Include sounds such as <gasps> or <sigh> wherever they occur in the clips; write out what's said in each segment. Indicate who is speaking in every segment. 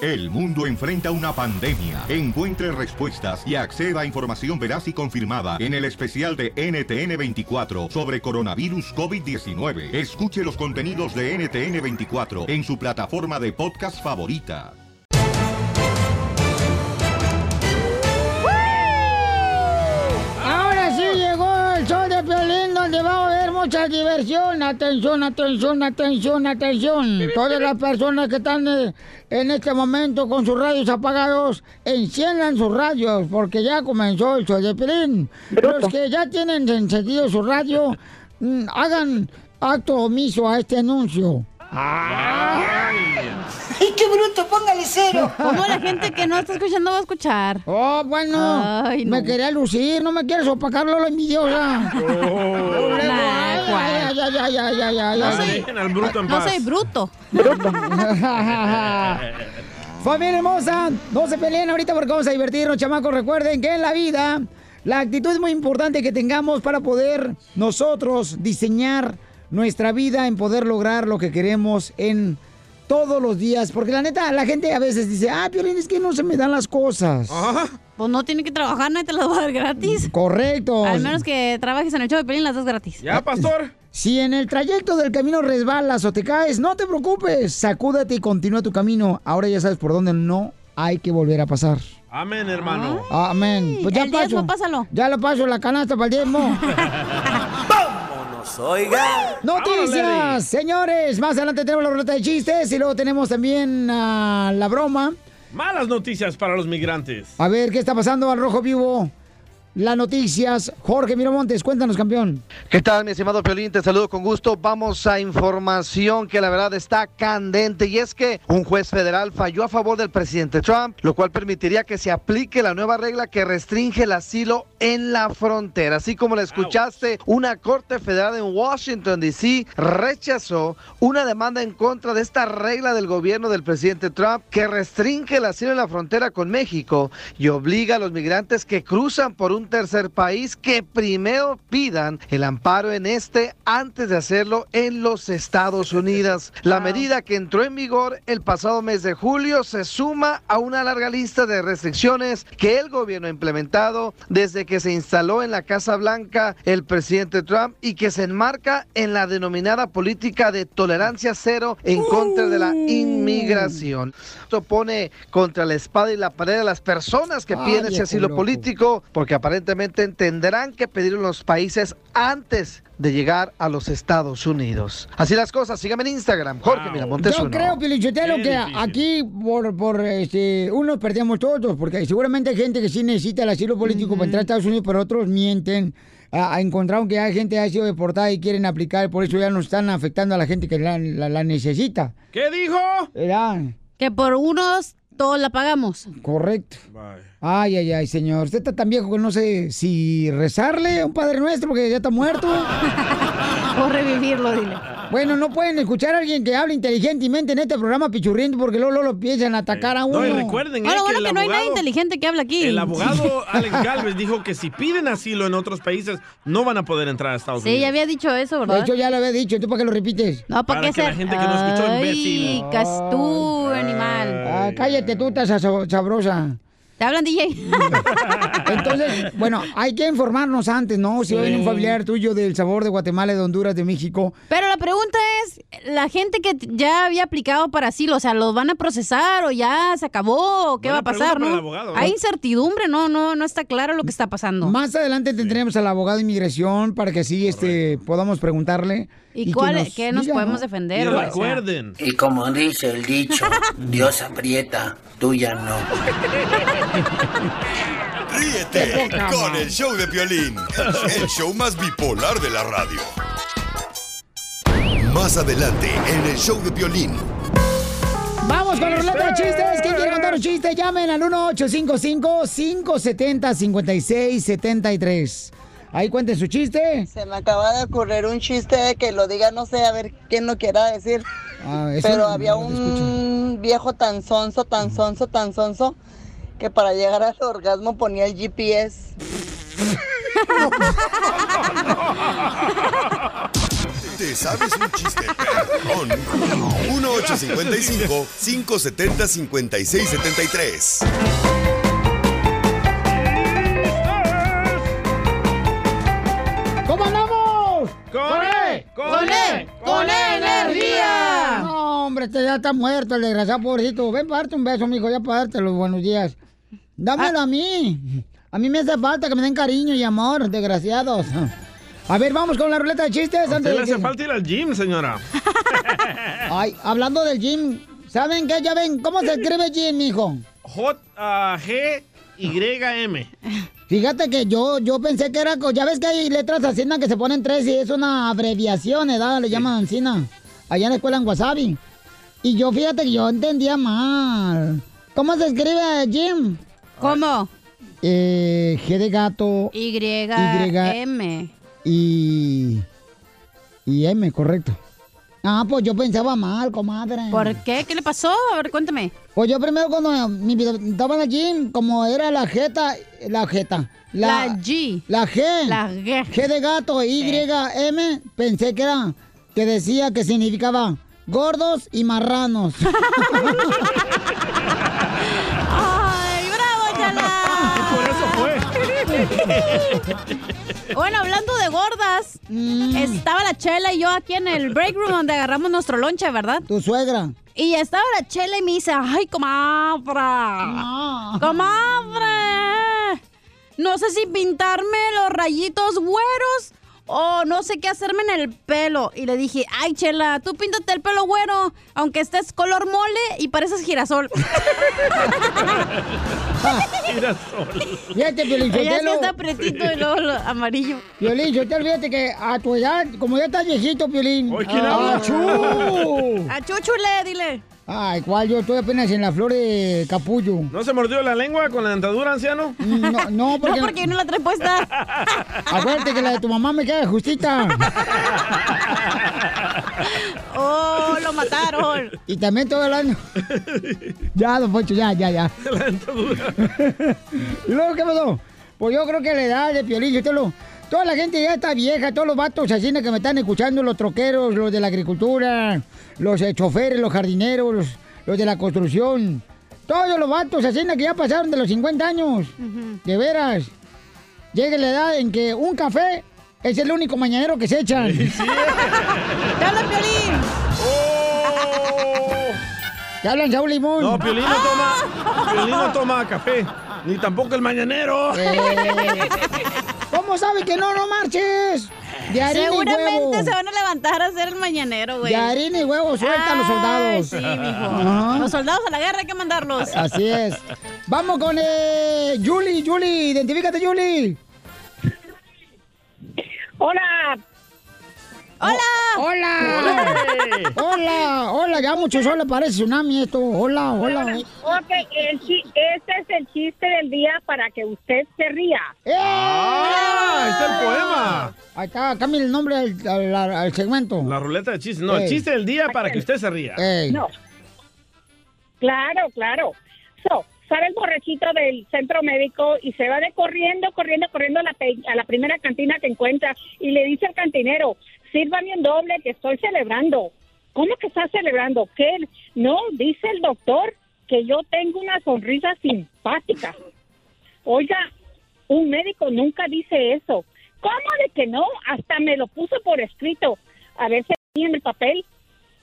Speaker 1: El mundo enfrenta una pandemia. Encuentre respuestas y acceda a información veraz y confirmada en el especial de NTN24 sobre coronavirus COVID-19. Escuche los contenidos de NTN24 en su plataforma de podcast favorita.
Speaker 2: Ahora sí llegó el show de Piolín donde va a haber mucha diversión. Atención, atención, atención, atención. Todas las personas que están eh, en este momento con sus radios apagados, enciendan sus radios porque ya comenzó el show de Piolín. Los que ya tienen encendido su radio, mm, hagan acto omiso a este anuncio.
Speaker 3: ¡Ay, qué bruto! ¡Póngale
Speaker 4: <laughs>
Speaker 3: cero!
Speaker 4: ¿Cómo la gente que no está escuchando va a escuchar?
Speaker 2: Oh, bueno.
Speaker 4: Ay,
Speaker 2: Me
Speaker 4: no.
Speaker 2: quería lucir, no me quieres opacarlo la
Speaker 4: <laughs>
Speaker 2: envidiosa. Luego,
Speaker 4: Nah,
Speaker 2: ay, ay, ay, ay, ay, ay, ay,
Speaker 4: Ah, No
Speaker 2: ay.
Speaker 4: soy-
Speaker 5: Ah, Dejen al bruto en
Speaker 4: No
Speaker 5: paz.
Speaker 4: soy bruto.
Speaker 2: <laughs>
Speaker 4: <laughs>
Speaker 2: Familia hermosa, no se peleen ahorita porque vamos a divertirnos, chamacos. Recuerden que en la vida la actitud es muy importante que tengamos para poder nosotros diseñar nuestra vida en poder lograr lo que queremos en todos los días. Porque la neta, la gente a veces dice, ah, Piolín, es que no se me dan las cosas.
Speaker 4: Pues no tiene que trabajar, nadie te las va a dar gratis.
Speaker 2: Correcto. Eh,
Speaker 4: Al menos que trabajes en el show de pelín las das gratis.
Speaker 5: Ya, pastor.
Speaker 2: Si en el trayecto del camino resbalas o te caes, no te preocupes, sacúdate y continúa tu camino. Ahora ya sabes por dónde no hay que volver a pasar.
Speaker 5: Amén, hermano.
Speaker 2: Amén. Pues ya
Speaker 4: el
Speaker 2: paso.
Speaker 4: diezmo, pásalo.
Speaker 2: Ya lo paso la canasta para el
Speaker 4: <laughs>
Speaker 2: diezmo.
Speaker 6: Nos oiga.
Speaker 2: Noticias, señores. Más adelante tenemos la ruleta de chistes y luego tenemos también ah, la broma.
Speaker 5: Malas noticias para los migrantes.
Speaker 2: A ver qué está pasando al rojo vivo. Las noticias. Jorge Miramontes, cuéntanos, campeón.
Speaker 7: ¿Qué tal, mi estimado Piolín? Te saludo con gusto. Vamos a información que la verdad está candente y es que un juez federal falló a favor del presidente Trump, lo cual permitiría que se aplique la nueva regla que restringe el asilo en la frontera. Así como la escuchaste, una corte federal en Washington, D.C. rechazó una demanda en contra de esta regla del gobierno del presidente Trump que restringe el asilo en la frontera con México y obliga a los migrantes que cruzan por un tercer país que primero pidan el amparo en este antes de hacerlo en los Estados Unidos. La medida que entró en vigor el pasado mes de julio se suma a una larga lista de restricciones que el gobierno ha implementado desde que se instaló en la Casa Blanca el presidente Trump y que se enmarca en la denominada política de tolerancia cero en contra de la inmigración. Esto pone contra la espada y la pared a las personas que
Speaker 2: Ah,
Speaker 7: piden ese
Speaker 2: viejo
Speaker 7: asilo
Speaker 2: loco.
Speaker 7: político político, porque aparentemente tendrán que pedirlo en los países antes de llegar a los Estados Unidos. Así las cosas, síganme en Instagram, Jorge
Speaker 5: Wow.
Speaker 7: Miramontes
Speaker 2: Yo
Speaker 7: uno.
Speaker 2: creo, Pilichotelo,
Speaker 5: Qué
Speaker 2: que
Speaker 5: difícil.
Speaker 2: aquí por, por este, unos perdemos todos, porque seguramente hay gente que sí necesita el asilo político para entrar a Estados Unidos, pero otros mienten. Ah, ah, encontraron que hay gente que ha sido deportada y quieren aplicar, por eso ya no están afectando a la gente que la, la- la necesita.
Speaker 5: ¿Qué dijo?
Speaker 2: Era
Speaker 4: Que por unos todos la pagamos.
Speaker 2: correcto. Ay, ay, ay, señor. Usted está tan viejo que no sé si rezarle a un Padre Nuestro porque ya está muerto.
Speaker 4: <laughs> O revivirlo, dile.
Speaker 2: Bueno, no pueden escuchar a alguien que hable inteligentemente en este programa pichurriento porque luego, luego lo empiezan a atacar a uno.
Speaker 5: No, y recuerden, eh,
Speaker 4: Ahora, bueno
Speaker 5: el
Speaker 4: que no hay nadie
Speaker 5: abogado-
Speaker 4: inteligente que habla aquí.
Speaker 5: El abogado
Speaker 4: <laughs>
Speaker 5: Alex Galvez dijo que si piden asilo en otros países, no van a poder entrar a Estados
Speaker 4: Sí,
Speaker 5: Unidos.
Speaker 4: ya había dicho eso,
Speaker 2: De
Speaker 4: ¿verdad?
Speaker 2: hecho, ya lo había dicho. ¿Tú para qué lo repites?
Speaker 4: No, ¿para
Speaker 5: Para
Speaker 4: qué
Speaker 5: que la
Speaker 4: ser?
Speaker 5: gente que no escuchó,
Speaker 4: Ay,
Speaker 5: imbécil.
Speaker 4: cas- tú, animal.
Speaker 2: Ah, cállate tú, estás sabrosa.
Speaker 4: Te hablan, DJ.
Speaker 2: <laughs> Entonces, bueno, hay que informarnos antes, ¿no? Si va a venir un familiar tuyo del sabor de Guatemala, de Honduras, de México.
Speaker 4: Pero la pregunta es, la gente que t- ya había aplicado para asilo, o sea, ¿los van a procesar o ya se acabó? o ¿Qué
Speaker 5: Buena
Speaker 4: va a pasar,
Speaker 5: pregunta para
Speaker 4: no?
Speaker 5: el abogado, ¿eh? ¿no?
Speaker 4: Hay incertidumbre, no, no, no está claro lo que está pasando.
Speaker 2: Más adelante tendremos al abogado de inmigración para que así este, podamos preguntarle.
Speaker 4: ¿Y, cuál,
Speaker 2: que
Speaker 4: qué nos
Speaker 2: diga,
Speaker 4: podemos
Speaker 2: ¿no?
Speaker 5: Y
Speaker 4: defender? o sea?
Speaker 5: recuerden,
Speaker 6: Y como dice el dicho, Dios aprieta, tú ya no.
Speaker 8: Ríete con el show de Piolín, el show más bipolar de la radio. Más adelante en el show de Piolín.
Speaker 2: Vamos con la ruleta de
Speaker 5: Este.
Speaker 2: chistes. ¿Quién quiere contar un chiste? Llamen al 1-855-570-5673. Ahí cuenten su chiste.
Speaker 9: Se me acaba de ocurrir un chiste de que lo diga, no sé, a ver quién lo quiera decir.
Speaker 2: Ah, eso
Speaker 9: Pero
Speaker 2: no
Speaker 9: había
Speaker 2: lo escucho.
Speaker 9: un viejo tan sonso, tan sonso, tan sonso, que para llegar al orgasmo ponía el GPS.
Speaker 8: ¿Te sabes un chiste perrón? 1-855-570-5673.
Speaker 2: ¿Cómo andamos?
Speaker 5: ¡Con E! ¡Con E!
Speaker 4: ¡Con E energía!
Speaker 2: No, hombre, este ya está muerto, el desgraciado pobrecito. Ven para darte un beso, mijo, ya para dártelo. Buenos días.
Speaker 5: Ah.
Speaker 2: Dámelo a mí. A mí me hace falta que me den cariño y amor, desgraciados. A ver, vamos con la ruleta de chistes.
Speaker 5: Usted
Speaker 2: antes
Speaker 5: le
Speaker 2: de
Speaker 5: hace
Speaker 2: que-
Speaker 5: falta ir al gym, señora.
Speaker 2: Ay, hablando del gym, ¿saben qué? Ya ven, ¿cómo se escribe gym, mijo?
Speaker 5: J-G-Y-M.
Speaker 2: Fíjate que yo, yo pensé que era, co- ya ves que hay letras así ¿no? que se ponen tres y es una abreviación, ¿eh? ¿verdad? Le llaman Ancina, allá en la escuela en Wasabi. Y yo fíjate que yo entendía mal. ¿Cómo se escribe Jim?
Speaker 4: ¿Cómo?
Speaker 2: Eh, G de gato
Speaker 4: Y, M.
Speaker 2: y, y M, correcto. Ah, pues yo pensaba mal, comadre.
Speaker 4: ¿Por qué? ¿Qué le pasó? A ver, cuéntame.
Speaker 2: Pues yo primero cuando me invitaban al gym, como era la jeta, la jeta.
Speaker 4: La, G.
Speaker 2: La G.
Speaker 4: La G.
Speaker 2: G de gato, Y, M, pensé que era, que decía que significaba gordos y marranos.
Speaker 4: <laughs> ¡Ay, bravo, Chala!
Speaker 5: <laughs> Por eso fue.
Speaker 4: Bueno, hablando de gordas,
Speaker 2: Mm.
Speaker 4: estaba la Chela y yo aquí en el break room donde agarramos nuestro lonche, ¿verdad?
Speaker 2: tu suegra.
Speaker 4: Y estaba la Chela y me dice, ¡ay, comadre! ¡Comadre! No sé si pintarme los rayitos güeros o no sé qué hacerme en el pelo. Y le dije, ¡ay, Chela, tú píntate el pelo güero, aunque estés color mole y pareces girasol!
Speaker 5: Mira solo.
Speaker 2: Fíjate, Piolín
Speaker 4: Ella es que
Speaker 2: Sotelo,
Speaker 4: está pretito y luego lo amarillo.
Speaker 2: Piolín Sotelo, fíjate que a tu edad, como ya estás viejito, Piolín.
Speaker 5: Ay, ¿quién habla?
Speaker 2: achú.
Speaker 4: A Chuchule, dile.
Speaker 2: Ay, cual, yo estoy apenas en la flor de capullo.
Speaker 5: ¿No se mordió la lengua con la dentadura, anciano?
Speaker 2: No, no,
Speaker 4: No,
Speaker 2: porque,
Speaker 4: porque yo no la trae puesta.
Speaker 2: <laughs> acuérdate que la de tu mamá me queda justita.
Speaker 4: Oh, lo
Speaker 5: <laughs>
Speaker 4: mataron.
Speaker 2: Y también todo el año. Ya, don Poncho, ya, ya, ya.
Speaker 5: La dentadura.
Speaker 2: ¿Y luego qué pasó? Pues yo creo que la edad de Piolín, usted lo... Toda la gente ya está vieja, todos los vatos asesinos que me están escuchando, los troqueros, los de la agricultura, los eh, choferes, los jardineros, los, los de la construcción. Todos los vatos asesinos que ya pasaron de los 50 años. De veras. Llega la edad en que un café es el único mañanero que se echan. <laughs>
Speaker 4: ¡Te habla Piolín!
Speaker 5: ¡Oh!
Speaker 2: Te hablan Saúl Limón.
Speaker 5: No, Piolín
Speaker 4: Ah.
Speaker 5: no toma, Piolín no toma café, ni tampoco el mañanero.
Speaker 2: Eh, ¿Cómo sabes que no, no marches? De harina y huevo.
Speaker 4: Seguramente se van a levantar a hacer el mañanero, güey.
Speaker 2: De harina y huevo, suelta a los
Speaker 4: Ay,
Speaker 2: soldados.
Speaker 4: Sí, mijo.
Speaker 2: Ajá.
Speaker 4: Los soldados a la guerra hay que mandarlos.
Speaker 2: Así es. Vamos con eh, Julie, Julie, identifícate, Julie.
Speaker 10: Hola,
Speaker 4: ¡Hola!
Speaker 2: Oh, Hola. Hola, hola, ya mucho sol, parece tsunami esto. Hola, hola.
Speaker 10: ok, el chi- este es el chiste del día para que usted se ría.
Speaker 5: ¡Ah! Está el poema.
Speaker 2: Ahí está, cambia el nombre al, al- al- al segmento.
Speaker 5: La ruleta de chistes. No,
Speaker 2: Ey.
Speaker 5: el chiste del día para que usted se ría.
Speaker 2: Ey.
Speaker 10: No. Claro, claro. So, sale el borrachito del centro médico y se va de corriendo, corriendo, corriendo a la, pe- a la primera cantina que encuentra y le dice al cantinero, sírvame un doble que estoy celebrando. ¿Cómo que estás celebrando? ¿Qué? No, dice el doctor que yo tengo una sonrisa simpática. Oiga, un médico nunca dice eso. ¿Cómo de que no? Hasta me lo puso por escrito. A ver si en el papel.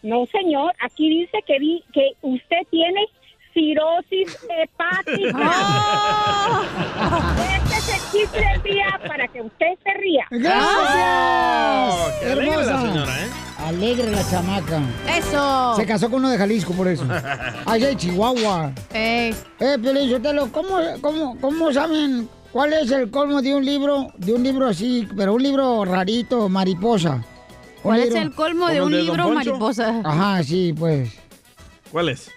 Speaker 10: No, señor, aquí dice que, di- que usted tiene cirrosis
Speaker 2: <laughs>
Speaker 10: hepática.
Speaker 4: ¡Oh!
Speaker 2: Ah.
Speaker 10: este es el chiste del día para que usted se ría.
Speaker 2: ¡Gracias!
Speaker 5: Oh, qué alegre la señora, ¿eh?
Speaker 2: Alegre la chamaca.
Speaker 4: ¡Eso!
Speaker 2: Se casó con uno de Jalisco por
Speaker 5: <laughs>
Speaker 2: eso. Allá de Chihuahua.
Speaker 4: Ey.
Speaker 2: Eh, Piolín, Sotelo, ¿cómo, cómo, ¿cómo saben cuál es el colmo de un libro? De un libro así, pero un libro rarito, mariposa. Un
Speaker 4: ¿Cuál es
Speaker 2: libro-
Speaker 4: el colmo de
Speaker 5: ¿Como
Speaker 4: un
Speaker 5: el de Don
Speaker 4: libro
Speaker 5: Poncho?
Speaker 4: mariposa?
Speaker 2: Ajá, sí, pues.
Speaker 5: ¿Cuál es?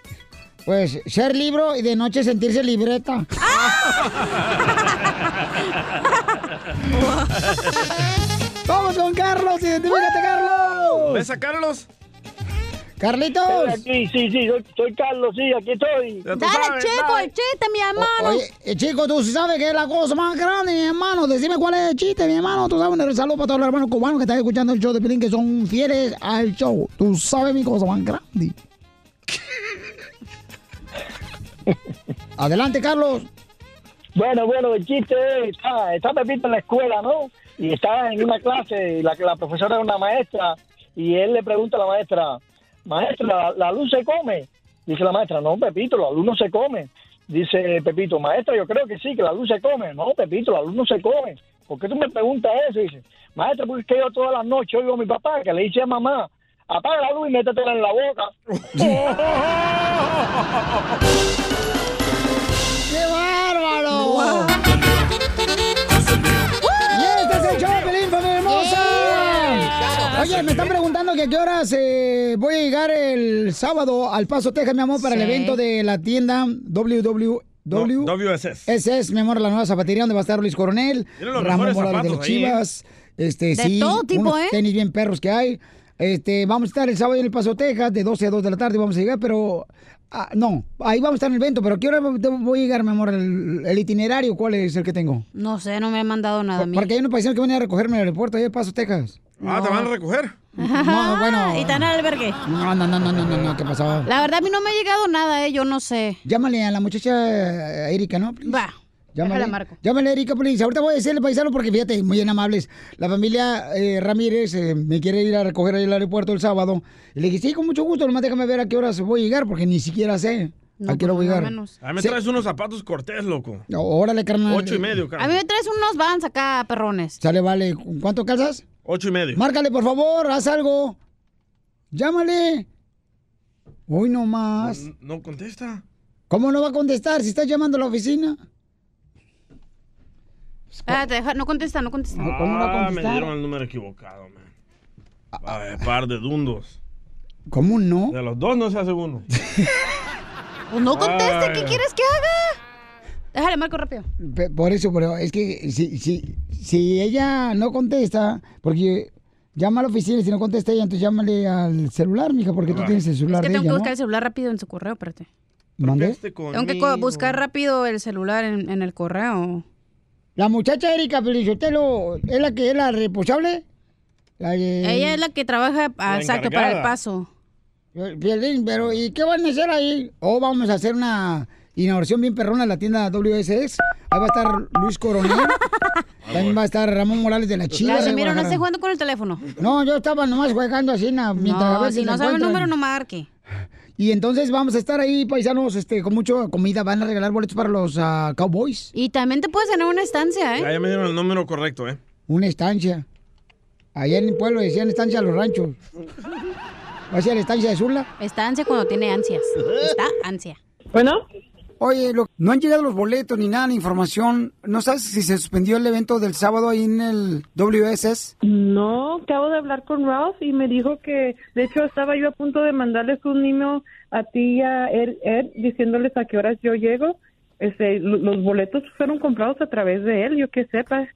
Speaker 2: Pues ser libro y de noche sentirse
Speaker 4: <laughs>
Speaker 2: libreta.
Speaker 4: Ah.
Speaker 5: <laughs>
Speaker 2: Vamos con Carlos, identifícate Carlos.
Speaker 5: ¿Ves a Carlos?
Speaker 2: Carlitos.
Speaker 11: Sí, sí, sí, soy, soy Carlos, sí, aquí estoy.
Speaker 4: Dale, chico, el chiste, mi hermano.
Speaker 2: Oye, eh, chico, tú sí sabes que es la cosa más grande, mi hermano. Decime cuál es el chiste, mi hermano. Tú sabes, un saludo para todos los hermanos cubanos que están escuchando el show de Pelín, que son fieles al show. Tú sabes mi cosa más grande. Adelante, Carlos.
Speaker 11: Bueno, bueno, el chiste es, está, está Pepito en la escuela, ¿no? Y estaba en una clase, y la, la profesora era
Speaker 2: <laughs>
Speaker 11: una maestra, y él le pregunta a la maestra, maestra, ¿la, la luz se come? Dice la maestra, no, Pepito, la luz no se come. Dice Pepito, maestra, yo creo que sí, que la luz se come. No, Pepito, la luz no se come. ¿Por qué tú me preguntas eso? Dice, maestra, porque es que yo todas las noches oigo a mi papá que le dice a mamá, apaga la luz y métetela en la boca.
Speaker 2: ¡Qué bárbaro! ¡Y este es el show de Pelín, familia hermosa! Oye, me están preguntando que a qué horas eh, voy a llegar el sábado al Paso Texas, mi amor, para el
Speaker 5: Sí.
Speaker 2: evento de la tienda WW.
Speaker 5: No, WSS.
Speaker 2: Ese es, mi amor, la nueva zapatería donde va a estar Luis Coronel,
Speaker 5: Tiene los
Speaker 2: Ramón
Speaker 5: mejores
Speaker 2: Morales de los
Speaker 5: zapatos ahí, ¿eh?
Speaker 2: Chivas, este,
Speaker 5: De
Speaker 2: sí,
Speaker 5: todo tipo,
Speaker 2: unos
Speaker 5: ¿eh?
Speaker 2: tenis bien perros que hay. Este, vamos a estar el sábado en El Paso, Texas, de 12 a 2 de la tarde vamos a llegar, pero... ah, no, ahí vamos a estar en el evento, pero ¿a ¿qué hora voy a llegar, mi amor? El, el itinerario cuál es el que tengo?
Speaker 4: No sé, no me han mandado nada a mí.
Speaker 2: Porque hay unos paisanos que van a recogerme en el aeropuerto, ahí en El Paso, Texas.
Speaker 5: Ah, ¿te van a recoger?
Speaker 2: No,
Speaker 5: <laughs>
Speaker 2: bueno.
Speaker 4: <laughs> Y tan albergue.
Speaker 2: No, no, no, no, no, no, no, ¿qué pasó?
Speaker 4: La verdad, a mí no me ha llegado nada, eh, yo no sé.
Speaker 2: Llámale a la muchacha eh, Erika, ¿no?
Speaker 4: Va.
Speaker 2: Llámale,
Speaker 4: Déjala, marco.
Speaker 2: llámale a Erika, please. Ahorita voy a decirle, paisano, porque fíjate, muy bien amables. La familia eh, Ramírez eh, me quiere ir a recoger ahí al aeropuerto el sábado. Y le dije, sí, con mucho gusto, nomás déjame ver a qué horas voy a llegar, porque ni siquiera sé a qué hora voy
Speaker 4: pues,
Speaker 2: a llegar.
Speaker 5: A mí Ah, me
Speaker 2: Sí.
Speaker 5: traes unos zapatos cortés, loco.
Speaker 2: No, Órale, carnal.
Speaker 5: Ocho y medio,
Speaker 4: A mí
Speaker 5: Carlos.
Speaker 4: me traes unos vans acá, perrones.
Speaker 2: Sale, vale. ¿Cuánto calzas?
Speaker 5: Ocho y medio.
Speaker 2: Márcale, por favor, haz algo. Llámale. Hoy nomás.
Speaker 5: No contesta.
Speaker 2: ¿Cómo no va a contestar si está llamando a la oficina?
Speaker 4: Espérate, ah, deja- no contesta, no contesta.
Speaker 5: Ah, me dieron el número equivocado, man. A ver, par de dundos.
Speaker 2: ¿Cómo no?
Speaker 5: De los dos no se hace uno.
Speaker 4: Pues no conteste,
Speaker 5: Ay,
Speaker 4: ¿qué
Speaker 5: no.
Speaker 4: quieres que haga? Déjale, marco rápido.
Speaker 2: Pe- Por eso, pero es que si, si, si ella no contesta, porque llama a la oficina y si no contesta ella, entonces llámale al celular, mija, porque tú tienes el
Speaker 4: Ah. Es
Speaker 2: celular
Speaker 4: que
Speaker 2: de
Speaker 4: tengo que
Speaker 2: ella,
Speaker 4: buscar
Speaker 2: ¿no?
Speaker 4: el celular rápido en su correo, espérate.
Speaker 2: ¿Mande?
Speaker 5: Este
Speaker 4: Tengo que co- buscar rápido el celular en, en el correo.
Speaker 2: La muchacha Erika Felizotelo, ¿es la que es la responsable? La de-
Speaker 4: Ella es la que trabaja, ah,
Speaker 2: La
Speaker 4: exacto, para el
Speaker 2: encargada.
Speaker 4: paso.
Speaker 2: Piolín, pero ¿y qué van a hacer ahí? O vamos a hacer una inauguración bien perrona en la tienda WSX. Ahí va a estar Luis Coronel.
Speaker 4: <laughs>
Speaker 2: También va a estar Ramón Morales de la Chivas. de
Speaker 4: Casimiro, no
Speaker 2: Guadalajara.
Speaker 4: esté jugando con el teléfono.
Speaker 2: No, yo estaba nomás jugando así, na- mientras a
Speaker 4: No,
Speaker 2: ver
Speaker 4: si
Speaker 2: si
Speaker 4: no
Speaker 2: la
Speaker 4: sabe el
Speaker 2: encuentran.
Speaker 4: número, no marque.
Speaker 2: Y entonces vamos a estar ahí, paisanos, este, con mucha comida. Van a regalar boletos para los ah, Cowboys.
Speaker 4: Y también te puedes ganar una estancia,
Speaker 5: Ya,
Speaker 4: ¿eh?
Speaker 5: ya me dieron el número correcto, ¿eh?
Speaker 2: Una estancia. Allá en el pueblo decían estancia a los ranchos. Va a ser la estancia de Zula.
Speaker 4: Está ansia cuando tiene ansias. Está ansia.
Speaker 2: Bueno. Oye, lo- no han llegado los boletos ni nada de información. ¿No sabes si se suspendió el evento del sábado ahí en el WSS?
Speaker 12: No, acabo de hablar con Ralph y me dijo que, de hecho, estaba yo a punto de mandarles un email a ti y a Ed, Ed, diciéndoles a qué horas yo llego. Este, lo- los boletos fueron comprados a través de él, yo que sepa.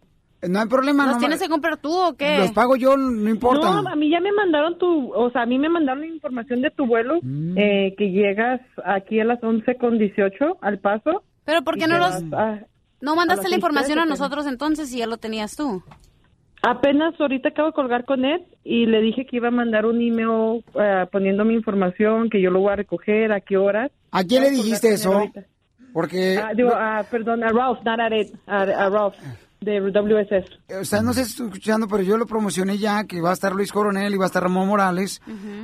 Speaker 2: No hay problema,
Speaker 4: ¿Los tienes que comprar tú o qué?
Speaker 12: Los
Speaker 2: pago yo, no
Speaker 12: No, a mí ya me mandaron tu, o sea, a mí me mandaron la información de tu vuelo,
Speaker 2: Mm.
Speaker 12: eh, que llegas aquí a las 11 con 18 al paso.
Speaker 4: Pero ¿por qué
Speaker 12: y
Speaker 4: no
Speaker 12: te
Speaker 4: los-
Speaker 12: vas a-
Speaker 4: No
Speaker 12: a
Speaker 4: mandaste
Speaker 12: las
Speaker 4: la
Speaker 12: seis
Speaker 4: información a
Speaker 12: trece,
Speaker 4: nosotros entonces si ya lo tenías tú.
Speaker 12: Apenas ahorita acabo de colgar con él y le dije que iba a mandar un email eh, poniendo mi información, que yo lo voy a recoger, a qué horas.
Speaker 2: ¿A quién le
Speaker 12: Acabo de
Speaker 2: dijiste
Speaker 12: colgar con él
Speaker 2: eso?
Speaker 12: ahorita.
Speaker 2: Porque...
Speaker 12: Ah, digo, ah, perdón, a Ralph, not at Ed, a, a Ralph, de WSS.
Speaker 2: Eh, O sea, no sé si estoy escuchando, pero yo lo promocioné ya, que va a estar Luis Coronel y va a estar Ramón Morales,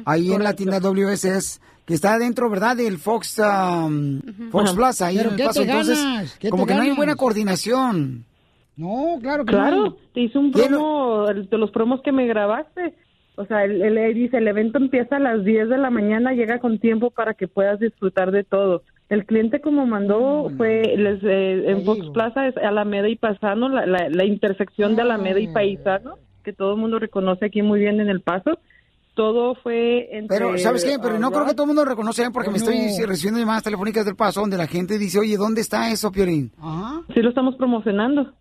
Speaker 2: ahí en la tienda WSS, que está adentro, ¿verdad?, del Fox, um, Fox
Speaker 12: Ajá.
Speaker 2: Plaza, ahí
Speaker 12: Pero
Speaker 2: en el
Speaker 12: ¿qué te
Speaker 2: paso. Entonces,
Speaker 12: ganas? ¿Qué
Speaker 2: como
Speaker 12: te
Speaker 2: que no hay
Speaker 12: ganas?
Speaker 2: buena coordinación. No, claro
Speaker 12: Claro, te hice un promo, el- de los promos que me grabaste. O sea, él, él- él dice, el evento empieza a las 10 de la mañana, llega con tiempo para que puedas disfrutar de todo. El cliente como mandó fue les, eh, en Fox Plaza, es Alameda y Pasano, la, la- la intersección de Alameda
Speaker 2: Ah.
Speaker 12: y Paisano, que todo el mundo reconoce aquí muy bien en El Paso. Todo fue entre...
Speaker 2: Pero, ¿sabes qué? Pero no
Speaker 12: ah,
Speaker 2: creo que
Speaker 12: rock.
Speaker 2: todo el mundo lo reconoce, ¿eh? porque me estoy recibiendo llamadas telefónicas del paso donde la gente dice, oye, ¿dónde está eso, Piorín?
Speaker 12: Sí lo estamos promocionando.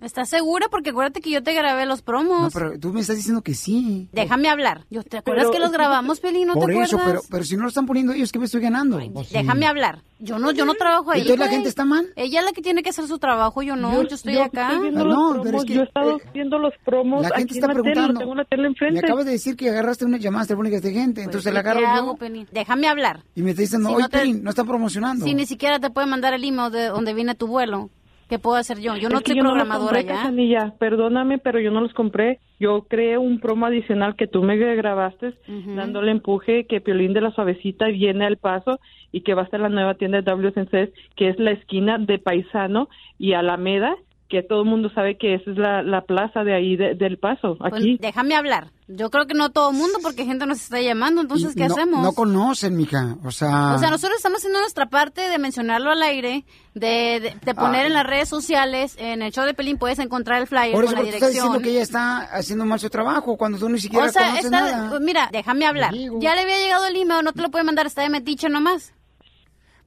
Speaker 4: ¿Estás segura? Porque acuérdate que yo te grabé los promos.
Speaker 2: No, pero tú me estás diciendo que sí.
Speaker 4: Déjame hablar. Yo, ¿Te acuerdas
Speaker 2: Pero-
Speaker 4: que los grabamos, Peli? ¿No
Speaker 2: Por
Speaker 4: te
Speaker 2: eso, pero,
Speaker 4: acuerdas?
Speaker 2: pero si no lo están poniendo ellos, ¿qué me estoy ganando?
Speaker 4: Déjame hablar. Yo no, yo no trabajo ahí.
Speaker 2: Entonces la
Speaker 4: güey.
Speaker 2: gente está mal.
Speaker 4: Ella es la que tiene que hacer su trabajo, yo no, yo, estoy acá. Ah,
Speaker 12: estoy viendo los promos, yo he estado
Speaker 4: eh,
Speaker 2: eh,
Speaker 12: viendo los promos.
Speaker 2: La gente
Speaker 12: aquí en
Speaker 2: está
Speaker 12: la tele,
Speaker 2: preguntando.
Speaker 12: tengo la tele
Speaker 2: Me
Speaker 12: enfrente.
Speaker 2: acabas de decir que agarraste unas llamadas telefónicas de gente, entonces la
Speaker 4: Pues, ¿Qué
Speaker 2: agarro yo
Speaker 4: hago, Pelín? Déjame hablar.
Speaker 2: y me dicen, no,
Speaker 4: Si
Speaker 2: oye,
Speaker 4: no te-
Speaker 2: Pelín, no está promocionando.
Speaker 4: Si ni siquiera te puede mandar el email de donde viene tu vuelo, ¿qué puedo hacer yo? Yo no
Speaker 12: Es que
Speaker 4: soy
Speaker 12: los
Speaker 4: programadora
Speaker 12: compré,
Speaker 4: ya.
Speaker 12: Cachanilla, Perdóname, pero yo no los compré. Yo creé un promo adicional que tú me grabaste,
Speaker 4: Ujú.
Speaker 12: dándole empuje que Piolín de la Suavecita viene al paso y que va a ser la nueva tienda de WCNC, que es la esquina de Paisano y Alameda, que todo el mundo sabe que esa es la, la plaza de ahí de- del paso,
Speaker 4: Pues,
Speaker 12: aquí.
Speaker 4: déjame hablar. Yo creo que no todo el mundo, porque gente nos está llamando, entonces, ¿qué
Speaker 2: no,
Speaker 4: hacemos?
Speaker 2: No conocen, mija. O sea,
Speaker 4: O sea, nosotros estamos haciendo nuestra parte de mencionarlo al aire, de, de- de poner
Speaker 2: Ah.
Speaker 4: en las redes sociales, en el show de Pelín puedes encontrar el flyer
Speaker 2: por eso
Speaker 4: con
Speaker 2: pero
Speaker 4: la
Speaker 2: tú estás diciendo
Speaker 4: dirección.
Speaker 2: que ella está haciendo mal su trabajo cuando tú ni siquiera
Speaker 4: o sea,
Speaker 2: conoces
Speaker 4: está-
Speaker 2: nada.
Speaker 4: mira, déjame hablar. Ya le había llegado el email, no te lo puede mandar, está de metiche nomás.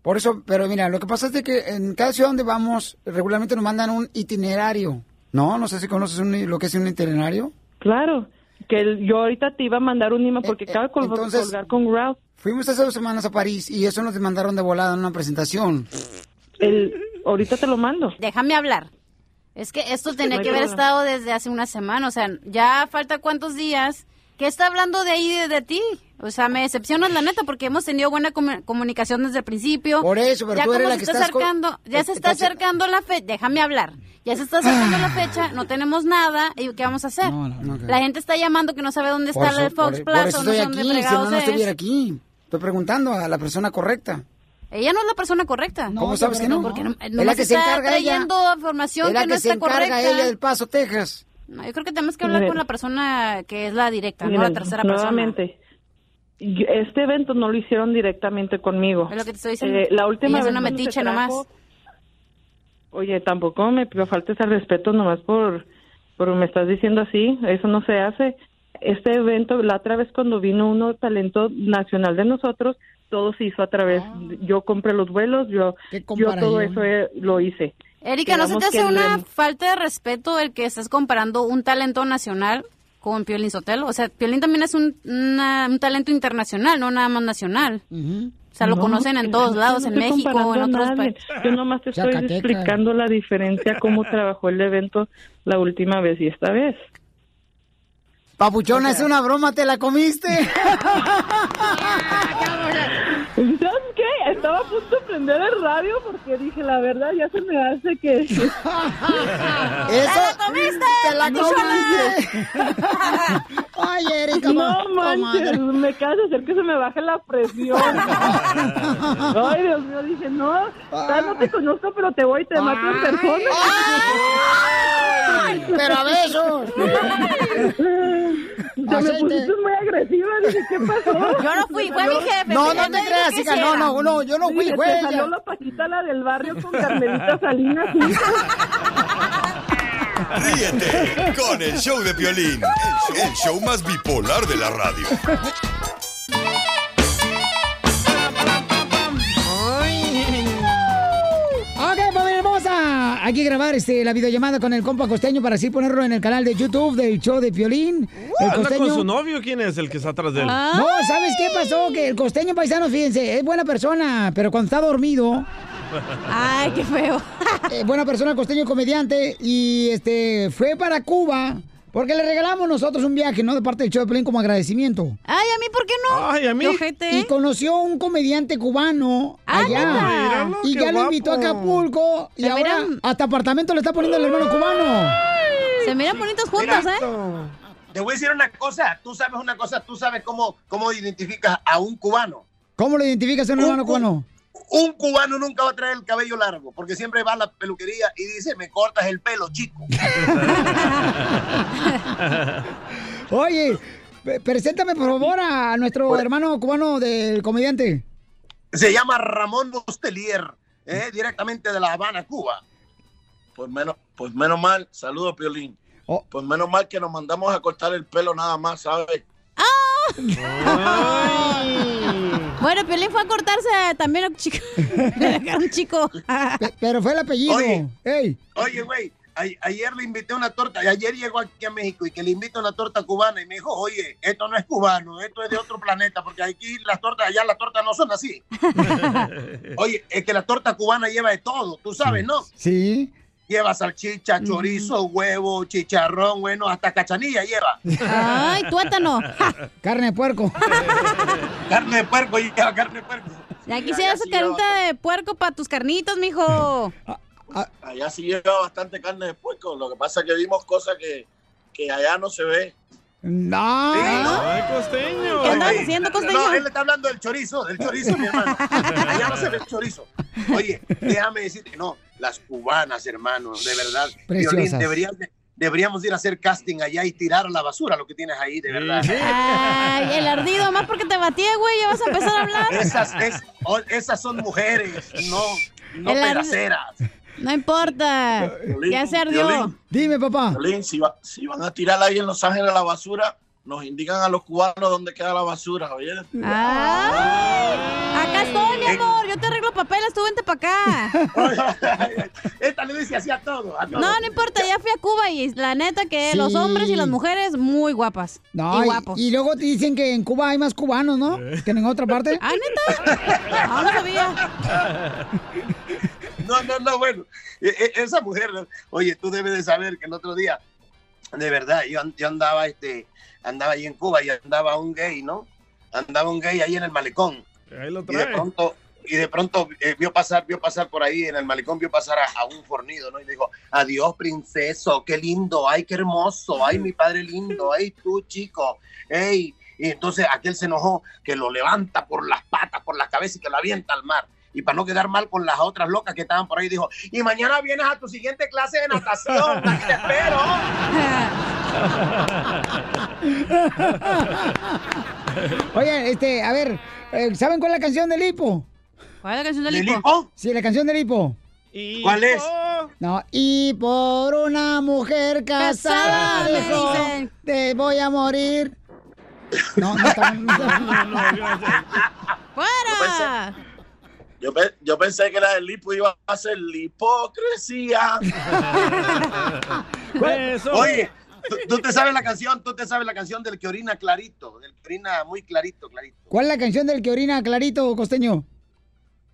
Speaker 2: Por eso, pero mira, lo que pasa es de que en cada ciudad donde vamos, regularmente nos mandan un itinerario. No, no sé si conoces un- lo que es un itinerario.
Speaker 12: Claro, que el- yo ahorita te iba a mandar un email porque
Speaker 2: Eh, eh,
Speaker 12: acabo de col-
Speaker 2: entonces-
Speaker 12: colgar con Ralph.
Speaker 2: Fuimos hace dos semanas a París y eso nos mandaron de volada en una presentación.
Speaker 12: ahorita te lo mando.
Speaker 4: Déjame hablar. Es que esto tenía
Speaker 2: No hay
Speaker 4: que haber
Speaker 2: problema.
Speaker 4: estado desde hace una semana, o sea, ya falta cuántos días. ¿Qué está hablando de ahí de, de ti? O sea, me decepcionas la neta porque hemos tenido buena comu- comunicación desde el principio.
Speaker 2: Por eso, pero
Speaker 4: ya
Speaker 2: tú eres
Speaker 4: como
Speaker 2: la
Speaker 4: se
Speaker 2: que
Speaker 4: está
Speaker 2: estás co-
Speaker 4: acercando, ya se está
Speaker 2: Entonces-
Speaker 4: acercando la fecha. Déjame hablar. Ya se está acercando la fecha, no tenemos nada y ¿qué vamos a hacer? La gente está llamando que no sabe dónde está el
Speaker 2: por-
Speaker 4: Fox
Speaker 2: por
Speaker 4: Plaza,
Speaker 2: eso
Speaker 4: no
Speaker 2: estoy
Speaker 4: sé dónde
Speaker 2: aquí, si no,
Speaker 4: fregados ¿eh?
Speaker 2: no estuviera
Speaker 4: es.
Speaker 2: aquí. Estoy preguntando a la persona correcta.
Speaker 4: Ella no es la persona correcta.
Speaker 2: ¿Cómo sabes que no?
Speaker 4: Porque no,
Speaker 2: Es
Speaker 4: nomás
Speaker 2: la que se
Speaker 4: está
Speaker 2: encarga ella.
Speaker 4: trayendo información
Speaker 2: Es la
Speaker 4: que, no
Speaker 2: que se
Speaker 4: está
Speaker 2: encarga
Speaker 4: correcta.
Speaker 2: ella del Paso, Texas.
Speaker 4: No, yo creo que tenemos que hablar
Speaker 12: Mira.
Speaker 4: con la persona que es la directa, no la
Speaker 12: Miren,
Speaker 4: tercera persona.
Speaker 12: nuevamente, yo- Este evento no lo hicieron directamente conmigo.
Speaker 4: Es lo que te estoy diciendo.
Speaker 12: Eh, la última
Speaker 4: Ella es
Speaker 12: vez
Speaker 4: una
Speaker 12: cuando se
Speaker 4: metiche
Speaker 12: trajo-
Speaker 4: nomás.
Speaker 12: Oye, tampoco me faltes al respeto nomás por, por me estás diciendo así. Eso no se hace. Este evento, la otra vez cuando vino uno talento nacional de nosotros, todo se hizo a través.
Speaker 4: Ah.
Speaker 12: Yo compré los vuelos, yo, yo todo
Speaker 4: comparación.
Speaker 12: eso eh, lo hice.
Speaker 4: Erika, ¿no se te
Speaker 12: Quedamos
Speaker 4: hace
Speaker 12: que
Speaker 4: una
Speaker 12: no-
Speaker 4: falta de respeto el que estás comparando un talento nacional con Piolín Sotelo? O sea, Piolín también es un, una- un talento internacional, no nada más nacional. O sea, lo
Speaker 12: No,
Speaker 4: conocen en todos
Speaker 12: yo
Speaker 4: lados,
Speaker 12: no
Speaker 4: en
Speaker 12: estoy
Speaker 4: México, en
Speaker 12: comparando a
Speaker 4: otros
Speaker 12: nadie.
Speaker 4: países.
Speaker 12: Yo nomás te estoy
Speaker 4: Zacatecas.
Speaker 12: explicando la diferencia, cómo trabajó el evento la última vez y esta vez.
Speaker 2: Papuchona, es una broma, te la
Speaker 12: <laughs>
Speaker 2: comiste. <laughs>
Speaker 12: ¿Sabes qué? Estaba a punto de prender el radio porque dije, la verdad, ya se me hace que...
Speaker 2: <laughs> ¡Eso!
Speaker 4: comiste!
Speaker 2: ¡Te la
Speaker 12: No
Speaker 2: comiste! ¡Ay, Erika!
Speaker 12: <laughs> No manches,
Speaker 2: comadre.
Speaker 12: me acabas de hacer que se me baje la
Speaker 2: <laughs>
Speaker 12: presión. Ay, Dios mío, dije, no, tal, no te conozco, pero te voy y te mato en persona.
Speaker 2: Ay, pero a besos.
Speaker 12: Te me pusiste muy agresiva, dije, ¿qué pasó?
Speaker 4: <laughs> Yo no fui, fue mi jefe,
Speaker 2: No,
Speaker 4: él
Speaker 2: no
Speaker 4: me
Speaker 2: te
Speaker 4: dijo
Speaker 2: creas,
Speaker 4: que
Speaker 2: hija. No,
Speaker 4: hiciera.
Speaker 2: no, no, yo no fui,
Speaker 12: Dije,
Speaker 2: güey.
Speaker 12: Te salió la paquita la del barrio con Carmelita Salinas.
Speaker 8: Ríete con el show de Piolín, el- el show más bipolar de la radio.
Speaker 2: Ok, familia hermosa. Hay que grabar este, la videollamada con el compa costeño para así ponerlo en el canal de YouTube del show de Piolín. El
Speaker 5: Uh, ¿Anda con su
Speaker 2: costeño.
Speaker 5: novio? ¿Quién es el que está atrás de él?
Speaker 4: Ah.
Speaker 2: No,
Speaker 5: <laughs>
Speaker 2: ¿sabes qué pasó? Que el costeño paisano, fíjense, es buena persona, pero cuando está dormido. eh,
Speaker 4: Ay, qué feo.
Speaker 2: buena persona, costeño comediante. Y este fue para Cuba. Porque le regalamos nosotros un viaje, ¿no? De parte del show de Piolín como agradecimiento.
Speaker 4: Ay, ¿a mí por qué no? Qué ojete.
Speaker 2: Y conoció un comediante cubano
Speaker 4: Ah,
Speaker 2: allá.
Speaker 4: míralo,
Speaker 2: y
Speaker 4: qué
Speaker 2: ya lo invitó a
Speaker 4: guapo.
Speaker 2: Acapulco. Y
Speaker 4: Se
Speaker 2: ahora
Speaker 4: miran-
Speaker 2: hasta apartamento le está poniendo el hermano cubano.
Speaker 4: Se miran bonitos juntos, ¿eh?
Speaker 13: Te voy a decir una cosa, tú sabes una cosa, tú sabes cómo, cómo identificas a un cubano.
Speaker 2: ¿Cómo lo identificas a un hermano
Speaker 4: <laughs>
Speaker 2: cubano?
Speaker 13: Un cubano nunca va a traer el cabello largo, porque siempre va a la peluquería y dice, me cortas el pelo, chico.
Speaker 2: Oye, pe- preséntame por favor a nuestro hermano cubano del
Speaker 13: <laughs>
Speaker 2: comediante.
Speaker 13: Se llama Ramón Bostelier, eh, directamente de La Habana, Cuba. Pues menos, pues menos mal, saludos, Piolín. Pues menos mal que nos mandamos a cortar el pelo nada más, ¿sabes?
Speaker 4: Bueno, Piolín fue a cortarse también <laughs> a un chico. Le dejaron un chico.
Speaker 2: Pero fue el apellido.
Speaker 13: Oye.
Speaker 2: Ey.
Speaker 13: Oye, güey, ay- ayer le invité una torta, y ayer llegó aquí a México y que le invito una torta cubana y me dijo, oye, esto no es cubano, esto es de otro planeta, porque aquí las tortas, allá las tortas no
Speaker 2: <laughs>
Speaker 13: son así. <laughs> oye, es que la torta cubana lleva de todo, tú sabes, ¿no?
Speaker 2: Sí. Mm.
Speaker 13: Lleva salchicha, chorizo, huevo, chicharrón, bueno, hasta cachanilla lleva.
Speaker 4: Ay, tuétano. <laughs>
Speaker 2: Carne de puerco.
Speaker 13: <laughs> carne de puerco, lleva carne de puerco.
Speaker 4: Ya quisiera esa carnita de puerco para tus carnitos, mijo.
Speaker 13: Allá sí lleva bastante carne de puerco, lo que pasa es que vimos cosas que, que allá no se ve.
Speaker 2: No.
Speaker 13: Ay,
Speaker 5: costeño.
Speaker 4: ¿Qué andas haciendo, costeño?
Speaker 13: No, él está hablando del chorizo, del chorizo, mi hermano. Allá no se ve el chorizo. Oye, déjame decirte, no, las cubanas, hermano, de verdad.
Speaker 2: Preciosas.
Speaker 13: Violín, deberías de- Deberíamos ir a hacer casting allá y tirar a la basura lo que tienes ahí, de verdad.
Speaker 4: Ay, el ardido, más porque te batí, güey, ya vas a empezar a hablar.
Speaker 13: Esas, es- o- esas son mujeres, no, no
Speaker 4: El ar-
Speaker 13: pedaceras.
Speaker 4: No importa.
Speaker 13: Violín,
Speaker 4: Ya se ardió.
Speaker 13: Violín.
Speaker 2: Dime, papá.
Speaker 13: Violín, si, va- si van a tirar ahí en Los Ángeles la basura, nos indican a los cubanos dónde queda la basura, oye.
Speaker 4: Ah. Ay, acá estoy,
Speaker 13: Eh.
Speaker 4: mi amor. Yo te arreglo papeles, tú vente para acá.
Speaker 13: Esta le dice así a todo. a todo.
Speaker 4: No, no importa, ya fui a Cuba y la neta que
Speaker 2: Sí.
Speaker 4: los hombres y las mujeres muy guapas.
Speaker 2: No,
Speaker 4: y
Speaker 2: y,
Speaker 4: guapos.
Speaker 2: y luego te dicen que en Cuba hay más cubanos, ¿no?
Speaker 13: Eh.
Speaker 2: Que en otra parte.
Speaker 4: Ah, neta. No, no sabía.
Speaker 13: <laughs> No, no, no, bueno, e- e- esa mujer, ¿no? oye, tú debes de saber que el otro día, de verdad, yo, an- yo andaba, este, andaba ahí en Cuba y andaba un gay, ¿no? Andaba un gay ahí en el malecón.
Speaker 5: Ahí lo
Speaker 13: Y de
Speaker 5: trae.
Speaker 13: pronto, y de pronto eh, vio pasar, vio pasar por ahí en el malecón, vio pasar a, a un fornido, ¿no? Y dijo, adiós, princeso, qué lindo, ay, qué hermoso, ay, mi padre lindo, ay, tú, chico, ey. Y entonces aquel se enojó que lo levanta por las patas, por la cabeza y que lo avienta al mar. Y para no quedar mal con las otras locas que estaban por ahí, dijo, y mañana vienes a tu siguiente clase de natación, aquí te espero.
Speaker 2: <laughs> Oye, este, a ver, eh, ¿saben cuál es la canción del hipo?
Speaker 4: ¿Cuál es la canción
Speaker 2: del
Speaker 13: ¿Del hipo? hipo?
Speaker 2: Sí, la canción del hipo.
Speaker 13: ¿Cuál es?
Speaker 2: No, y por una mujer casada,
Speaker 4: Casada, me
Speaker 2: mejor,
Speaker 4: dicen.
Speaker 2: te voy a morir. No, no, está- no, está-
Speaker 4: ¡Fuera!
Speaker 13: Yo, pe- yo pensé que la del lipo iba a ser la <laughs> hipocresía. Oye, tú, tú te sabes la canción, tú te sabes la canción del que orina clarito, del que orina muy clarito, clarito.
Speaker 2: ¿Cuál es la canción del que orina clarito, costeño?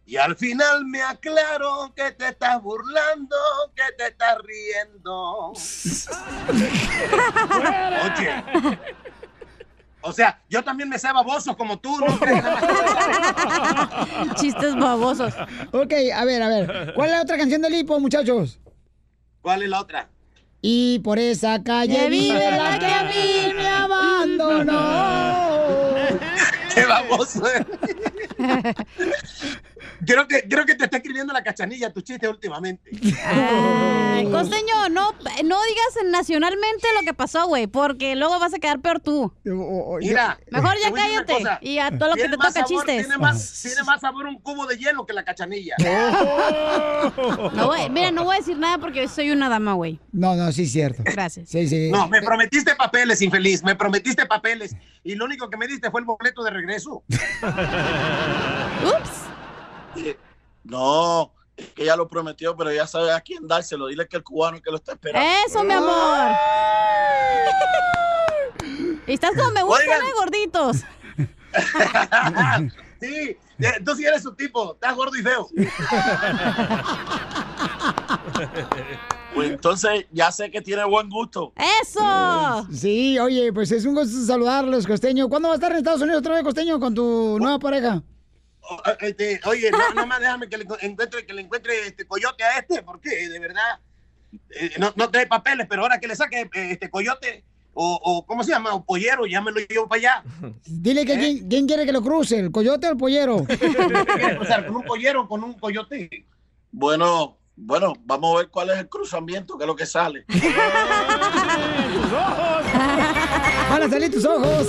Speaker 13: Y al final me aclaro que te estás burlando, que te estás riendo. Oye. O sea, yo también me sé babosos como tú, ¿no?
Speaker 4: Chistes babosos.
Speaker 2: Ok, a ver, a ver. ¿Cuál es la otra canción del hipo, muchachos?
Speaker 13: ¿Cuál es la otra?
Speaker 2: Y por esa calle
Speaker 13: Que
Speaker 2: vive
Speaker 13: vive
Speaker 2: la
Speaker 13: la
Speaker 2: que a mí me abandonó.
Speaker 13: ¡Qué baboso! creo, que, creo que te está escribiendo la cachanilla tu chiste últimamente.
Speaker 4: Ay, costeño, no, no digas nacionalmente lo que pasó, güey, porque luego vas a quedar peor tú. Pues
Speaker 13: Mira,
Speaker 4: Mejor
Speaker 13: te
Speaker 4: ya
Speaker 13: voy a decir una
Speaker 4: cállate
Speaker 13: cosa.
Speaker 4: y a todo lo que te
Speaker 13: Tiene más
Speaker 4: toca
Speaker 13: sabor,
Speaker 4: chistes.
Speaker 13: Tiene más, tiene más sabor un cubo de hielo que la cachanilla.
Speaker 4: No voy- mira, no voy a decir nada porque soy una dama, güey.
Speaker 2: No, no, sí es cierto.
Speaker 4: Gracias.
Speaker 2: Sí, sí.
Speaker 13: No, me prometiste papeles, infeliz. Me prometiste papeles. Y lo único que me diste fue el boleto de regreso.
Speaker 4: <laughs> Ups.
Speaker 13: Eh, No, es que ya lo prometió, pero ya sabe a quién dárselo. Dile que el cubano que lo está esperando.
Speaker 4: Eso, mi amor.
Speaker 2: <laughs>
Speaker 4: Y Estás como me gustan,
Speaker 13: Oigan.
Speaker 4: eh, gorditos.
Speaker 13: <laughs> Sí, eh, tú sí eres su tipo. Estás gordo y feo. Pues entonces ya sé que tiene buen gusto. Eh,
Speaker 4: ¡Eso!
Speaker 2: Sí, oye, pues es un gusto saludarlos, costeño. ¿Cuándo va a estar en Estados Unidos otra vez, costeño, con tu nueva pareja?
Speaker 13: O- este, oye, no, no más déjame que le encuentre, que le encuentre este coyote a este, porque de verdad eh, no, no trae papeles, pero ahora que le saque eh, este coyote o, o ¿cómo se llama? O pollero, ya me lo llevo para allá.
Speaker 2: Dile que quién, quién quiere que lo cruce, el coyote o el pollero.
Speaker 13: O sea, con un pollero, o con un coyote. Bueno, bueno, vamos a ver cuál es el cruzamiento, que es lo que sale.
Speaker 2: Van a salir tus ojos.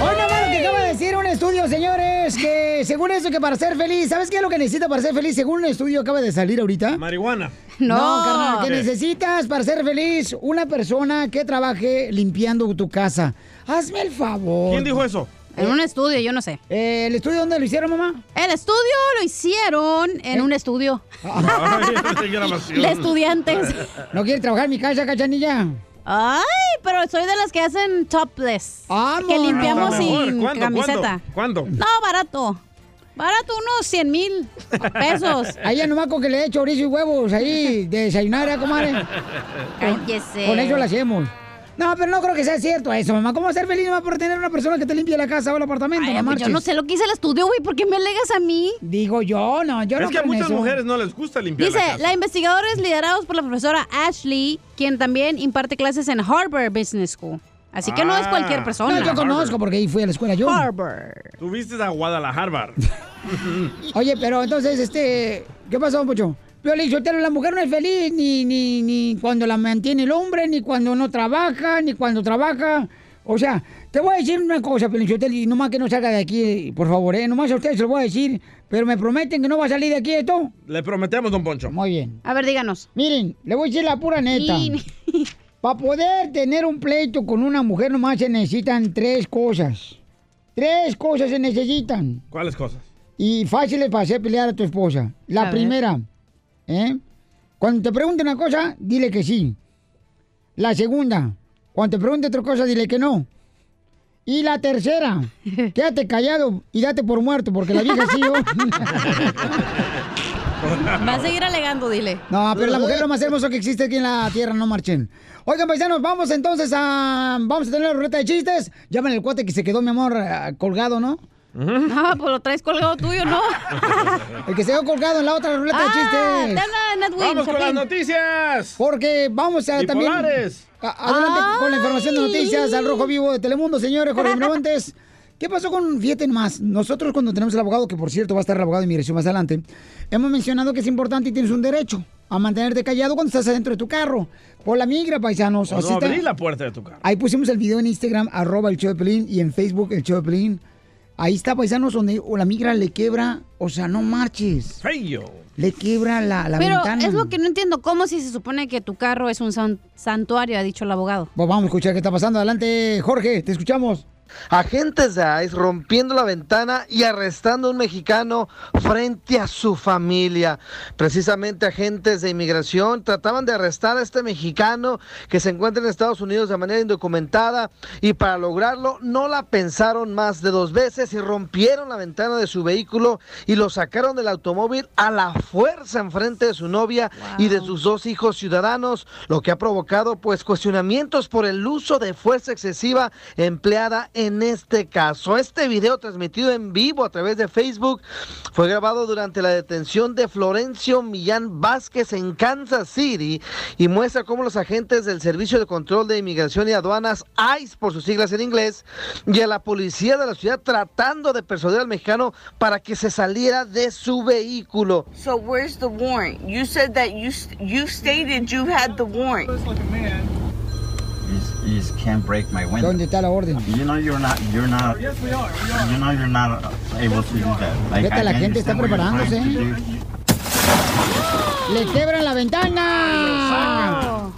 Speaker 2: Hoy nomás lo que acaba de decir un estudio, señores, que según eso que para ser feliz, ¿sabes qué es lo que necesita para ser feliz? Según un estudio acaba de salir ahorita.
Speaker 5: Marihuana.
Speaker 2: No, carnal, que
Speaker 5: ¿Qué?
Speaker 2: necesitas para ser feliz una persona que trabaje limpiando tu casa. Hazme el favor. Eh,
Speaker 5: ¿Quién dijo eso?
Speaker 4: En un estudio, yo no sé.
Speaker 2: ¿El estudio dónde lo hicieron, mamá? ¿Eh?
Speaker 4: El estudio lo hicieron en un estudio de estudiantes.
Speaker 2: ¿No quiere trabajar en mi casa, cachanilla?
Speaker 4: Ay, pero soy de las que hacen topless. <laughs> que
Speaker 2: Ah,
Speaker 5: Ah,
Speaker 4: limpiamos sin camiseta.
Speaker 5: ¿Cuándo?
Speaker 4: No, barato. Barato, unos 100 mil pesos.
Speaker 2: Ahí ya nomás con que le echo chorizo y huevos ahí de desayunar, ¿eh, comadre.
Speaker 4: Cállese.
Speaker 2: Con eso lo hacemos. No, pero no creo que sea cierto eso, mamá. ¿Cómo ser feliz nomás por tener una persona que te limpie la casa o el apartamento?
Speaker 4: Ay,
Speaker 2: no
Speaker 4: pues yo
Speaker 2: marches?
Speaker 4: no sé lo que hice el estudio, güey. ¿Por qué me alegas a mí?
Speaker 2: Digo yo, no, yo
Speaker 5: es que a muchas mujeres no les gusta limpiar
Speaker 4: Dice,
Speaker 5: la casa.
Speaker 4: la investigadores liderados por la profesora Ashley, quien también imparte clases en Harvard Business School. Así que no es
Speaker 5: Ah.
Speaker 4: cualquier persona.
Speaker 2: No, yo conozco porque ahí fui a la escuela yo.
Speaker 4: Harvard.
Speaker 5: Tú viste a Guadalajara.
Speaker 2: Oye, pero entonces, este, ¿qué pasó, Pocho? Piolín, Sotelo, la mujer no es feliz ni, ni, ni cuando la mantiene el hombre, ni cuando no trabaja, ni cuando trabaja. O sea, te voy a decir una cosa, Piolín Sotelo, y nomás que no salga de aquí, por favor, ¿eh? Nomás a ustedes se lo voy a decir, pero me prometen que no va a salir de aquí esto.
Speaker 5: Le prometemos, don Poncho.
Speaker 2: Muy bien.
Speaker 4: A ver, díganos.
Speaker 2: Miren, le voy a decir la pura neta.
Speaker 4: <laughs> Y-
Speaker 2: Para poder tener un pleito con una mujer nomás se necesitan tres cosas. Tres cosas se necesitan.
Speaker 5: ¿Cuáles cosas?
Speaker 2: Y fáciles para hacer pelear a tu esposa. La
Speaker 5: A ver.
Speaker 2: primera, ¿eh? Cuando te pregunte una cosa, dile que sí. La segunda, cuando te pregunte otra cosa, dile que no. Y la
Speaker 4: <laughs>
Speaker 2: tercera, quédate callado y date por muerto, porque la vieja sí.
Speaker 4: <laughs> Va a seguir alegando, dile.
Speaker 2: No, pero la mujer es lo más
Speaker 4: eh.
Speaker 2: hermoso que existe aquí en la tierra, no marchen. Oigan, paisanos, vamos entonces a. Vamos a tener la ruleta de chistes. Llamen al cuate que se quedó, mi amor, eh, colgado, ¿no?
Speaker 4: No, pues lo traes colgado tuyo, ¿no?
Speaker 2: <laughs> El que se quedó colgado en la otra ruleta de
Speaker 4: Ah,
Speaker 2: chistes.
Speaker 4: te habla Nat Win, Vamos con Chapín. las
Speaker 5: noticias.
Speaker 2: Porque vamos a también.
Speaker 5: Bipolares.
Speaker 2: A- adelante con la información de
Speaker 5: Ay.
Speaker 2: noticias al Rojo Vivo de Telemundo, señores,
Speaker 4: <laughs>
Speaker 2: Jorge Miramontes. ¿Qué pasó con, fíjate más, nosotros cuando tenemos el abogado, que por cierto va a estar el abogado de inmigración más adelante, hemos mencionado que es importante y tienes un derecho a mantenerte callado cuando estás adentro de tu carro, por la migra, paisanos.
Speaker 5: O
Speaker 2: Así
Speaker 5: Pues no
Speaker 2: está.
Speaker 5: abrí la puerta de tu casa.
Speaker 2: Ahí pusimos el video en Instagram, arroba el show de Pelín, y en Facebook el show de Pelín. Ahí está, paisanos, donde o la migra le quiebra, o sea, no marches.
Speaker 5: Feyo.
Speaker 2: Le quiebra la, la
Speaker 4: Pero
Speaker 2: ventana.
Speaker 4: es lo que no entiendo. ¿Cómo si se supone que tu carro es un san- santuario? Ha dicho el abogado.
Speaker 2: Pues vamos a escuchar qué está pasando. Adelante, Jorge, te escuchamos.
Speaker 7: Agentes de ICE rompiendo la ventana y arrestando a un mexicano frente a su familia. Precisamente agentes de inmigración trataban de arrestar a este mexicano que se encuentra en Estados Unidos de manera indocumentada y para lograrlo no la pensaron más de dos veces y rompieron la ventana de su vehículo y lo sacaron del automóvil a la fuerza enfrente de su novia y de sus dos hijos ciudadanos, lo que ha provocado pues cuestionamientos por el uso de fuerza excesiva empleada en este caso. Este video transmitido en vivo a través de Facebook fue grabado durante la detención de Florencio Millán Vázquez en Kansas City y muestra cómo los agentes del Servicio de Control de Inmigración y Aduanas, ICE por sus siglas en inglés, y a la policía de la ciudad tratando de persuadir al mexicano para que se saliera de su vehículo.
Speaker 14: So where's the warrant? You said that you st- you stated you had the warrant.
Speaker 15: You just, you just can't break my window.
Speaker 2: ¿Dónde está la orden?
Speaker 15: You know you're not, you're not, you know you're not able to do that. Like,
Speaker 2: Fíjate,
Speaker 15: I
Speaker 2: la gente está
Speaker 15: understand what you're trying
Speaker 2: preparándose. ¿eh?
Speaker 15: to do.
Speaker 2: Le quiebran la ventana.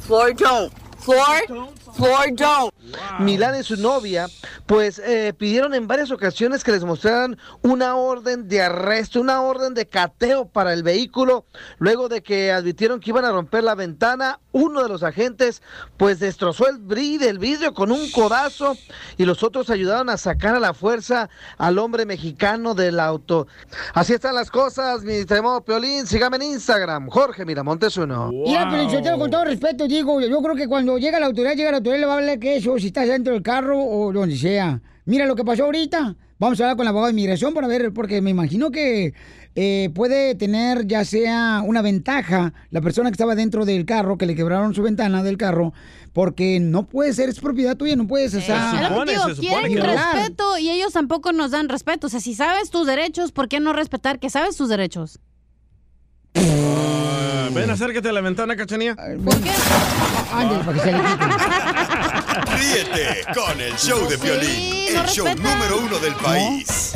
Speaker 14: Floor don't. Floor floor don't.
Speaker 7: Milán y su novia, pues eh, pidieron en varias ocasiones que les mostraran una orden de arresto, una orden de cateo para el vehículo. Luego de que advirtieron que iban a romper la ventana, uno de los agentes pues destrozó el bri del vidrio con un codazo y los otros ayudaron a sacar a la fuerza al hombre mexicano del auto. Así están las cosas, mi estimado Piolín. Sígame en Instagram, Jorge Miramontes uno.
Speaker 2: Mira, pero Sotelo, con todo respeto, digo, yo creo que cuando llega la autoridad, llega la autoridad, le va a hablar que eso, si estás dentro del carro o donde sea. Mira lo que pasó ahorita. Vamos a hablar con la abogada de inmigración para ver, porque me imagino que eh, puede tener ya sea una ventaja la persona que estaba dentro del carro, que le quebraron su ventana del carro, porque no puede ser, es propiedad tuya, no puedes, o sea,
Speaker 4: Es lo que digo, quieren respeto y ellos tampoco nos dan respeto. O sea, si sabes tus derechos, ¿por qué no respetar que sabes tus derechos?
Speaker 5: Ah, ven, acércate a la ventana, cachanía.
Speaker 2: para que se le quite.
Speaker 8: Ríete con el show de Piolín, el show número uno del país.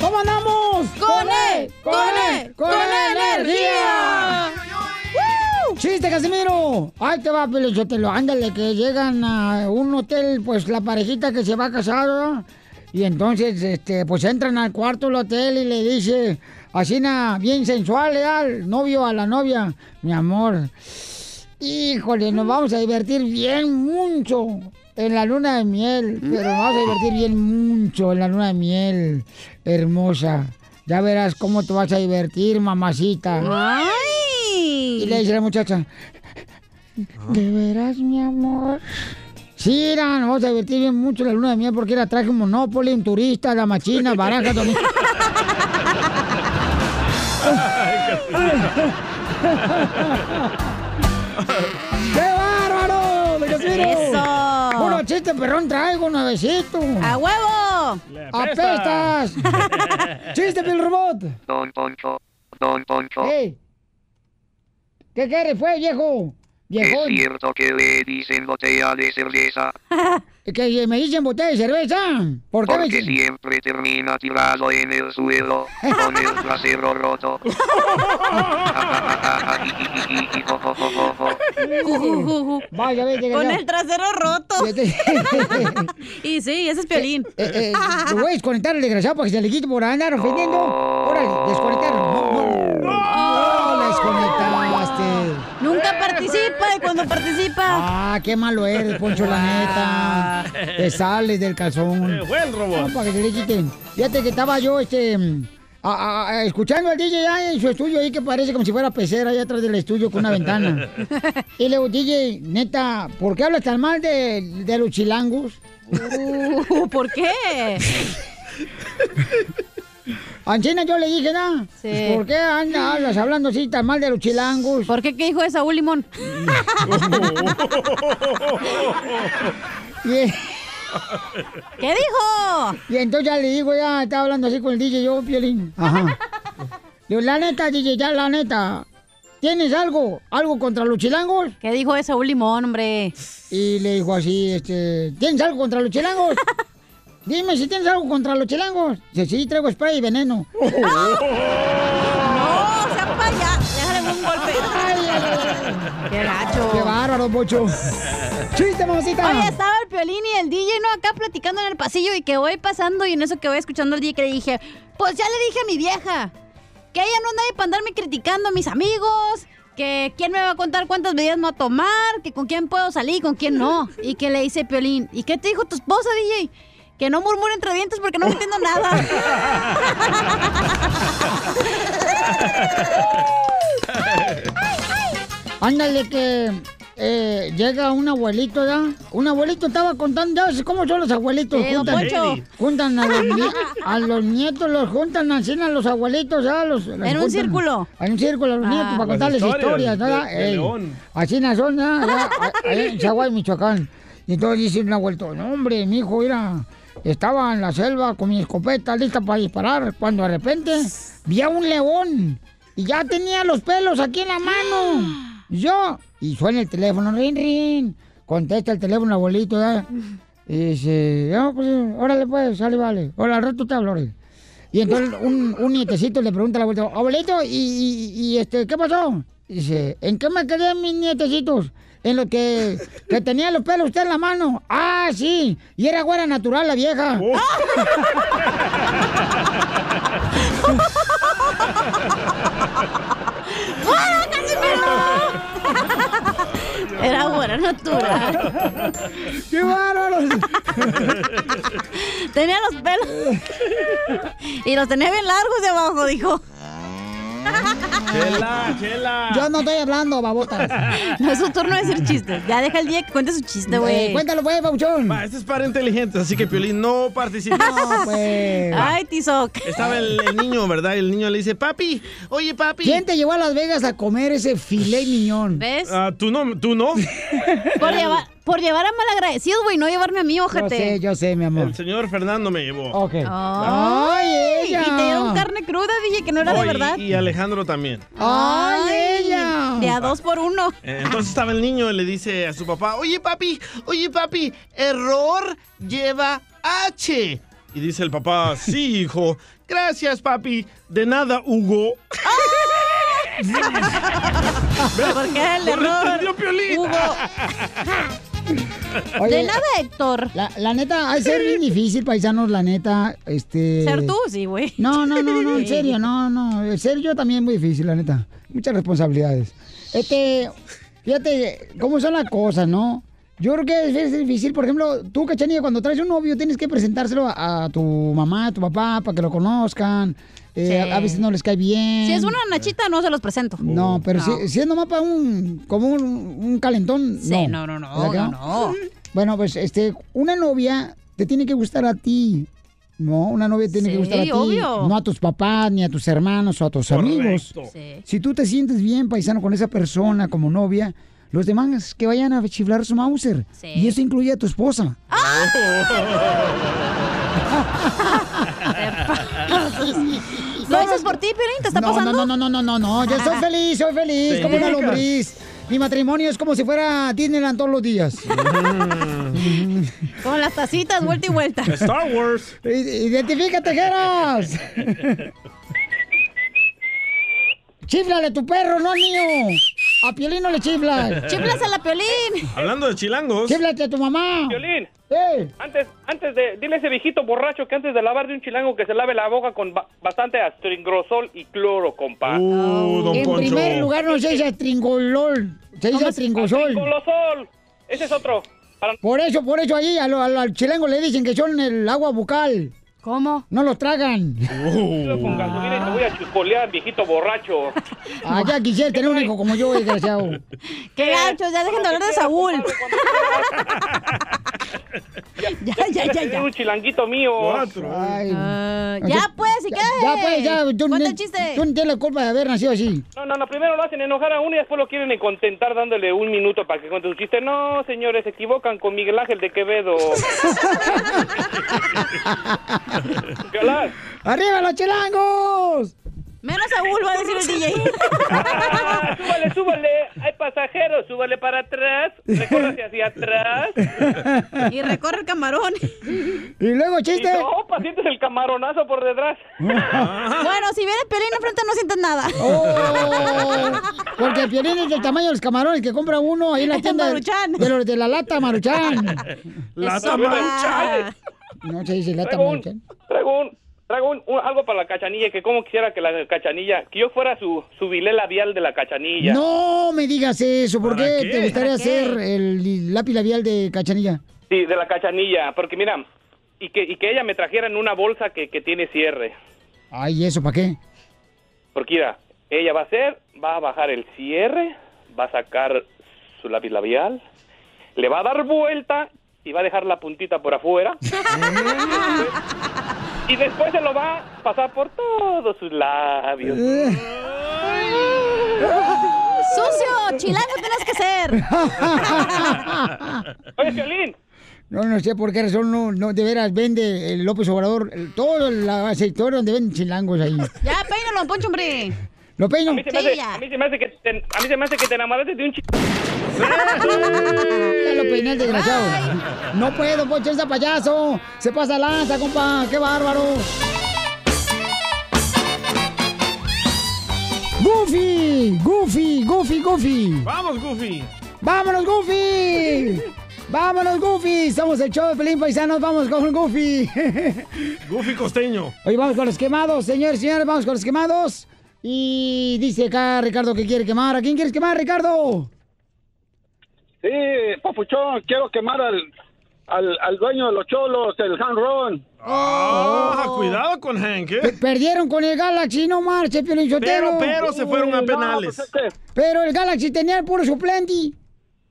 Speaker 2: ¿Cómo andamos?
Speaker 4: ¡Con E!
Speaker 2: ¡Con E! ¡Con energía! ¡Chiste, ¡Échale, Casimiro! Ahí te va, Pelichotelo. Ándale, que llegan a un hotel, pues la parejita que se va a casar, ¿verdad? Y entonces, este, pues entran al cuarto del hotel y le dice, así na, bien sensual, ¿eh? al novio, a la novia, mi amor. Híjole, nos vamos a divertir bien mucho en la luna de miel, pero nos vamos a divertir bien mucho en la luna de miel, hermosa. Ya verás cómo te vas a divertir, mamacita. Y le dice la muchacha, ¿de veras, mi amor? Sí, era, nos vamos a divertir bien mucho en la luna de miel porque era traje un Monopoly, un turista, la machina, baraja, también. ¡Qué bárbaro! ¡Me Casimiro!
Speaker 4: Eso.
Speaker 2: Puro chiste perrón traigo, nuevecito.
Speaker 4: ¡A huevo! Le apesta.
Speaker 2: ¡Apestas! <laughs>
Speaker 16: <laughs>
Speaker 2: ¡Chiste, Pil Robot! Eh,
Speaker 16: Don Poncho, Don Poncho,
Speaker 2: ¡Ey! ¿Qué quieres, pues, viejo?
Speaker 16: ¿es
Speaker 2: Viejo.
Speaker 16: cierto que le dicen botella de cerveza?
Speaker 2: Que me dicen botella de cerveza. ¿Por qué me
Speaker 16: Porque siempre termina tirado en el suelo, con el
Speaker 2: <laughs>
Speaker 16: trasero roto. <laughs>
Speaker 2: Vaya, vete,
Speaker 4: Con
Speaker 2: ya.
Speaker 4: el trasero roto.
Speaker 2: <laughs>
Speaker 4: <laughs> y sí, ese es Piolín.
Speaker 2: Eh, eh, lo voy a desconectar al desgraciado para que se le quite por andar ofendiendo. Órale, desconectar. No, no. No, la desconectaste.
Speaker 4: Nunca participa y cuando participa.
Speaker 2: Ah, qué malo eres, Poncho, la neta. Te sales del calzón.
Speaker 5: Eh, fue el robot.
Speaker 2: No, para que se le quiten. Fíjate que estaba yo, este. a- a- a- escuchando al DJ ya en su estudio ahí que parece como si fuera pecera allá atrás del estudio con una ventana. Y le digo, DJ, neta, ¿por qué hablas tan mal de, de los chilangos?
Speaker 4: Uh, ¿Por qué?
Speaker 2: Anchina yo le dije, ¿no?
Speaker 4: Sí.
Speaker 2: Pues, ¿Por qué anda- hablas hablando así tan mal de los chilangos?
Speaker 4: ¿Por qué qué dijo de Saúl Limón?
Speaker 2: ¿Qué dijo? Y entonces ya le digo, ya estaba hablando así con el DJ, yo, Piolín. <laughs> Ajá. Le digo, la neta, DJ, ya la neta. ¿Tienes algo? ¿Algo contra los chilangos?
Speaker 4: ¿Qué dijo de Saúl Limón, hombre?
Speaker 2: Y le dijo así, este, ¿tienes algo contra los chilangos? Dime si tienes algo contra los chilangos. Dice, sí, traigo spray y veneno.
Speaker 4: ¡No! ¡Sea para allá! ¡Déjale un golpe! ¡Qué gacho!
Speaker 2: ¡Qué bárbaro, Pocho! <laughs> ¡Chiste, mamacita!
Speaker 4: Oye, estaba el Piolín y el DJ, ¿no? Acá platicando en el pasillo y que voy pasando y en eso que voy escuchando al DJ que le dije, pues ya le dije a mi vieja que ella no anda ahí para andarme criticando a mis amigos, que quién me va a contar cuántas bebidas me va a tomar, que con quién puedo salir y con quién
Speaker 2: <laughs>
Speaker 4: no. Y que le dice Piolín, ¿y qué te dijo tu esposa, DJ? Que no murmure entre dientes porque no me entiendo nada.
Speaker 2: Ándale que eh, llega un abuelito, ¿ya? Un abuelito estaba contando, ya ves ¿cómo son los abuelitos?
Speaker 4: Sí, don Poncho.
Speaker 2: juntan a los, nie- a los nietos, los juntan así a los abuelitos, ¿ya? Los, los
Speaker 4: En un
Speaker 2: juntan.
Speaker 4: círculo.
Speaker 2: En un círculo a los
Speaker 4: Ah.
Speaker 2: nietos para
Speaker 4: Las
Speaker 2: contarles
Speaker 4: historias
Speaker 2: historias, ¿no?
Speaker 4: de- de
Speaker 2: Ey,
Speaker 4: León.
Speaker 2: Así na son, ¿ya? Allá- a- allá en Chihuahua, Michoacán. Y entonces dice un abuelito, no, hombre, mi hijo, mira, estaba en la selva con mi escopeta lista para disparar, cuando de repente vi a un león y ya tenía los pelos aquí en la mano. Y yo, y suena el teléfono, rin, rin, contesta el teléfono, abuelito, ¿ya? Y dice, "Ah, pues, órale, pues, sale, vale. Hola, al rato te hablo, órale". Y entonces un, un nietecito le pregunta al abuelito, abuelito, ¿y, y- y, este, qué pasó? Y dice, ¿en qué me quedé mis nietecitos? En lo que, que tenía los pelos usted en la mano. Ah, sí. Y era güera natural la vieja.
Speaker 4: ¡Fuera, Casimiro! Era buena natural.
Speaker 2: <laughs> ¡Qué bárbaros!
Speaker 4: Tenía los pelos. Y los tenía bien largos de abajo, dijo.
Speaker 5: Chela, chela.
Speaker 2: Yo no estoy hablando, babota.
Speaker 4: No es su turno de decir chistes. Ya deja el día que cuente su chiste, güey.
Speaker 2: Eh, cuéntalo, pues, güey, Pauchón.
Speaker 5: este es para inteligentes, así que Piolín no participa.
Speaker 2: No, pues.
Speaker 4: Ay, Tizoc.
Speaker 5: Estaba el, el niño, ¿verdad? Y el niño le dice, papi, oye,
Speaker 2: <laughs>
Speaker 5: papi.
Speaker 2: ¿Quién te llevó a Las Vegas a comer ese filet miñón?
Speaker 4: ¿Ves?
Speaker 5: Ah, tú no, tú no.
Speaker 4: Por llevar, por llevar a malagradecidos, güey, no llevarme a mí, ojete.
Speaker 2: yo sé, mi amor.
Speaker 5: El señor Fernando me llevó.
Speaker 2: Ok.
Speaker 4: Ay,
Speaker 2: ella.
Speaker 4: Y te dieron carne cruda, dije que Oh, no era de verdad.
Speaker 5: Y Alejandro también.
Speaker 2: Ah,
Speaker 4: Ay, ella. De a dos por uno.
Speaker 5: Eh, Entonces estaba el niño y le dice a su papá, oye papi, oye papi, error lleva H. Y dice
Speaker 4: <laughs>
Speaker 5: el papá, sí hijo, gracias papi, de nada Hugo.
Speaker 4: Porque
Speaker 2: No
Speaker 4: el
Speaker 2: lo
Speaker 4: error
Speaker 2: entendió Piolín.
Speaker 4: hubo.
Speaker 2: Oye.
Speaker 4: de nada, Héctor.
Speaker 2: La, la neta, hay ser bien difícil, paisanos, la neta, este...
Speaker 4: Ser tú, sí, güey.
Speaker 2: No, no, no, no, en
Speaker 4: <laughs>
Speaker 2: serio, no, no. En serio yo también muy difícil, la neta. Muchas responsabilidades. Este, fíjate, ¿cómo son las cosas, no? Yo creo que es- es difícil, por ejemplo, tú, Cachanilla, cuando traes un novio tienes que presentárselo a, a tu mamá, a tu papá, para que lo conozcan. Eh,
Speaker 4: Sí.
Speaker 2: a, a veces no les cae bien.
Speaker 4: Si es una nachita, no se los presento.
Speaker 2: No, pero
Speaker 4: No.
Speaker 2: Si, si es nomás para un, como un, un calentón,
Speaker 4: Sí,
Speaker 2: no.
Speaker 4: no, no, no,
Speaker 2: ¿Verdad que
Speaker 4: no, no.
Speaker 2: Bueno, pues, este, una novia te tiene que gustar a ti, ¿no? Una novia te tiene
Speaker 4: Sí,
Speaker 2: que gustar a ti,
Speaker 4: obvio.
Speaker 2: no a tus papás, ni a tus hermanos o a tus amigos.
Speaker 4: Correcto. Sí.
Speaker 2: Si tú te sientes bien, paisano, con esa persona como novia, los demás que vayan a chiflar su Mauser.
Speaker 4: Sí.
Speaker 2: Y eso incluye a tu esposa.
Speaker 5: ¡Ah!
Speaker 17: <laughs>
Speaker 4: Lo dices por ti, Piolín, ¿te está
Speaker 2: no,
Speaker 4: pasando? Ah.
Speaker 2: No, no, no, no, no, no, yo soy feliz, soy feliz,
Speaker 4: Sí.
Speaker 2: como una
Speaker 4: Venga.
Speaker 2: lombriz. Mi matrimonio es como si fuera Disneyland todos los días.
Speaker 4: Con las tacitas, vuelta y vuelta.
Speaker 2: Star
Speaker 5: Wars.
Speaker 2: Identifícate, Geras. Chiflale tu perro, no al mío. A Piolín no le chiflas.
Speaker 5: Chíflas a
Speaker 2: la Piolín.
Speaker 5: Hablando de chilangos.
Speaker 2: Chiflate a tu mamá.
Speaker 18: Piolín.
Speaker 2: ¡Eh!
Speaker 18: Antes, antes de, dile a ese viejito borracho que antes de lavar de un chilango que se lave la boca con ba- bastante astringrosol y cloro, compa.
Speaker 5: Uh,
Speaker 2: en primer lugar no se dice tringolol, se dice tringosol.
Speaker 18: Astringolosol. Ese es otro. Para-
Speaker 2: Por eso, por eso ahí a lo- a lo- al chilengo le dicen que son el agua bucal.
Speaker 4: ¿Cómo?
Speaker 2: No los tragan.
Speaker 18: Con gasolina y te voy a chuscolear, viejito borracho.
Speaker 2: Ah, ya quisiera tener un hijo como yo, desgraciado.
Speaker 4: Qué ganchos, ya dejen de hablar de Saúl. <laughs> ya, ya, ya, ya.
Speaker 18: Un chilanguito mío.
Speaker 2: Ay.
Speaker 4: ya, pues, ¿y
Speaker 2: Ah, ya,
Speaker 4: qué?
Speaker 2: Ya, pues, ya. Tú,
Speaker 4: Cuenta
Speaker 2: no-
Speaker 4: el chiste.
Speaker 2: tú no tienes la culpa de haber nacido así.
Speaker 18: No, no, no, primero lo hacen enojar a uno y después lo quieren contentar dándole un minuto para que cuente su chiste. No, señores, se equivocan con Miguel Ángel de
Speaker 4: <laughs>
Speaker 18: Quevedo. Violar.
Speaker 2: ¡Arriba los chilangos!
Speaker 4: Menos Saúl va a decir el DJ.
Speaker 18: Ah, súbale, súbale. Hay pasajeros, súbale para atrás. Recórrase hacia atrás.
Speaker 4: Y recorre el camarón.
Speaker 2: Y luego,
Speaker 18: Y no, pa, sientes el camaronazo por detrás.
Speaker 4: bueno, si viene Piolín enfrente no sientes nada.
Speaker 2: Oh, porque el Piolín es del tamaño de los camarones que compra uno ahí en
Speaker 4: <laughs>
Speaker 2: la tienda de,
Speaker 4: Maruchan.
Speaker 2: de los de la lata Maruchan.
Speaker 18: Lata Maruchan.
Speaker 2: No se dice lata
Speaker 18: Traigo un-
Speaker 2: Maruchan.
Speaker 18: Traigo un, traigo un- un- algo para la cachanilla, que como quisiera que la cachanilla, que yo fuera su, su vilé labial de la cachanilla.
Speaker 2: No me digas eso, ¿por
Speaker 18: ¿Para
Speaker 2: qué,
Speaker 18: qué?
Speaker 2: te gustaría
Speaker 18: ¿Para qué?
Speaker 2: hacer el lápiz labial de cachanilla?
Speaker 18: Sí, de la cachanilla, porque mira, y que, y que ella me trajera en una bolsa que, que tiene cierre.
Speaker 2: Ay, ¿eso para qué?
Speaker 18: Porque mira, ella va a hacer, va a bajar el cierre, va a sacar su lápiz labial, le va a dar vuelta y va a dejar la puntita por
Speaker 4: <laughs>
Speaker 18: afuera. y después se lo va a pasar por todos sus labios.
Speaker 4: Sucio, chilango tienes que ser.
Speaker 18: Oye, Piolín,
Speaker 2: No, no sé por qué razón, no, no, de veras vende el López Obrador, el- todo el sector donde venden chilangos ahí.
Speaker 4: Ya, peínalo, poncho, hombre.
Speaker 2: Lo peino.
Speaker 18: a mí se me hace, a mí se me hace que te, a mí se me hace que te enamoraste de un chico.
Speaker 2: Ya lo peiné el desgraciado. No puedo, Poncho, ese payaso. Se pasa lanza, compa. ¡Qué bárbaro! ¡Goofy! ¡Goofy! ¡Goofy! ¡Goofy!
Speaker 5: Vamos, Goofy.
Speaker 2: ¡Vámonos, Goofy! ¡Vámonos, Goofy! Somos el show de Pelín Paisanos. ¡Vamos con Goofy! <laughs>
Speaker 5: Goofy costeño.
Speaker 2: Hoy vamos con los quemados, señores y señores. Vamos con los quemados. Y dice acá Ricardo que quiere quemar. ¿A quién quieres quemar, Ricardo?
Speaker 3: Sí, papuchón, quiero quemar al, al, al dueño de los cholos, el Han Ron.
Speaker 5: Ah, cuidado con Hank,
Speaker 17: <laughs>
Speaker 2: Pe-
Speaker 5: ¿eh?
Speaker 2: Perdieron con el Galaxy, no marche, Piolín Sotelo.
Speaker 5: Pero, pero se fueron a penales.
Speaker 3: pues, este
Speaker 2: Pero el Galaxy tenía el puro suplente.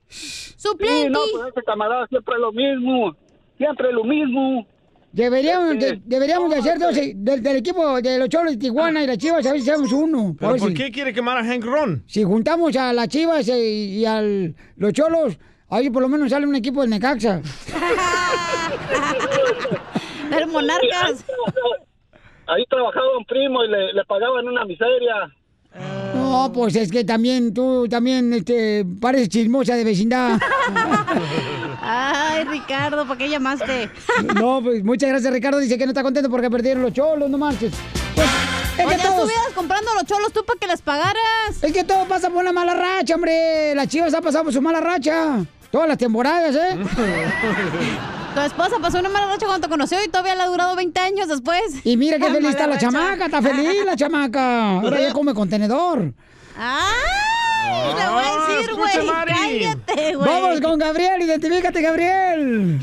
Speaker 4: ¡Suplente!
Speaker 3: Sí, no, pues este camarada siempre es lo mismo. Siempre lo mismo. Este,
Speaker 2: Deberíamos, de- deberíamos de hacer dos eh, del, del equipo de los Cholos de Tijuana y las Chivas, a ver si hacemos uno. a
Speaker 5: ¿Pero
Speaker 2: ver
Speaker 5: por
Speaker 2: si-
Speaker 5: qué quiere quemar a
Speaker 4: <laughs>
Speaker 5: Hank Ron?
Speaker 2: Si juntamos a las Chivas eh, y a los Cholos, ahí por lo menos sale un equipo de Necaxa.
Speaker 4: El Monarcas.
Speaker 3: Ahí trabajaba un primo y le, le pagaban una miseria.
Speaker 2: No, pues es que también tú también este, pareces chismosa de vecindad.
Speaker 4: <laughs> Ay, Ricardo, ¿para qué llamaste?
Speaker 2: No, pues muchas gracias, Ricardo. Dice que no está contento porque perdieron los cholos, no marches. Pues, es que
Speaker 4: Oye,
Speaker 2: todos
Speaker 4: estuvieras comprando los cholos tú para que les pagaras.
Speaker 2: Es que todo pasa por una mala racha, hombre. Las chivas ha pasado por su mala racha. Todas las temporadas, ¿eh?
Speaker 4: <laughs> Tu esposa pasó una mala racha cuando te conoció y todavía le ha durado 20 años después.
Speaker 2: Y mira qué feliz está la
Speaker 4: Mala racha.
Speaker 2: chamaca, está feliz la chamaca. Ahora ya come contenedor.
Speaker 4: ¡Ay! Te voy
Speaker 5: Ah,
Speaker 4: a decir, güey.
Speaker 2: escucha, Mari.
Speaker 4: Cállate, <laughs> güey.
Speaker 2: Vamos con Gabriel, identifícate, Gabriel.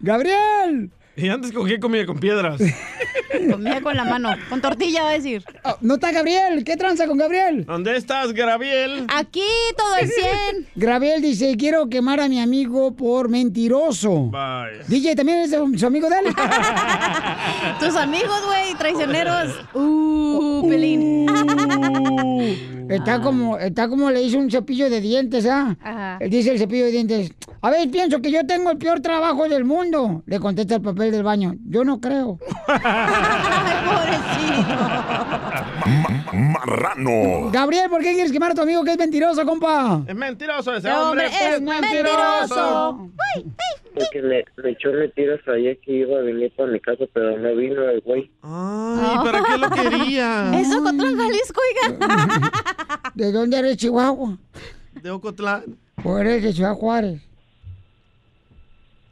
Speaker 2: Gabriel.
Speaker 5: Y antes cogí comida con piedras.
Speaker 4: Comía con la mano, con tortilla, va a decir.
Speaker 2: No está Gabriel, ¿qué tranza con Gabriel?
Speaker 5: ¿Dónde estás, Graviel?
Speaker 4: Aquí todo el 100.
Speaker 2: <laughs> Gabriel dice, quiero quemar a mi amigo por mentiroso.
Speaker 5: Vaya.
Speaker 2: DJ también es su su amigo de
Speaker 5: <laughs>
Speaker 2: él.
Speaker 4: Tus amigos, güey, traicioneros. Uh, Pelín.
Speaker 2: Uh. Está como, está como le hizo un cepillo de dientes, ¿ah? <laughs>
Speaker 4: Ajá.
Speaker 2: Él Dice el cepillo de dientes. A ver, pienso que yo tengo el peor trabajo del mundo. Le contesta el papel del baño. Yo no
Speaker 5: <laughs>
Speaker 2: creo.
Speaker 19: Marrano.
Speaker 2: Gabriel, ¿por qué quieres quemar a tu amigo que es mentiroso, compa?
Speaker 5: Es mentiroso ese
Speaker 2: Ese
Speaker 5: hombre.
Speaker 2: es
Speaker 20: Porque le, le echó mentiras ayer que iba a venir para mi casa, pero no vino el güey.
Speaker 5: Ay, ¿para qué lo quería?
Speaker 4: Eso contra en Jalisco, oiga.
Speaker 2: <laughs> ¿De dónde eres, Chihuahua?
Speaker 5: De Ocotlán.
Speaker 2: ¿O eres de Ciudad Juárez?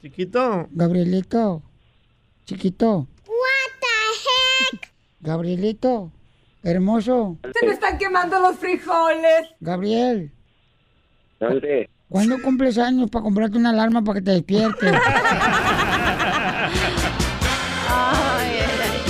Speaker 5: Chiquito.
Speaker 2: Gabrielito. Chiquito. Gabrielito. Hermoso.
Speaker 4: Este
Speaker 17: Se me están quemando los
Speaker 5: <laughs>
Speaker 17: frijoles.
Speaker 2: Gabriel.
Speaker 20: ¿Dónde?
Speaker 2: ¿Cuándo cumples años para comprarte una alarma para que te
Speaker 4: <laughs>
Speaker 2: despiertes?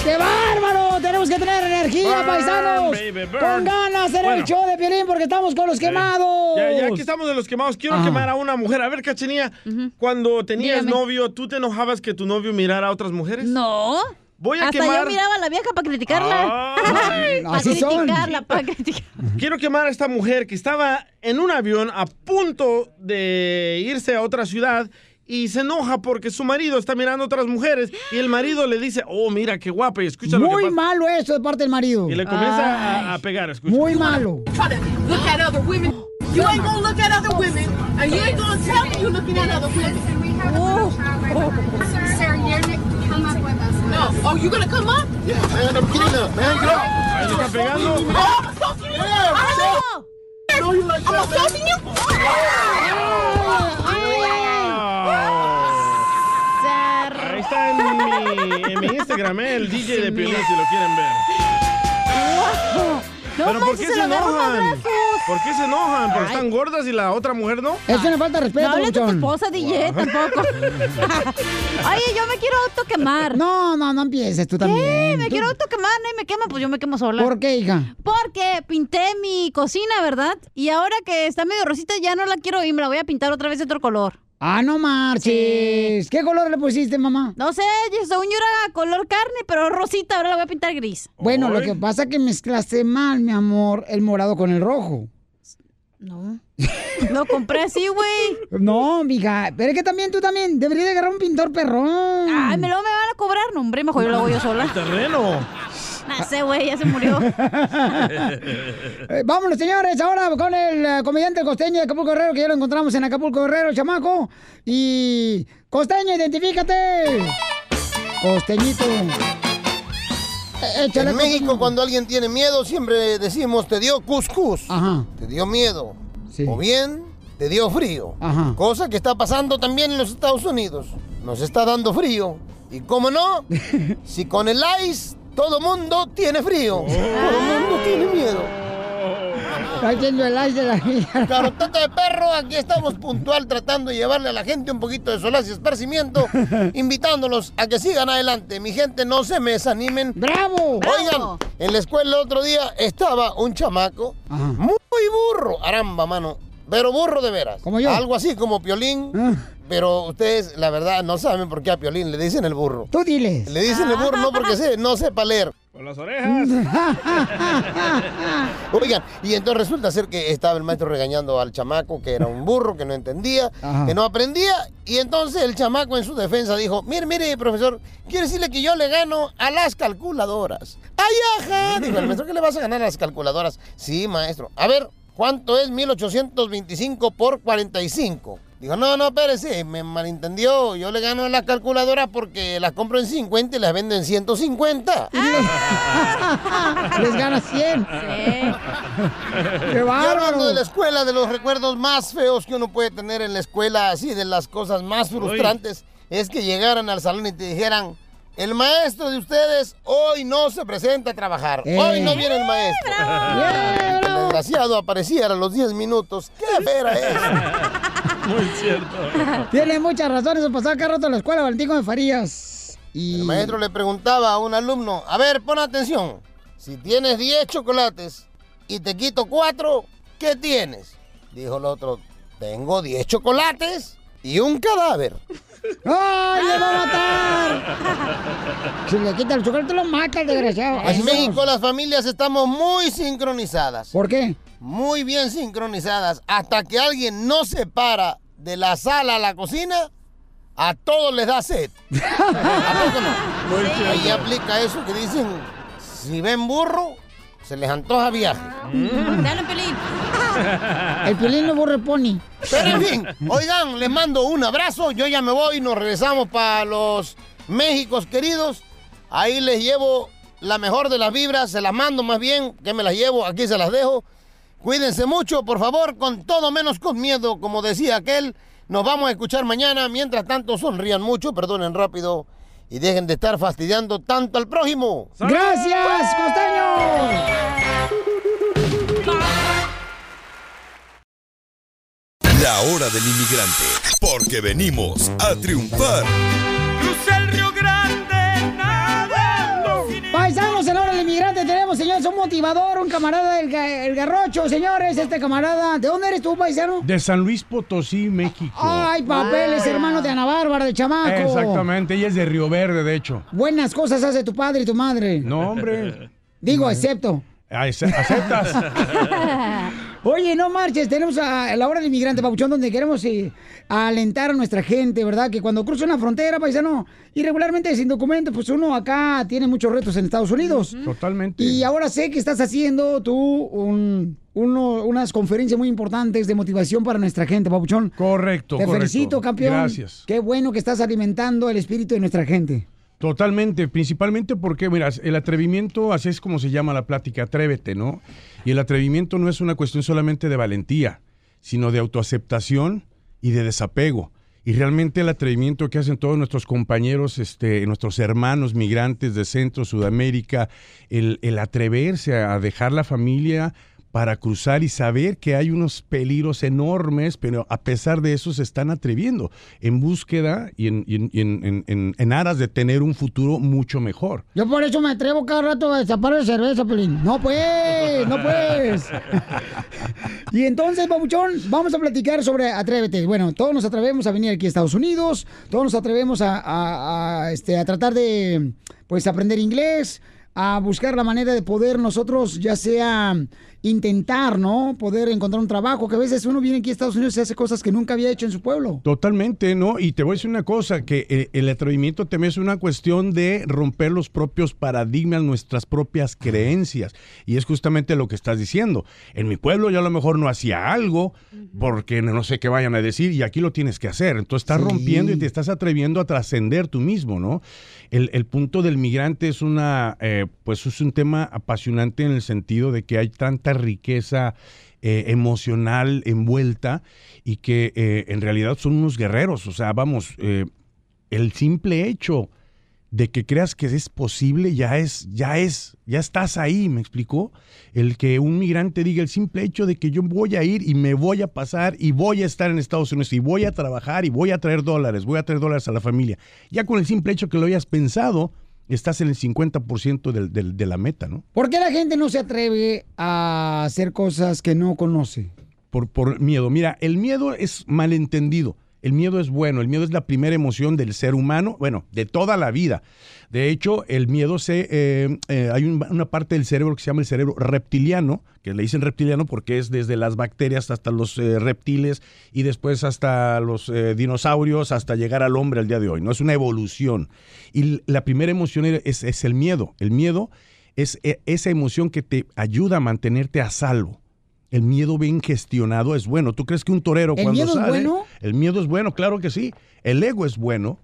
Speaker 2: ¡Qué bárbaro! Tenemos que tener energía,
Speaker 5: Burn,
Speaker 2: paisanos.
Speaker 5: baby, burn.
Speaker 2: con ganas en el
Speaker 5: Bueno.
Speaker 2: show de Piolín porque estamos con los quemados.
Speaker 5: Ya, ya que estamos de los quemados, quiero
Speaker 2: Ajá.
Speaker 5: quemar a una mujer. A ver, Cachenía, cuando tenías
Speaker 4: Dígame.
Speaker 5: novio, ¿tú te enojabas que tu novio mirara a otras mujeres?
Speaker 4: No.
Speaker 5: Voy a
Speaker 4: Hasta
Speaker 5: quemar.
Speaker 4: yo miraba a la vieja para criticarla.
Speaker 5: Ay,
Speaker 4: para
Speaker 5: así son.
Speaker 4: criticarla,
Speaker 5: <laughs>
Speaker 4: para criticarla.
Speaker 5: Quiero quemar a esta mujer que estaba en un avión a punto de irse a otra ciudad y se enoja porque su marido está mirando a otras mujeres y el marido le dice, oh, mira, qué guapa, y escucha lo que
Speaker 2: Muy
Speaker 5: pasa.
Speaker 2: malo eso de parte del marido.
Speaker 5: Y le comienza a, a pegar, escucha.
Speaker 2: Muy malo.
Speaker 17: Try to look at other women. You ain't gonna look at other women, and you ain't gonna tell me you're looking at other women.
Speaker 21: Sir, sir, you're gonna come up with us.
Speaker 17: No. Oh, you gonna come up? Yeah, man, I'm getting up, man. Get up.
Speaker 5: Ahí le está pegando.
Speaker 17: Oh, I'm assaulting you. Oh, I'm assaulting you.
Speaker 5: Ahí está en mi, en mi Instagram,
Speaker 2: <laughs>
Speaker 5: eh, el DJ de Piolín, si lo quieren ver.
Speaker 4: No
Speaker 5: ¿Pero por
Speaker 4: manches, se
Speaker 5: qué se
Speaker 4: lo agarró a
Speaker 5: enojan?
Speaker 4: madrazos.
Speaker 5: ¿Por qué se enojan? ¿Porque
Speaker 4: Ay.
Speaker 5: están gordas y la otra mujer no?
Speaker 2: Es una falta de respeto,
Speaker 4: No hables de tu
Speaker 2: Luchón.
Speaker 4: esposa, DJ, tampoco. Oye, yo me quiero autoquemar.
Speaker 2: No, no, no empieces tú
Speaker 4: ¿Qué?
Speaker 2: también.
Speaker 4: Me
Speaker 2: Tú-
Speaker 4: quiero autoquemar, nadie me quema, pues yo me quemo sola.
Speaker 2: ¿Por qué, hija?
Speaker 4: Porque pinté mi cocina, ¿verdad? Y ahora que está medio rosita ya no la quiero y me la voy a pintar otra vez de otro color.
Speaker 2: Ah, no marches. ¿Qué color le pusiste, mamá?
Speaker 4: No sé, yo- según yo era color carne, pero rosita, ahora la voy a pintar gris.
Speaker 2: Bueno, lo que pasa es que mezclaste mal, mi amor, el morado con el rojo.
Speaker 4: No. Lo compré así, güey.
Speaker 2: No, mija, pero es que también tú también deberías de agarrar un pintor perrón.
Speaker 4: Ay, me lo me van a cobrar, no, hombre, mejor yo lo hago yo
Speaker 5: <laughs>
Speaker 4: sola.
Speaker 2: <laughs>
Speaker 5: El terreno.
Speaker 4: No sé, güey, ya se murió.
Speaker 2: Eh, vámonos, señores, ahora con el eh, comediante costeño de Acapulco Guerrero, que ya lo encontramos en Acapulco Guerrero, chamaco. Y. Costeño, identifícate. Costeñito.
Speaker 22: en México, cuando alguien tiene miedo, siempre decimos, te dio cuscús. Te dio miedo. O bien, te dio frío.
Speaker 2: Ajá.
Speaker 22: Cosa que está pasando también en los Estados Unidos. Nos está dando frío. Y
Speaker 2: <laughs>
Speaker 22: cómo no, si con el ice, todo mundo tiene
Speaker 2: Oh.
Speaker 22: frío. Todo mundo tiene miedo.
Speaker 2: Está yendo el ice de la
Speaker 22: Carotata de perro, aquí estamos puntual tratando de llevarle a la gente un poquito de solaz
Speaker 2: <laughs>
Speaker 22: y esparcimiento, invitándolos a que sigan adelante. Mi gente, no se me desanimen.
Speaker 2: ¡Bravo!
Speaker 22: Oigan, en la escuela el otro día estaba un chamaco muy burro, aramba, mano, pero burro de veras. Como
Speaker 2: yo. Ah.
Speaker 22: Algo así como Piolín, pero ustedes, la verdad, no saben por qué a Piolín le dicen el burro.
Speaker 2: Tú Ah. diles.
Speaker 22: Le dicen el burro no porque se- no sepa leer.
Speaker 5: Con las orejas.
Speaker 22: Oigan, y entonces resulta ser que estaba el maestro regañando al chamaco, que era un burro, que no entendía,
Speaker 23: Ajá.
Speaker 22: que no aprendía. Y entonces el chamaco en su defensa dijo, mire, mire, profesor, quiere decirle que yo le gano a las calculadoras. ¡Ay, ajá! Dijo el maestro, ¿qué le vas a ganar a las calculadoras? Sí, maestro. A ver, ¿cuánto es 1825 por 45? Dijo, no, no, espérese, me malentendió. Yo le gano a las calculadoras porque las compro en 50 y las vendo en 150.
Speaker 2: <laughs> Les gana 100.
Speaker 22: Yo hablando de la escuela, de los recuerdos más feos que uno puede tener en la escuela, así de las cosas más frustrantes, es que llegaran al salón y te dijeran, el maestro de ustedes hoy no se presenta a trabajar,
Speaker 2: Eh.
Speaker 22: hoy no viene el maestro. El desgraciado aparecía a los 10 minutos. ¡Qué vera es!
Speaker 2: Muy
Speaker 17: <laughs>
Speaker 2: cierto. <laughs> Tiene muchas razones. Eso pasaba cada rato en la escuela, Valentín de Farías. Y...
Speaker 22: El maestro le preguntaba a un alumno, a ver, pon atención, si tienes 10 chocolates y te quito 4, ¿qué tienes? Dijo el otro, tengo 10 chocolates y un cadáver.
Speaker 2: ¡Ay, le va a matar! Si le quita el chocolate, lo mata el desgraciado.
Speaker 22: En México las familias estamos muy sincronizadas.
Speaker 2: ¿Por qué?
Speaker 22: Muy bien sincronizadas. Hasta que alguien no se para de la sala a la cocina, a todos les
Speaker 2: <laughs>
Speaker 22: da sed. ¿A poco no? Ahí aplica eso que dicen, si ven burro, se les antoja viaje.
Speaker 2: Mm.
Speaker 4: Dale,
Speaker 2: <laughs>
Speaker 4: Pelín.
Speaker 2: El piolín no borre pony.
Speaker 22: Pero en fin, oigan, les mando un abrazo. Yo ya me voy, nos regresamos para los Méxicos queridos. Ahí les llevo la mejor de las vibras, se las mando más bien, que me las llevo, aquí se las dejo. Cuídense mucho, por favor, con todo menos con miedo, como decía aquel. Nos vamos a escuchar mañana. Mientras tanto, sonrían mucho, perdonen rápido y dejen de estar fastidiando tanto al prójimo.
Speaker 2: ¡Gracias, costeño!
Speaker 8: La hora del inmigrante, porque venimos a triunfar.
Speaker 2: Paisanos en la hora del inmigrante tenemos, señores, un motivador, un camarada del ga- el garrocho, señores, este camarada. ¿De dónde eres tú, paisano?
Speaker 1: De San Luis Potosí, México.
Speaker 2: Ay, papeles, hermano de Ana Bárbara, de chamaco.
Speaker 1: Exactamente, ella es de Río Verde, de hecho.
Speaker 2: Buenas cosas hace tu padre y tu madre.
Speaker 1: No, hombre.
Speaker 2: Digo, excepto.
Speaker 1: Ay, ¿ace- ¿Aceptas?
Speaker 2: <laughs> Oye, no marches, tenemos a, a la hora del inmigrante, Papuchón, donde queremos eh, alentar a nuestra gente, ¿verdad? Que cuando cruza una frontera, paisano, irregularmente sin documento, pues uno acá tiene muchos retos en Estados Unidos.
Speaker 1: Totalmente.
Speaker 2: Y ahora sé que estás haciendo tú un- uno- unas conferencias muy importantes de motivación para nuestra gente, Papuchón.
Speaker 1: Correcto,
Speaker 2: Te
Speaker 1: correcto.
Speaker 2: felicito, campeón.
Speaker 1: Gracias.
Speaker 2: Qué bueno que estás alimentando el espíritu de nuestra gente.
Speaker 1: Totalmente, principalmente porque, mira, el atrevimiento, así es como se llama la plática, atrévete, ¿no? Y el atrevimiento no es una cuestión solamente de valentía, sino de autoaceptación y de desapego. Y realmente el atrevimiento que hacen todos nuestros compañeros, este, nuestros hermanos migrantes de Centro, Sudamérica, el, el atreverse a dejar la familia para cruzar y saber que hay unos peligros enormes, pero a pesar de eso se están atreviendo en búsqueda y en, y en- y en- en- en- en aras de tener un futuro mucho mejor.
Speaker 2: Yo por eso me atrevo cada rato a destapar la cerveza, Pelín. No pues, no pues. y entonces, Papuchón, vamos a platicar sobre Atrévete. Bueno, todos nos atrevemos a venir aquí a Estados Unidos, todos nos atrevemos a, a- a, este, a tratar de pues aprender inglés, a buscar la manera de poder nosotros, ya sea intentar, ¿no? Poder encontrar un trabajo, que a veces uno viene aquí a Estados Unidos y hace cosas que nunca había hecho en su pueblo.
Speaker 1: Totalmente, ¿no? Y te voy a decir una cosa, que eh, el atrevimiento también es una cuestión de romper los propios paradigmas, nuestras propias creencias. Y es justamente lo que estás diciendo. En mi pueblo yo a lo mejor no hacía algo porque no sé qué vayan a decir y aquí lo tienes que hacer. Entonces estás rompiendo y te estás atreviendo a trascender tú mismo, ¿no? El, el punto del migrante es una, eh, pues es un tema apasionante en el sentido de que hay tanta riqueza eh, emocional envuelta y que eh, en realidad son unos guerreros. O sea, vamos, eh, el simple hecho de que creas que es posible ya es, ya es, ya estás ahí, ¿me explicó? El que un migrante diga el simple hecho de que yo voy a ir y me voy a pasar y voy a estar en Estados Unidos y voy a trabajar y voy a traer dólares, voy a traer dólares a la familia. Ya con el simple hecho que lo hayas pensado, estás en el 50% del- del- de la meta, ¿no?
Speaker 2: ¿Por qué la gente no se atreve a hacer cosas que no conoce?
Speaker 1: por, por miedo. Mira, el miedo es malentendido. El miedo es bueno, el miedo es la primera emoción del ser humano, bueno, de toda la vida. De hecho, el miedo se. eh, eh, hay un- una parte del cerebro que se llama el cerebro reptiliano, que le dicen reptiliano porque es desde las bacterias hasta los eh, reptiles y después hasta los eh, dinosaurios, hasta llegar al hombre al día de hoy. No es una evolución. Y l- la primera emoción es, es e, el miedo. El miedo es eh, esa emoción que te ayuda a mantenerte a salvo El miedo bien gestionado es bueno. ¿Tú crees que un torero
Speaker 2: ¿El
Speaker 1: cuando
Speaker 2: miedo es
Speaker 1: sale-
Speaker 2: bueno?
Speaker 1: El miedo es bueno, claro que sí. El ego es bueno,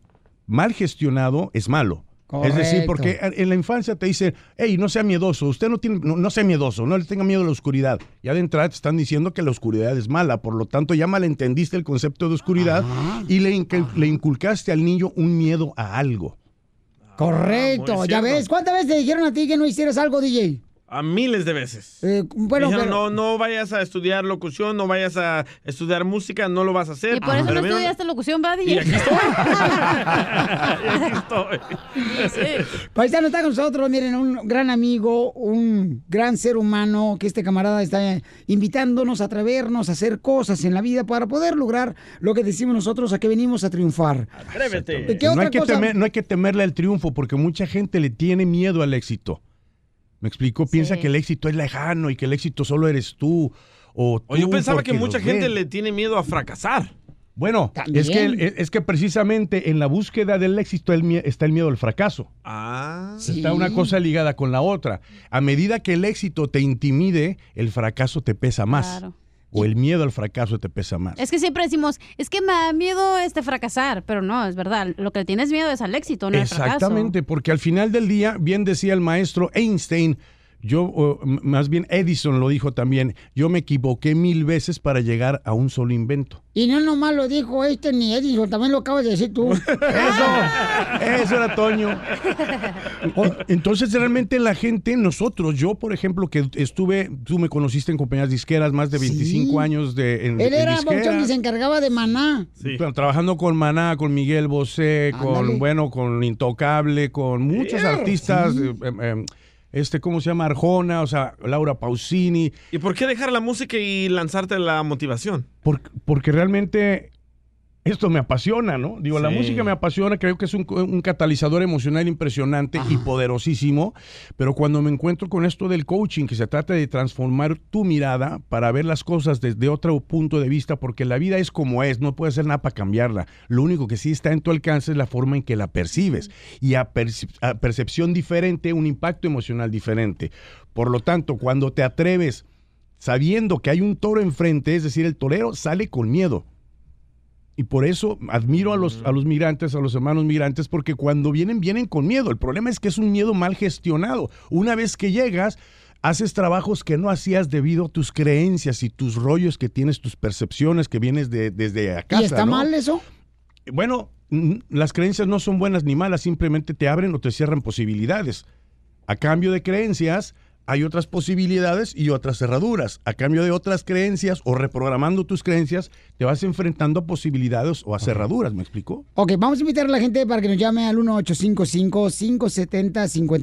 Speaker 1: mal gestionado es malo. Es decir,
Speaker 2: Correcto.
Speaker 1: porque en la infancia te dicen, hey, no sea miedoso, usted no tiene, no, no sea miedoso, no le tenga miedo a la oscuridad. Ya de entrada te están diciendo que la oscuridad es mala, por lo tanto ya malentendiste el concepto de oscuridad
Speaker 2: Ah.
Speaker 1: y le, inca- le inculcaste al niño un miedo a algo.
Speaker 2: Correcto, ya ves, ¿cuántas veces te dijeron a ti que no hicieras algo, DJ?
Speaker 5: <laughs> A miles de veces.
Speaker 2: Eh, bueno,
Speaker 5: Dijeron,
Speaker 2: pero-
Speaker 5: no, no vayas a estudiar locución, no vayas a estudiar música, no lo vas a hacer.
Speaker 4: Y por eso no
Speaker 5: Ah, Pero vieron-
Speaker 4: estudiaste locución, ¿verdad,
Speaker 5: Y aquí
Speaker 4: DJ?
Speaker 2: Paisano está con nosotros, miren, un gran amigo, un gran ser humano que este camarada está invitándonos a atrevernos a hacer cosas en la vida para poder lograr lo que decimos nosotros a que venimos a triunfar.
Speaker 5: Atrévete.
Speaker 2: ¿Y qué
Speaker 1: no,
Speaker 2: otra
Speaker 1: hay que
Speaker 2: cosa?
Speaker 1: temer- no hay que temerle al triunfo porque mucha gente le tiene miedo al éxito. ¿Me explico? Piensa que el éxito es lejano y que el éxito solo eres tú. O,
Speaker 5: O yo
Speaker 1: tú
Speaker 5: pensaba que
Speaker 1: porque
Speaker 5: mucha
Speaker 1: los
Speaker 5: gente
Speaker 1: ven.
Speaker 5: le tiene miedo a fracasar.
Speaker 1: Bueno, es que, el- es que precisamente en la búsqueda del éxito el mie- está el miedo al fracaso.
Speaker 5: Ah.
Speaker 1: Está una cosa ligada con la otra. A medida que el éxito te intimide, el fracaso te pesa más.
Speaker 4: Claro.
Speaker 1: O el miedo al fracaso te pesa más.
Speaker 4: Es que siempre decimos, es que me da miedo este fracasar, pero no, es verdad, lo que le tienes miedo es al éxito, no al fracaso.
Speaker 1: Exactamente, porque al final del día, bien decía el maestro Einstein, yo, o, m- más bien Edison lo dijo también, yo me equivoqué mil veces para llegar a un solo invento.
Speaker 2: Y no nomás lo dijo este ni Edison, también lo acabas de decir tú.
Speaker 1: Eso
Speaker 4: <laughs>
Speaker 1: era Toño. Entonces realmente la gente, nosotros, yo por ejemplo, que estuve, tú me conociste en compañías disqueras, más de 25 años de, en,
Speaker 2: Él
Speaker 1: en
Speaker 2: era
Speaker 1: disquera.
Speaker 2: Bauchón y se encargaba de maná.
Speaker 1: Tra- Trabajando con Maná, con Miguel Bosé,
Speaker 2: Ándale.
Speaker 1: con bueno, con Intocable, con muchos
Speaker 5: Yeah.
Speaker 1: artistas,
Speaker 5: Sí.
Speaker 1: eh, em, em, este, ¿cómo se llama? Arjona, o sea, Laura Pausini,
Speaker 5: ¿Y por qué dejar la música y lanzarte la motivación?
Speaker 1: por- porque realmente esto me apasiona, ¿no? Digo, la
Speaker 5: Sí.
Speaker 1: música me apasiona, creo que es un, un catalizador emocional impresionante y poderosísimo, pero cuando me encuentro con esto del coaching, que se trata de transformar tu mirada para ver las cosas desde otro punto de vista, porque la vida es como es, no puedes hacer nada para cambiarla, lo único que sí está en tu alcance es la forma en que la percibes, y a, perci- a percepción diferente, un impacto emocional diferente. Por lo tanto, cuando te atreves sabiendo que hay un toro enfrente, es decir, el torero sale con miedo. Y por eso admiro a los, a los migrantes, a los hermanos migrantes, porque cuando vienen, vienen con miedo. El problema es que es un miedo mal gestionado. Una vez que llegas, haces trabajos que no hacías debido a tus creencias y tus rollos que tienes, tus percepciones que vienes de, desde acá.
Speaker 2: ¿Y está mal eso?
Speaker 1: Bueno, mm, las creencias no son buenas ni malas, simplemente te abren o te cierran posibilidades. A cambio de creencias, hay otras posibilidades y otras cerraduras. A cambio de otras creencias o reprogramando tus creencias, te vas enfrentando a posibilidades o a cerraduras, ¿me explico?
Speaker 2: Ok, vamos a invitar a la gente para que nos llame al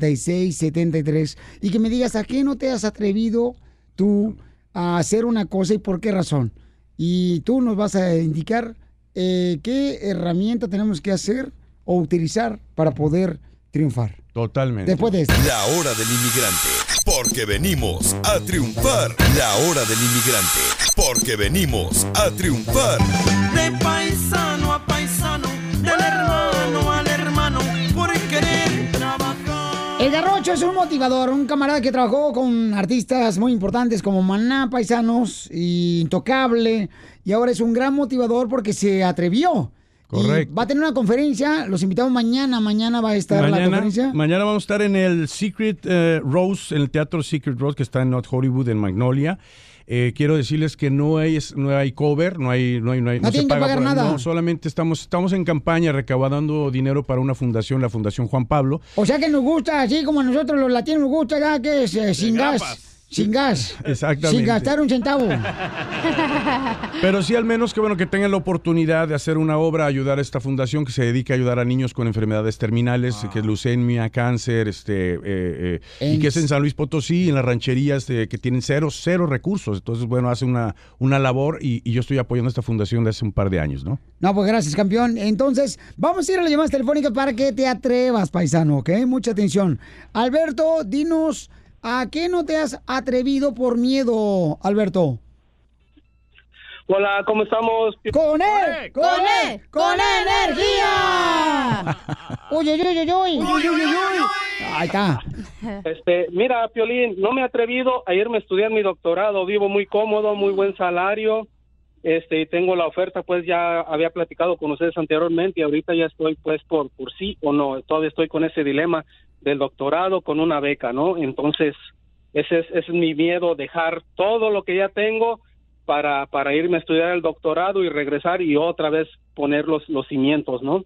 Speaker 2: 1855-570-5673 y que me digas a qué no te has atrevido tú a hacer una cosa y por qué razón. Y tú nos vas a indicar eh, qué herramienta tenemos que hacer o utilizar para poder triunfar.
Speaker 1: Totalmente.
Speaker 2: Después de esto.
Speaker 8: La hora del inmigrante, porque venimos a triunfar. La hora del inmigrante, porque venimos a triunfar.
Speaker 3: De paisano a paisano, del hermano al hermano, por querer trabajar.
Speaker 2: El Garrocho es un motivador, un camarada que trabajó con artistas muy importantes como Maná, Paisanos, y Intocable, y ahora es un gran motivador porque se atrevió.
Speaker 1: Correcto.
Speaker 2: Y va a tener una conferencia, los invitamos mañana, mañana va a estar la conferencia.
Speaker 1: mañana vamos a estar en el Secret eh, Rose, en el Teatro Secret Rose que está en North Hollywood, en Magnolia. Eh, quiero decirles que no hay, es- no hay cover, no hay, no hay, no hay-
Speaker 2: No tienen que pagar
Speaker 1: por-
Speaker 2: nada.
Speaker 1: no, solamente estamos, estamos en campaña recaudando dinero para una fundación, la Fundación Juan Pablo.
Speaker 2: O sea que nos gusta, así como a nosotros los latinos nos gusta, ya que es eh, sin gas, sin gas,
Speaker 1: Exactamente.
Speaker 2: sin gastar un centavo.
Speaker 1: Pero sí, al menos que bueno que tengan la oportunidad de hacer una obra, ayudar a esta fundación que se dedica a ayudar a niños con enfermedades terminales, que es leucemia, cáncer, este, eh, eh, y que es en San Luis Potosí, en las rancherías eh, que tienen cero, cero recursos. Entonces, bueno, hace una, una labor y, y yo estoy apoyando a esta fundación de hace un par de años, ¿no?
Speaker 2: No, pues gracias, campeón. Entonces, vamos a ir a las llamadas telefónicas para que te atrevas, paisano, ¿ok? Mucha atención. Alberto, dinos, ¿a qué no te has atrevido por miedo, Alberto?
Speaker 6: Hola, ¿cómo estamos?
Speaker 2: ¡Con él! ¡Con él! ¡Con <laughs> energía! ¡Uy, uy, uy, uy, uy! ¡Uy, uy, uy, uy! Ahí está.
Speaker 6: <laughs> Este, mira, Piolín, no me he atrevido a irme a estudiar mi doctorado. Vivo muy cómodo, muy buen salario. Este, y tengo la oferta, pues ya había platicado con ustedes anteriormente y ahorita ya estoy, pues, por, por sí o no. Todavía estoy con ese dilema del doctorado con una beca, ¿no? Entonces, ese es, ese es mi miedo, dejar todo lo que ya tengo para, para irme a estudiar el doctorado y regresar y otra vez poner los, los cimientos, ¿no?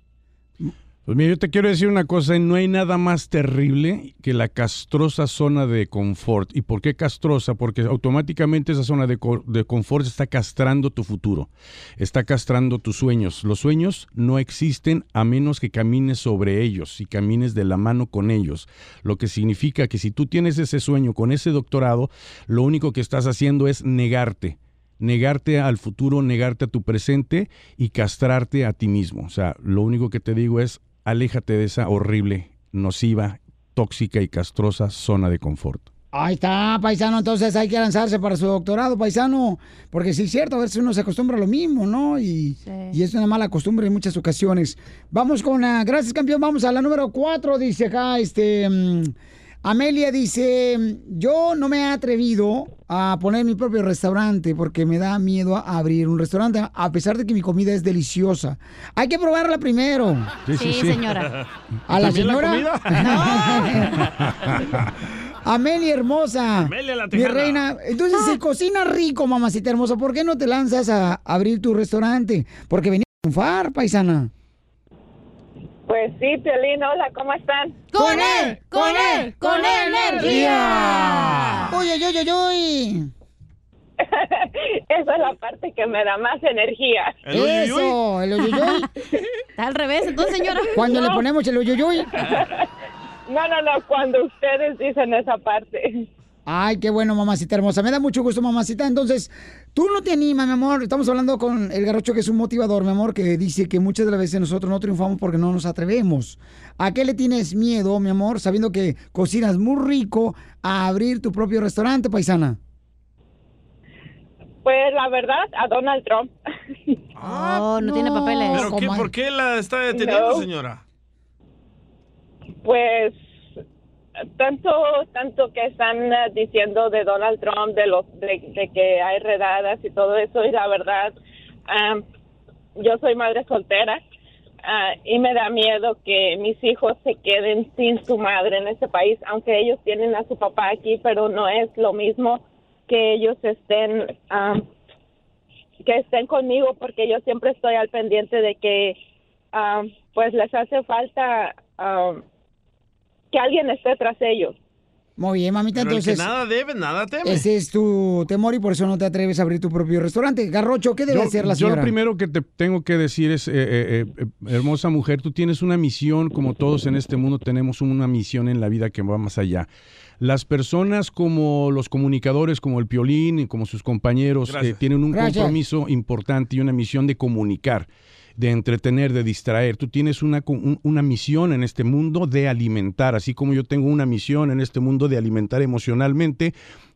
Speaker 1: Pues mira, yo te quiero decir una cosa, no hay nada más terrible que la castrosa zona de confort. ¿Y por qué castrosa? Porque automáticamente esa zona de, co- de confort está castrando tu futuro, está castrando tus sueños. Los sueños no existen a menos que camines sobre ellos y camines de la mano con ellos. Lo que significa que si tú tienes ese sueño con ese doctorado, lo único que estás haciendo es negarte negarte al futuro, negarte a tu presente y castrarte a ti mismo. O sea, lo único que te digo es, aléjate de esa horrible, nociva, tóxica y castrosa zona de confort.
Speaker 2: Ahí está, paisano, entonces hay que lanzarse para su doctorado, paisano, porque sí es cierto, a veces uno se acostumbra a lo mismo, ¿no? Y, y es una mala costumbre en muchas ocasiones. Vamos con la, gracias campeón, vamos a la número cuatro, dice acá, este, mm, Amelia dice, mm, yo no me he atrevido a poner mi propio restaurante porque me da miedo a abrir un restaurante, a pesar de que mi comida es deliciosa. Hay que probarla primero.
Speaker 1: Sí, sí, Sí, sí. señora.
Speaker 2: ¿A la
Speaker 1: ¿También la
Speaker 2: señora?
Speaker 3: <laughs>
Speaker 2: <laughs> Amelia hermosa.
Speaker 1: Amelia la
Speaker 2: Mi
Speaker 1: tejana.
Speaker 2: reina. Entonces se cocina rico, mamacita hermosa. ¿Por qué no te lanzas a abrir tu restaurante? Porque venía a triunfar, paisana.
Speaker 9: Pues sí, Piolín, hola, ¿cómo están?
Speaker 2: ¡Con él! ¡Con él! ¡Con <laughs> energía! ¡Oye, yo, yo, yo!
Speaker 9: <laughs> Esa es la parte que me da más energía.
Speaker 2: ¿El uyuyuy? Eso, el uyuyuy.
Speaker 9: Está al revés,
Speaker 4: entonces, señora.
Speaker 2: <laughs> Cuando le ponemos el
Speaker 1: <laughs>
Speaker 2: uyuyuy.
Speaker 9: <laughs> No, no, no, cuando ustedes dicen esa parte.
Speaker 2: Ay, qué bueno, mamacita hermosa. Me da mucho gusto, mamacita. Entonces, tú no te animas, mi amor. Estamos hablando con el garrocho que es un motivador, mi amor, que dice que muchas de las veces nosotros no triunfamos porque no nos atrevemos. ¿A qué le tienes miedo, mi amor, sabiendo que cocinas muy rico, a abrir tu propio restaurante, paisana?
Speaker 9: Pues la verdad, a Donald Trump.
Speaker 4: Oh, no tiene papeles.
Speaker 5: ¿Pero qué, por qué la está deteniendo,
Speaker 9: No.
Speaker 5: señora?
Speaker 9: Pues tanto tanto que están eh, diciendo de Donald Trump de los de, de que hay redadas y todo eso y la verdad ah, yo soy madre soltera ah, y me da miedo que mis hijos se queden sin su madre en este país aunque ellos tienen a su papá aquí pero no es lo mismo que ellos estén ah, que estén conmigo porque yo siempre estoy al pendiente de que ah, pues les hace falta ah, que alguien esté tras ellos.
Speaker 2: Muy bien, mamita.
Speaker 5: Pero el que
Speaker 2: entonces,
Speaker 5: nada debe, nada teme.
Speaker 2: ese es tu temor y por eso no te atreves a abrir tu propio restaurante. Garrocho, ¿qué debe
Speaker 1: yo,
Speaker 2: hacer la
Speaker 1: yo
Speaker 2: señora?
Speaker 1: lo primero que te tengo que decir es, eh, eh, eh, hermosa mujer, tú tienes una misión, como todos en este mundo tenemos una misión en la vida que va más allá. Las personas como los comunicadores, como el Piolín y como sus compañeros, eh, tienen un
Speaker 10: Gracias.
Speaker 1: compromiso importante y una misión de comunicar, de entretener, de distraer. Tú tienes una, co- un- una misión en este mundo de alimentar, así como yo tengo una misión en este mundo de alimentar emocionalmente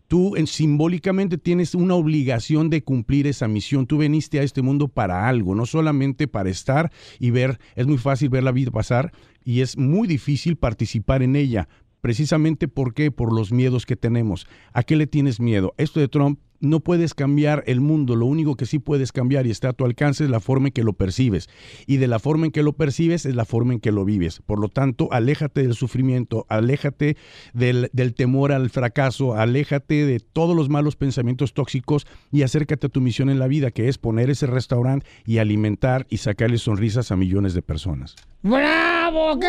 Speaker 1: tú en- simbólicamente tienes una obligación de cumplir esa misión. Tú veniste a este mundo para algo, no solamente para estar y ver. Es muy fácil ver la vida pasar y es muy difícil participar en ella. Precisamente por qué? Por los miedos que tenemos. ¿A qué le tienes miedo? Esto de Trump no puedes cambiar el mundo, lo único que sí puedes cambiar y está a tu alcance es la forma en que lo percibes. Y de la forma en que lo percibes es la forma en que lo vives. Por lo tanto, aléjate del sufrimiento, aléjate del, del temor al fracaso, aléjate de todos los malos pensamientos tóxicos y acércate a tu misión en la vida, que es poner ese restaurante y alimentar y sacarle sonrisas a millones de personas.
Speaker 2: ¡Bravo! ¿Qué?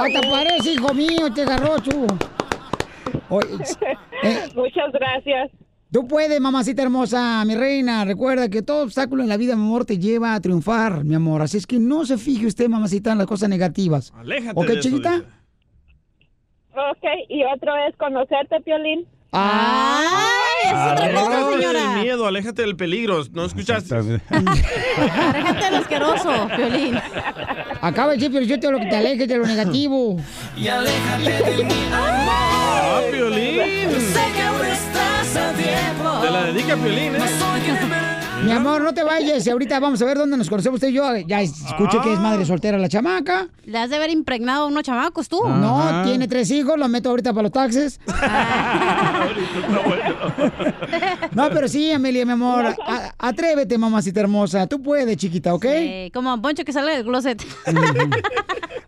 Speaker 2: Hasta parece hijo mío este garrocho. eh.
Speaker 9: <laughs> Muchas gracias.
Speaker 2: Tú puedes, mamacita hermosa, mi reina. Recuerda que todo obstáculo en la vida, mi amor, te lleva a triunfar, mi amor. Así es que no se fije usted, mamacita, en las cosas negativas.
Speaker 9: Aléjate
Speaker 2: ¿Ok,
Speaker 9: de eso,
Speaker 2: chiquita?
Speaker 9: Ok, y otro es conocerte, Piolín.
Speaker 2: ¡Ay!
Speaker 5: Aléjate del miedo, aléjate del peligro. ¿No escuchaste?
Speaker 2: Déjate el asqueroso, Violín. Acaba el chip, yo te lo que te alejes de lo negativo.
Speaker 3: Y aléjate de mi amor.
Speaker 5: ¡Ah, Piolín!
Speaker 3: Sé que aún estás a tiempo.
Speaker 5: Te la dedica Piolín, ¿eh? <laughs>
Speaker 3: No soy un
Speaker 2: Mi amor, no te vayas. Ahorita vamos a ver dónde nos conocemos usted y yo. Ya escuché que es madre soltera la chamaca.
Speaker 4: Ah. Le has de haber impregnado a unos chamacos tú.
Speaker 2: No, tiene tres hijos, lo meto ahorita para los taxes.
Speaker 11: <laughs>
Speaker 2: No, pero sí, Amelia, mi amor. a- atrévete, mamacita hermosa. Tú puedes, chiquita, ¿ok?
Speaker 4: <laughs> Eh, como a Poncho que sale del
Speaker 11: <laughs>
Speaker 4: closet.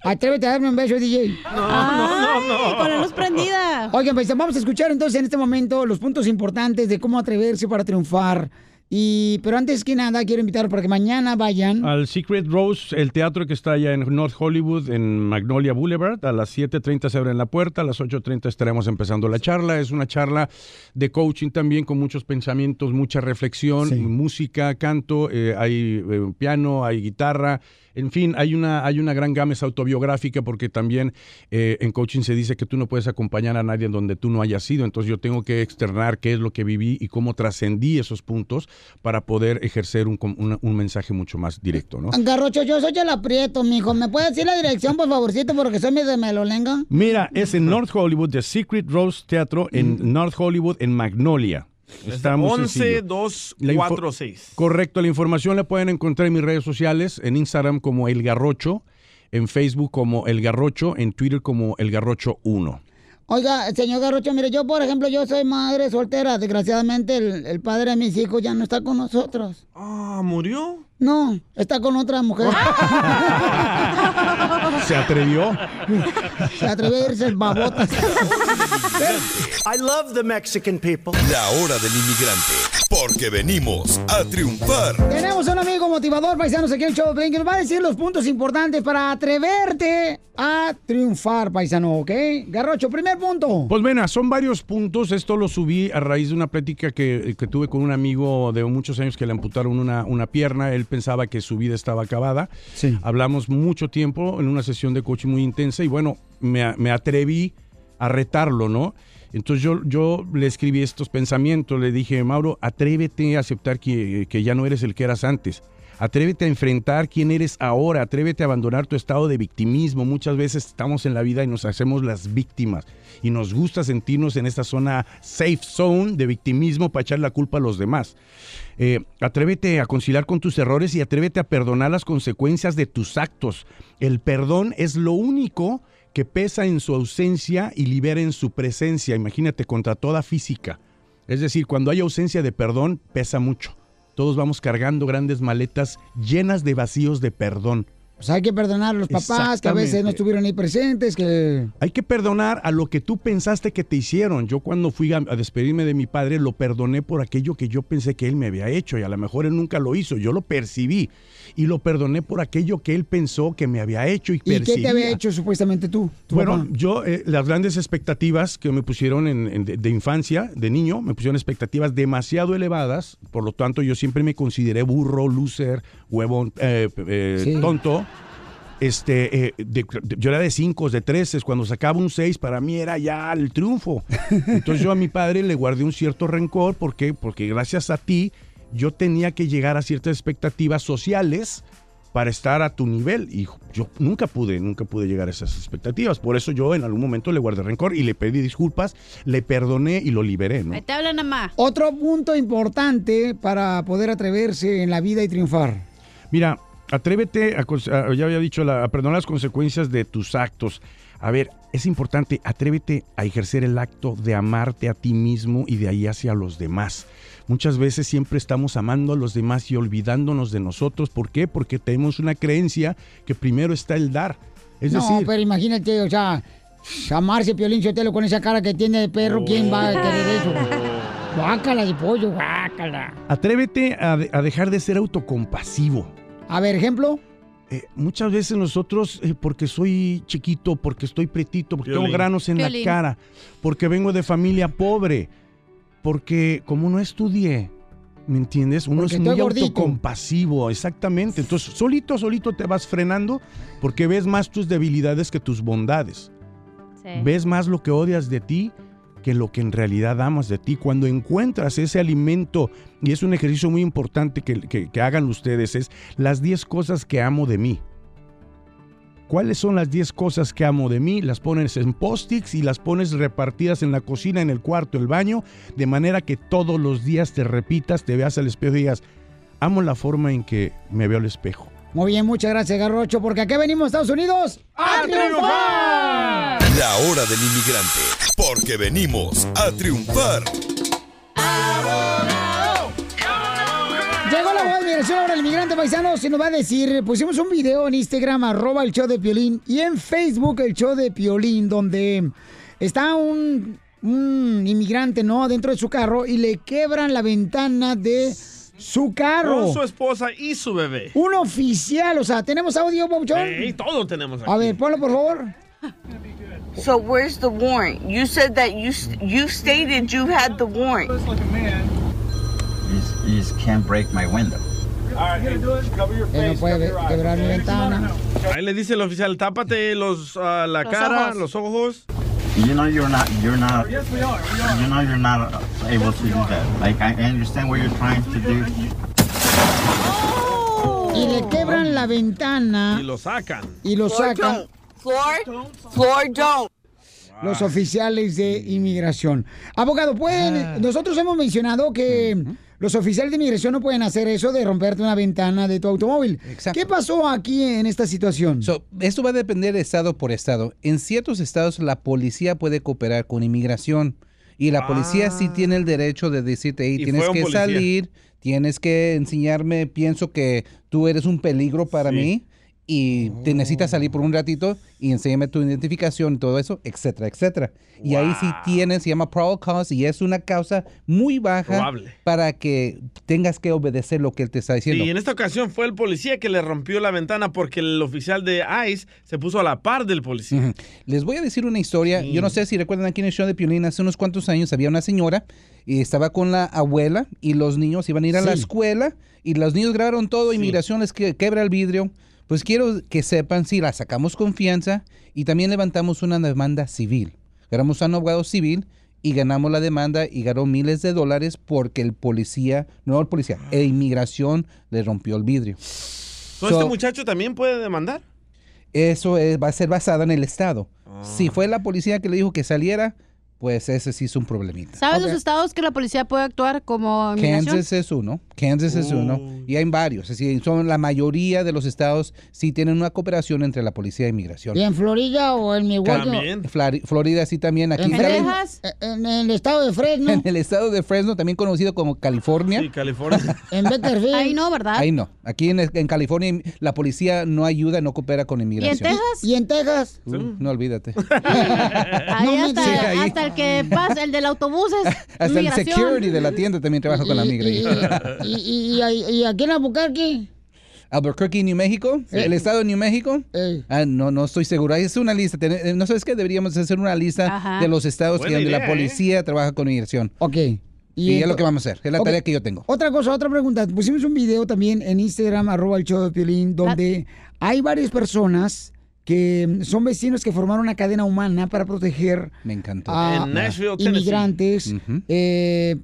Speaker 2: Atrévete a darme un beso, DJ.
Speaker 4: Ah, no, no, no. con la luz prendida.
Speaker 2: <laughs> Oigan, pues vamos a escuchar entonces en este momento los puntos importantes de cómo atreverse para triunfar. Y, pero antes que nada, quiero invitar para que mañana vayan.
Speaker 1: Al Secret Rose, el teatro que está allá en North Hollywood, en Magnolia Boulevard. A las 7.30 se abren la puerta, a las 8.30 estaremos empezando la charla. Es una charla de coaching también, con muchos pensamientos, mucha reflexión, música, canto, eh, hay eh, piano, hay guitarra. En fin, hay una, hay una gran gama, es autobiográfica, porque también eh, en coaching se dice que tú no puedes acompañar a nadie en donde tú no hayas sido. Entonces yo tengo que externar qué es lo que viví y cómo trascendí esos puntos para poder ejercer un, com- una- un mensaje mucho más
Speaker 2: <laughs>
Speaker 1: directo, ¿no?
Speaker 2: Garrocho, yo soy el aprieto, mijo. ¿Me puedes decir la dirección, por favorcito? Porque soy mi de melolenga.
Speaker 1: Mira, es en North Hollywood, The Secret Rose Teatro, en North Hollywood, en Magnolia. Está muy sencillo.
Speaker 5: 11, 2,
Speaker 1: La info-
Speaker 5: 4, 6.
Speaker 1: Correcto, la información la pueden encontrar en mis redes sociales, en Instagram como El Garrocho, en Facebook como El Garrocho, en Twitter como El Garrocho 1.
Speaker 2: Oiga, señor Garrocho, mire, yo, por ejemplo, yo soy madre soltera. Desgraciadamente, el, el padre de mis hijos ya no está con nosotros.
Speaker 5: Ah, ¿murió?
Speaker 2: No, está con otra
Speaker 5: <laughs>
Speaker 2: mujer.
Speaker 1: ¿Se atrevió?
Speaker 2: Se atrevió a irse el babota.
Speaker 10: I love the Mexican people.
Speaker 8: La hora del inmigrante, porque venimos a triunfar.
Speaker 2: Tenemos un amigo motivador, paisanos, aquí en el show de Piolín, que nos va a decir los puntos importantes para atreverte a triunfar, paisano, ¿ok? Garrocho, primer punto.
Speaker 1: Pues mira, son varios puntos. Esto lo subí a raíz de una plática que, que tuve con un amigo de muchos años que le amputaron una, una pierna. Él pensaba que su vida estaba acabada. Hablamos mucho tiempo en una sesión de coaching muy intensa y bueno, me, a- me atreví a retarlo, ¿no? Entonces yo, yo le escribí estos pensamientos, le dije, Mauro, atrévete a aceptar que, que ya no eres el que eras antes. Atrévete a enfrentar quién eres ahora, atrévete a abandonar tu estado de victimismo. Muchas veces estamos en la vida y nos hacemos las víctimas y nos gusta sentirnos en esta zona safe zone de victimismo para echar la culpa a los demás. Eh, atrévete a conciliar con tus errores y atrévete a perdonar las consecuencias de tus actos. El perdón es lo único que pesa en su ausencia y libera en su presencia. Imagínate, contra toda física. Es decir, cuando hay ausencia de perdón, pesa mucho. Todos vamos cargando grandes maletas llenas de vacíos de perdón.
Speaker 2: Pues hay que perdonar a los papás que a veces no
Speaker 1: Exactamente.
Speaker 2: estuvieron ahí presentes, que...
Speaker 1: Hay que perdonar a lo que tú pensaste que te hicieron. Yo cuando fui a, a despedirme de mi padre, lo perdoné por aquello que yo pensé que él me había hecho y a lo mejor él nunca lo hizo. Yo lo percibí y lo perdoné por aquello que él pensó que me había hecho y,
Speaker 2: ¿Y qué te
Speaker 1: percibía.
Speaker 2: había hecho supuestamente tú? tu
Speaker 1: bueno,
Speaker 2: papá?
Speaker 1: yo eh, las grandes expectativas que me pusieron en- en- de, de infancia, de niño, me pusieron expectativas demasiado elevadas, por lo tanto yo siempre me consideré burro, loser, huevón, eh, eh,
Speaker 11: Sí.
Speaker 1: tonto. Este, eh, de- de- yo era de cinco, de treses, cuando sacaba un seis para mí era ya el triunfo. Entonces yo a mi padre le guardé un cierto rencor porque, porque gracias a ti yo tenía que llegar a ciertas expectativas sociales para estar a tu nivel. Y yo nunca pude, nunca pude llegar a esas expectativas. Por eso yo en algún momento le guardé rencor y le pedí disculpas, le perdoné y lo liberé, ¿no?
Speaker 4: Ahí te hablan mamá.
Speaker 2: Otro punto importante para poder atreverse en la vida y triunfar.
Speaker 1: Mira, atrévete a, cons- a- ya había dicho, la- a perdonar las consecuencias de tus actos. A ver, es importante, atrévete a ejercer el acto de amarte a ti mismo y de ahí hacia los demás. Muchas veces siempre estamos amando a los demás y olvidándonos de nosotros. ¿Por qué? Porque tenemos una creencia que primero está el dar. Es
Speaker 2: no,
Speaker 1: decir,
Speaker 2: pero imagínate, o sea, amarse Piolín Sotelo con esa cara que tiene de perro, ¿quién va a
Speaker 1: Oh.
Speaker 2: querer
Speaker 1: <laughs>
Speaker 2: eso? Guácala de pollo, guácala.
Speaker 1: Atrévete a, de- a dejar de ser autocompasivo. Eh,
Speaker 2: A ver, ejemplo.
Speaker 1: muchas veces nosotros, eh, porque soy chiquito, porque estoy pretito, porque
Speaker 11: Piolín.
Speaker 1: tengo granos en
Speaker 11: Piolín.
Speaker 1: la cara, porque vengo de familia pobre, porque como no estudié, ¿me entiendes? Uno
Speaker 11: Porque
Speaker 1: es muy
Speaker 11: estoy gordito.
Speaker 1: autocompasivo, exactamente. Entonces, solito, solito te vas frenando porque ves más tus debilidades que tus bondades. Ves más lo que odias de ti que lo que en realidad amas de ti. Cuando encuentras ese alimento, y es un ejercicio muy importante que, que- que hagan ustedes, es las 10 cosas que amo de mí. ¿Cuáles son las 10 cosas que amo de mí? Las pones en post-its y las pones repartidas en la cocina, en el cuarto, el baño, de manera que todos los días te repitas, te veas al espejo y digas, Amo la forma en que me veo al espejo.
Speaker 2: Muy bien, muchas gracias, Garrocho, porque aquí venimos, Estados Unidos, a triunfar.
Speaker 8: La hora del inmigrante, porque venimos a triunfar.
Speaker 2: Llegó la voz de dirección ahora el migrante paisano, se nos va a decir, pusimos un video en Instagram, arroba el show de Piolín, y en Facebook el show de Piolín, donde está un, un inmigrante, ¿no?, dentro de su carro y le quebran la ventana de su carro.
Speaker 5: Con su esposa y su bebé.
Speaker 2: Un oficial, o sea, ¿tenemos audio, Pabuchón?
Speaker 5: Y todo tenemos aquí.
Speaker 2: A ver, ponlo por favor.
Speaker 14: So where's the warrant? You said that you st- you stated you had the warrant.
Speaker 15: You just, you just can't break my window.
Speaker 2: Él no puede quebrar mi ventana.
Speaker 5: Ahí le dice el oficial, tápate los, ah, la
Speaker 15: Los
Speaker 5: cara,
Speaker 15: ojos.
Speaker 5: los ojos.
Speaker 15: You know you're not you're not you know you're not uh, able to do that. Like I I understand what you're trying to do.
Speaker 2: Y le quebran la ventana
Speaker 5: Y lo sacan.
Speaker 2: y lo
Speaker 14: Floor
Speaker 2: sacan
Speaker 14: don't. Floor, floor don't.
Speaker 2: los oficiales de inmigración. Abogado,
Speaker 11: Ah.
Speaker 2: pueden, nosotros hemos mencionado que los oficiales de inmigración no pueden hacer eso de romperte una ventana de tu automóvil. ¿Qué pasó aquí en esta situación?
Speaker 11: So, esto va a depender de estado por estado. En ciertos estados la policía puede cooperar con inmigración y la policía sí
Speaker 2: Ah.
Speaker 11: tiene el derecho de decirte, "Hey,
Speaker 5: Y
Speaker 11: tienes
Speaker 5: fue un
Speaker 11: que
Speaker 5: policía.
Speaker 11: salir, tienes que enseñarme, pienso que tú eres un peligro para mí y te necesitas salir por un
Speaker 2: Oh.
Speaker 11: ratito y enséñame tu identificación y todo eso, etcétera, etcétera. Y ahí sí tienes, se llama probable cause y es una causa muy baja
Speaker 5: Probable.
Speaker 11: para que tengas que obedecer lo que él te está diciendo.
Speaker 5: Y en esta ocasión fue el policía que le rompió la ventana porque el oficial de ICE se puso a la par del policía.
Speaker 11: Ujú. Les voy a decir una historia.
Speaker 5: Sí.
Speaker 11: Yo no sé si recuerdan aquí en el show de Piolín, hace unos cuantos años había una señora y estaba con la abuela y los niños iban a ir a la
Speaker 12: Sí.
Speaker 11: escuela y los niños grabaron todo, inmigración les que- quebra el vidrio. Pues quiero que sepan si la sacamos confianza y también levantamos una demanda civil. Ganamos a un abogado civil y ganamos la demanda y ganó miles de dólares porque el policía, no el policía, e inmigración le rompió el vidrio. So-
Speaker 5: So, este muchacho también puede demandar.
Speaker 11: eso es- va a ser basada en el Estado. Si fue la policía que le dijo que saliera, pues ese sí es un problemita.
Speaker 4: ¿Sabes los estados que la policía puede actuar como inmigración?
Speaker 11: Kansas es uno, Kansas es uno, y hay varios, es decir, son la mayoría de los estados sí tienen una cooperación entre la policía e inmigración.
Speaker 2: ¿Y en Florida o en Milwaukee?
Speaker 11: Flari- Florida sí también, aquí
Speaker 2: ¿En
Speaker 11: Cali-
Speaker 2: Texas? En el estado de Fresno.
Speaker 11: <laughs> en el estado de Fresno, también conocido como California. Sí,
Speaker 5: California.
Speaker 2: <laughs> En Betterfield.
Speaker 4: Ahí no, ¿verdad?
Speaker 11: Ahí no, aquí en, en California la policía no ayuda, no coopera con inmigración.
Speaker 2: ¿Y en Texas?
Speaker 11: Uh,
Speaker 2: <laughs>
Speaker 11: no olvídate.
Speaker 4: Ahí hasta,
Speaker 11: digas. Sí, ahí.
Speaker 4: hasta el que pasa, el del autobús es
Speaker 11: <laughs> Hasta el
Speaker 4: inmigración.
Speaker 11: security de la tienda también trabaja con la migra. <laughs>
Speaker 2: ¿Y, y, y- y aquí en Albuquerque?
Speaker 11: Albuquerque, New México, el estado de New México. Ah, no, no estoy seguro. Ahí Es una lista. Ten- eh, No sabes qué deberíamos hacer una lista
Speaker 2: Ajá.
Speaker 11: de los estados que
Speaker 2: Buena
Speaker 11: donde la
Speaker 2: idea, ¿eh?
Speaker 11: policía trabaja con inmigración.
Speaker 2: Ok. Y,
Speaker 11: es
Speaker 2: ento-
Speaker 11: lo que vamos a hacer. Es la
Speaker 2: Ok.
Speaker 11: tarea que yo tengo.
Speaker 2: Otra cosa, otra pregunta. Pusimos un video también en Instagram, arroba el show de Piolín, donde hay varias personas que son vecinos que formaron una cadena humana para proteger
Speaker 11: Me encantó.
Speaker 2: a
Speaker 11: En Nashville, Tennessee.
Speaker 2: Ah, inmigrantes eh,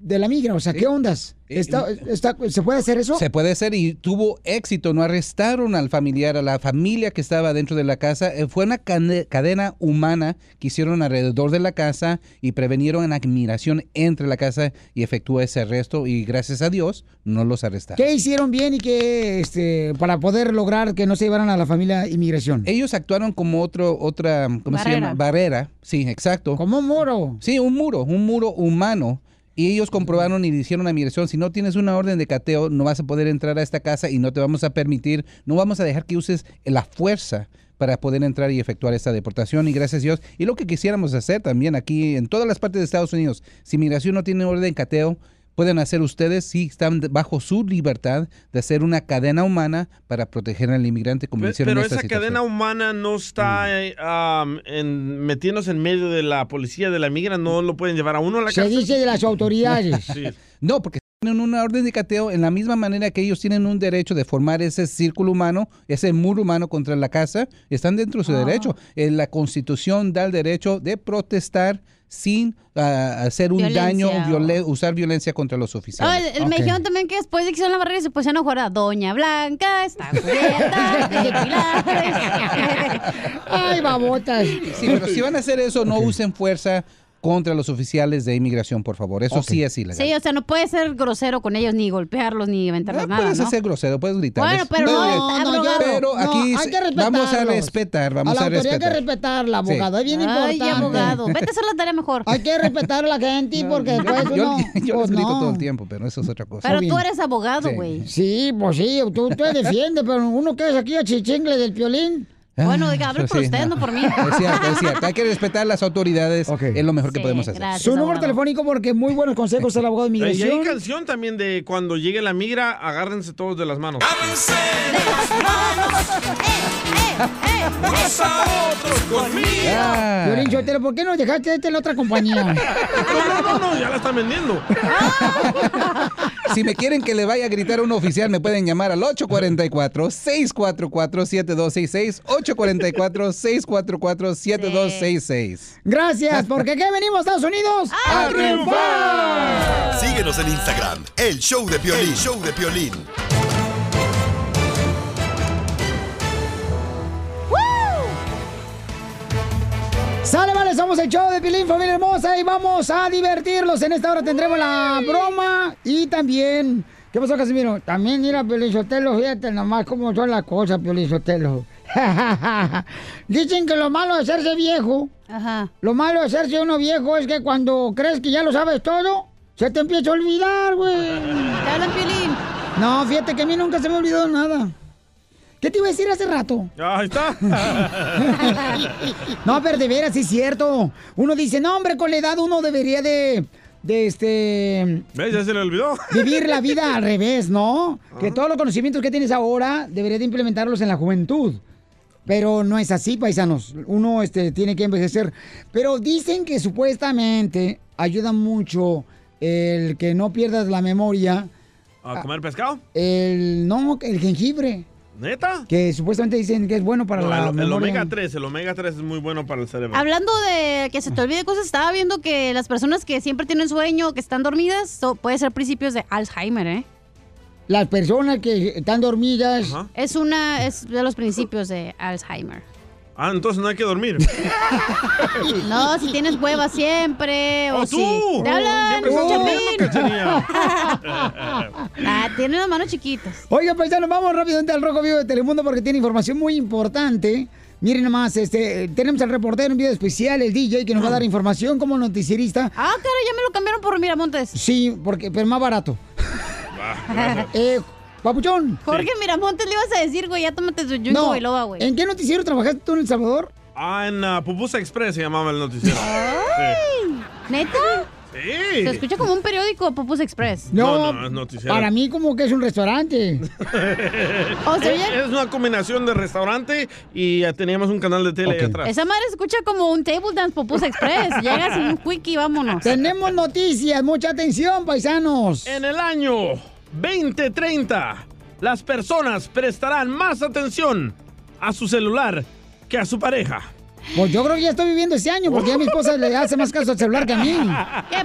Speaker 2: de la migra. O sea, ¿qué ondas? Está- está- ¿Se puede hacer eso?
Speaker 11: ¿Eh? Se puede hacer y tuvo éxito. No arrestaron al familiar, a la familia que estaba dentro de la casa. Eh, Fue una cande- cadena humana que hicieron alrededor de la casa y prevenieron en admiración entre la casa y efectuó ese arresto. Y gracias a Dios no los arrestaron.
Speaker 2: ¿Qué hicieron bien y qué este, para poder lograr que no se llevaran a la familia inmigración?
Speaker 11: Ellos actuaron como otro, otra, ¿cómo se
Speaker 2: Barrera.
Speaker 11: llama? Barrera, sí, exacto.
Speaker 2: Como un muro.
Speaker 11: Sí, un muro, un muro humano. Y ellos comprobaron y le hicieron a migración, si no tienes una orden de cateo, no vas a poder entrar a esta casa y no te vamos a permitir, no vamos a dejar que uses la fuerza para poder entrar y efectuar esta deportación. Y gracias a Dios. Y lo que quisiéramos hacer también aquí en todas las partes de Estados Unidos, si migración no tiene orden de cateo, pueden hacer ustedes si están de- bajo su libertad de hacer una cadena humana para proteger al inmigrante como
Speaker 5: Pe-
Speaker 11: hicieron
Speaker 5: Pero
Speaker 11: en esta
Speaker 5: esa
Speaker 11: situación. Mm.
Speaker 5: cadena humana no está eh, um, en- metiéndose en medio de la policía, de la migra, no lo pueden llevar a uno a la
Speaker 11: Se
Speaker 5: cárcel.
Speaker 11: dice de las autoridades.
Speaker 5: <laughs> Sí.
Speaker 11: No, porque tienen una orden de cateo en la misma manera que ellos tienen un derecho de formar ese círculo humano, ese muro humano contra la casa, están dentro de su
Speaker 4: Ah.
Speaker 11: derecho. Eh, la constitución da el derecho de protestar sin ah, hacer un
Speaker 4: Violencia
Speaker 11: daño,
Speaker 4: o-
Speaker 11: viole- usar violencia contra los
Speaker 4: Ah,
Speaker 11: oficiales.
Speaker 4: el- el- Me dijeron también que después de que hicieron la barrera se pusieron a jugar a Doña Blanca, está cubierta,
Speaker 2: <laughs>
Speaker 4: de pilares.
Speaker 2: Ay, babotas.
Speaker 11: Sí, pero si van a hacer eso, no usen fuerza. contra los oficiales de inmigración, por favor. Eso sí es ilegal.
Speaker 4: Sí, o sea, no puedes ser grosero con ellos, ni golpearlos, ni aventarles nada.
Speaker 11: puedes
Speaker 4: ¿no?
Speaker 11: ser grosero, puedes gritar.
Speaker 4: Bueno, pero no,
Speaker 11: no,
Speaker 4: no, yo-
Speaker 11: pero
Speaker 4: no,
Speaker 11: aquí
Speaker 4: hay que
Speaker 11: vamos a
Speaker 4: respetarlos.
Speaker 2: a
Speaker 11: respetar, vamos
Speaker 2: la
Speaker 11: a,
Speaker 2: autoridad hay que
Speaker 11: respetar.
Speaker 2: respetarla,
Speaker 11: Sí.
Speaker 2: abogado. Es bien
Speaker 4: Ay,
Speaker 2: importante.
Speaker 4: abogado, vete a hacer la tarea mejor.
Speaker 2: Hay que respetar a la gente porque después
Speaker 11: <laughs> yo,
Speaker 2: uno...
Speaker 11: yo
Speaker 2: pues
Speaker 11: les grito
Speaker 2: no.
Speaker 11: todo el tiempo, pero eso es otra cosa.
Speaker 4: Pero tú eres abogado,
Speaker 11: Sí.
Speaker 4: güey.
Speaker 2: Sí, pues sí, tú te defiendes, pero uno que es aquí a chichingle del violín.
Speaker 4: Bueno,
Speaker 11: Ah,
Speaker 4: diga, hable por usted, no por mí.
Speaker 11: Es cierto, es cierto. Hay que respetar las autoridades. Es lo mejor que podemos hacer.
Speaker 2: Su número telefónico porque muy buenos consejos el abogado de
Speaker 5: Eh, Y hay
Speaker 2: migración.
Speaker 5: canción también de cuando llegue la migra, agárrense todos de las manos.
Speaker 3: Unos a otros conmigo.
Speaker 5: Ah.
Speaker 2: Violín Sotelo, ¿por qué no dejaste este en la otra compañía?
Speaker 5: No, no, no, ya la están vendiendo.
Speaker 11: <laughs> Si me quieren que le vaya a gritar a un oficial, me pueden llamar al 844-644-7266. 844-644-7266.
Speaker 2: Gracias, porque ¿qué venimos, Estados Unidos? ¡A triunfar!
Speaker 8: Síguenos en Instagram, el show de Piolín. El show de Piolín.
Speaker 2: Sale, vale, somos el show de Pilín, familia hermosa, y vamos a divertirlos. En esta hora tendremos la broma y también. ¿Qué pasó, Casimiro? También ir a Piolín Sotelo, fíjate nomás cómo son las cosas, Piolín Sotelo. <laughs> Dicen que lo malo de hacerse viejo, lo malo de hacerse uno viejo es que cuando crees que ya lo sabes todo, se te empieza a olvidar, güey. ¿Te
Speaker 4: hablan, Piolín?
Speaker 2: No, fíjate que a mí nunca se me ha olvidado nada. ¿Qué te iba a decir hace rato?
Speaker 5: Ahí está.
Speaker 2: No, pero de veras, sí es cierto. Uno dice, no, hombre, con la edad uno debería de, de este,
Speaker 5: <laughs> ¿Ves? Ya se le olvidó.
Speaker 2: vivir la vida al revés, ¿no? Que todos los conocimientos que tienes ahora deberías de implementarlos en la juventud. Pero no es así, paisanos. Uno este, tiene que envejecer. Pero dicen que supuestamente ayuda mucho el que no pierdas la memoria,
Speaker 5: ¿A comer pescado?
Speaker 2: el, no, el jengibre.
Speaker 5: ¿Neta?
Speaker 2: Que supuestamente dicen que es bueno para la
Speaker 5: el, el
Speaker 2: memoria.
Speaker 5: omega 3, el omega 3 es muy bueno para el cerebro.
Speaker 4: <laughs> Hablando de que se te olvide cosas, estaba viendo que las personas que siempre tienen sueño, que están dormidas, so- puede ser principios de Alzheimer, ¿eh?
Speaker 2: Las personas que están dormidas.
Speaker 4: Es una, es de los principios de Alzheimer.
Speaker 5: Ah, entonces no hay
Speaker 4: <laughs>
Speaker 5: que dormir.
Speaker 4: No, si tienes hueva siempre, o,
Speaker 5: ¡Oh,
Speaker 4: si
Speaker 5: tú!
Speaker 4: te hablan,
Speaker 5: Ya empezó <laughs>
Speaker 4: Chapín.
Speaker 5: Cachanilla.
Speaker 4: Ah, tiene las manos chiquitas.
Speaker 2: Oiga, paisanos, vamos rápidamente al Rojo Vivo de Telemundo porque tiene información muy importante. Miren nomás, este, tenemos al reportero en video especial, el DJ, que nos va a dar información como noticierista.
Speaker 4: Ah, claro, ya me lo cambiaron por Miramontes.
Speaker 2: Sí, porque, pero más
Speaker 4: <laughs>
Speaker 2: barato.
Speaker 4: gracias.
Speaker 2: eh, Papuchón.
Speaker 4: Jorge Miramontes le ibas a decir, güey, ya tómate tu yungo
Speaker 2: No,
Speaker 4: biloba, güey.
Speaker 2: ¿En qué noticiero trabajaste tú en El Salvador?
Speaker 5: Ah, en ah, Pupusa Express se llamaba el noticiero. Sí.
Speaker 4: ¿Neta?
Speaker 5: Sí.
Speaker 4: Se escucha como un periódico, Popus Express.
Speaker 5: No, no, es noticiero.
Speaker 2: Para mí como que es un
Speaker 4: <laughs>
Speaker 2: restaurante.
Speaker 5: <laughs>
Speaker 4: O sea,
Speaker 5: es,
Speaker 4: ya-
Speaker 5: es una combinación de restaurante y ya teníamos un canal de tele ahí atrás.
Speaker 4: Esa madre escucha como un table dance Popus Express.
Speaker 5: <laughs>
Speaker 4: Llegas sin un quickie, vámonos.
Speaker 2: Tenemos noticias, mucha atención, paisanos.
Speaker 5: En el año 2030, las personas prestarán más atención a su celular que a su pareja.
Speaker 2: Pues yo creo que ya estoy viviendo ese año porque ya mi esposa le hace más caso al celular que a mí.
Speaker 4: ¿Qué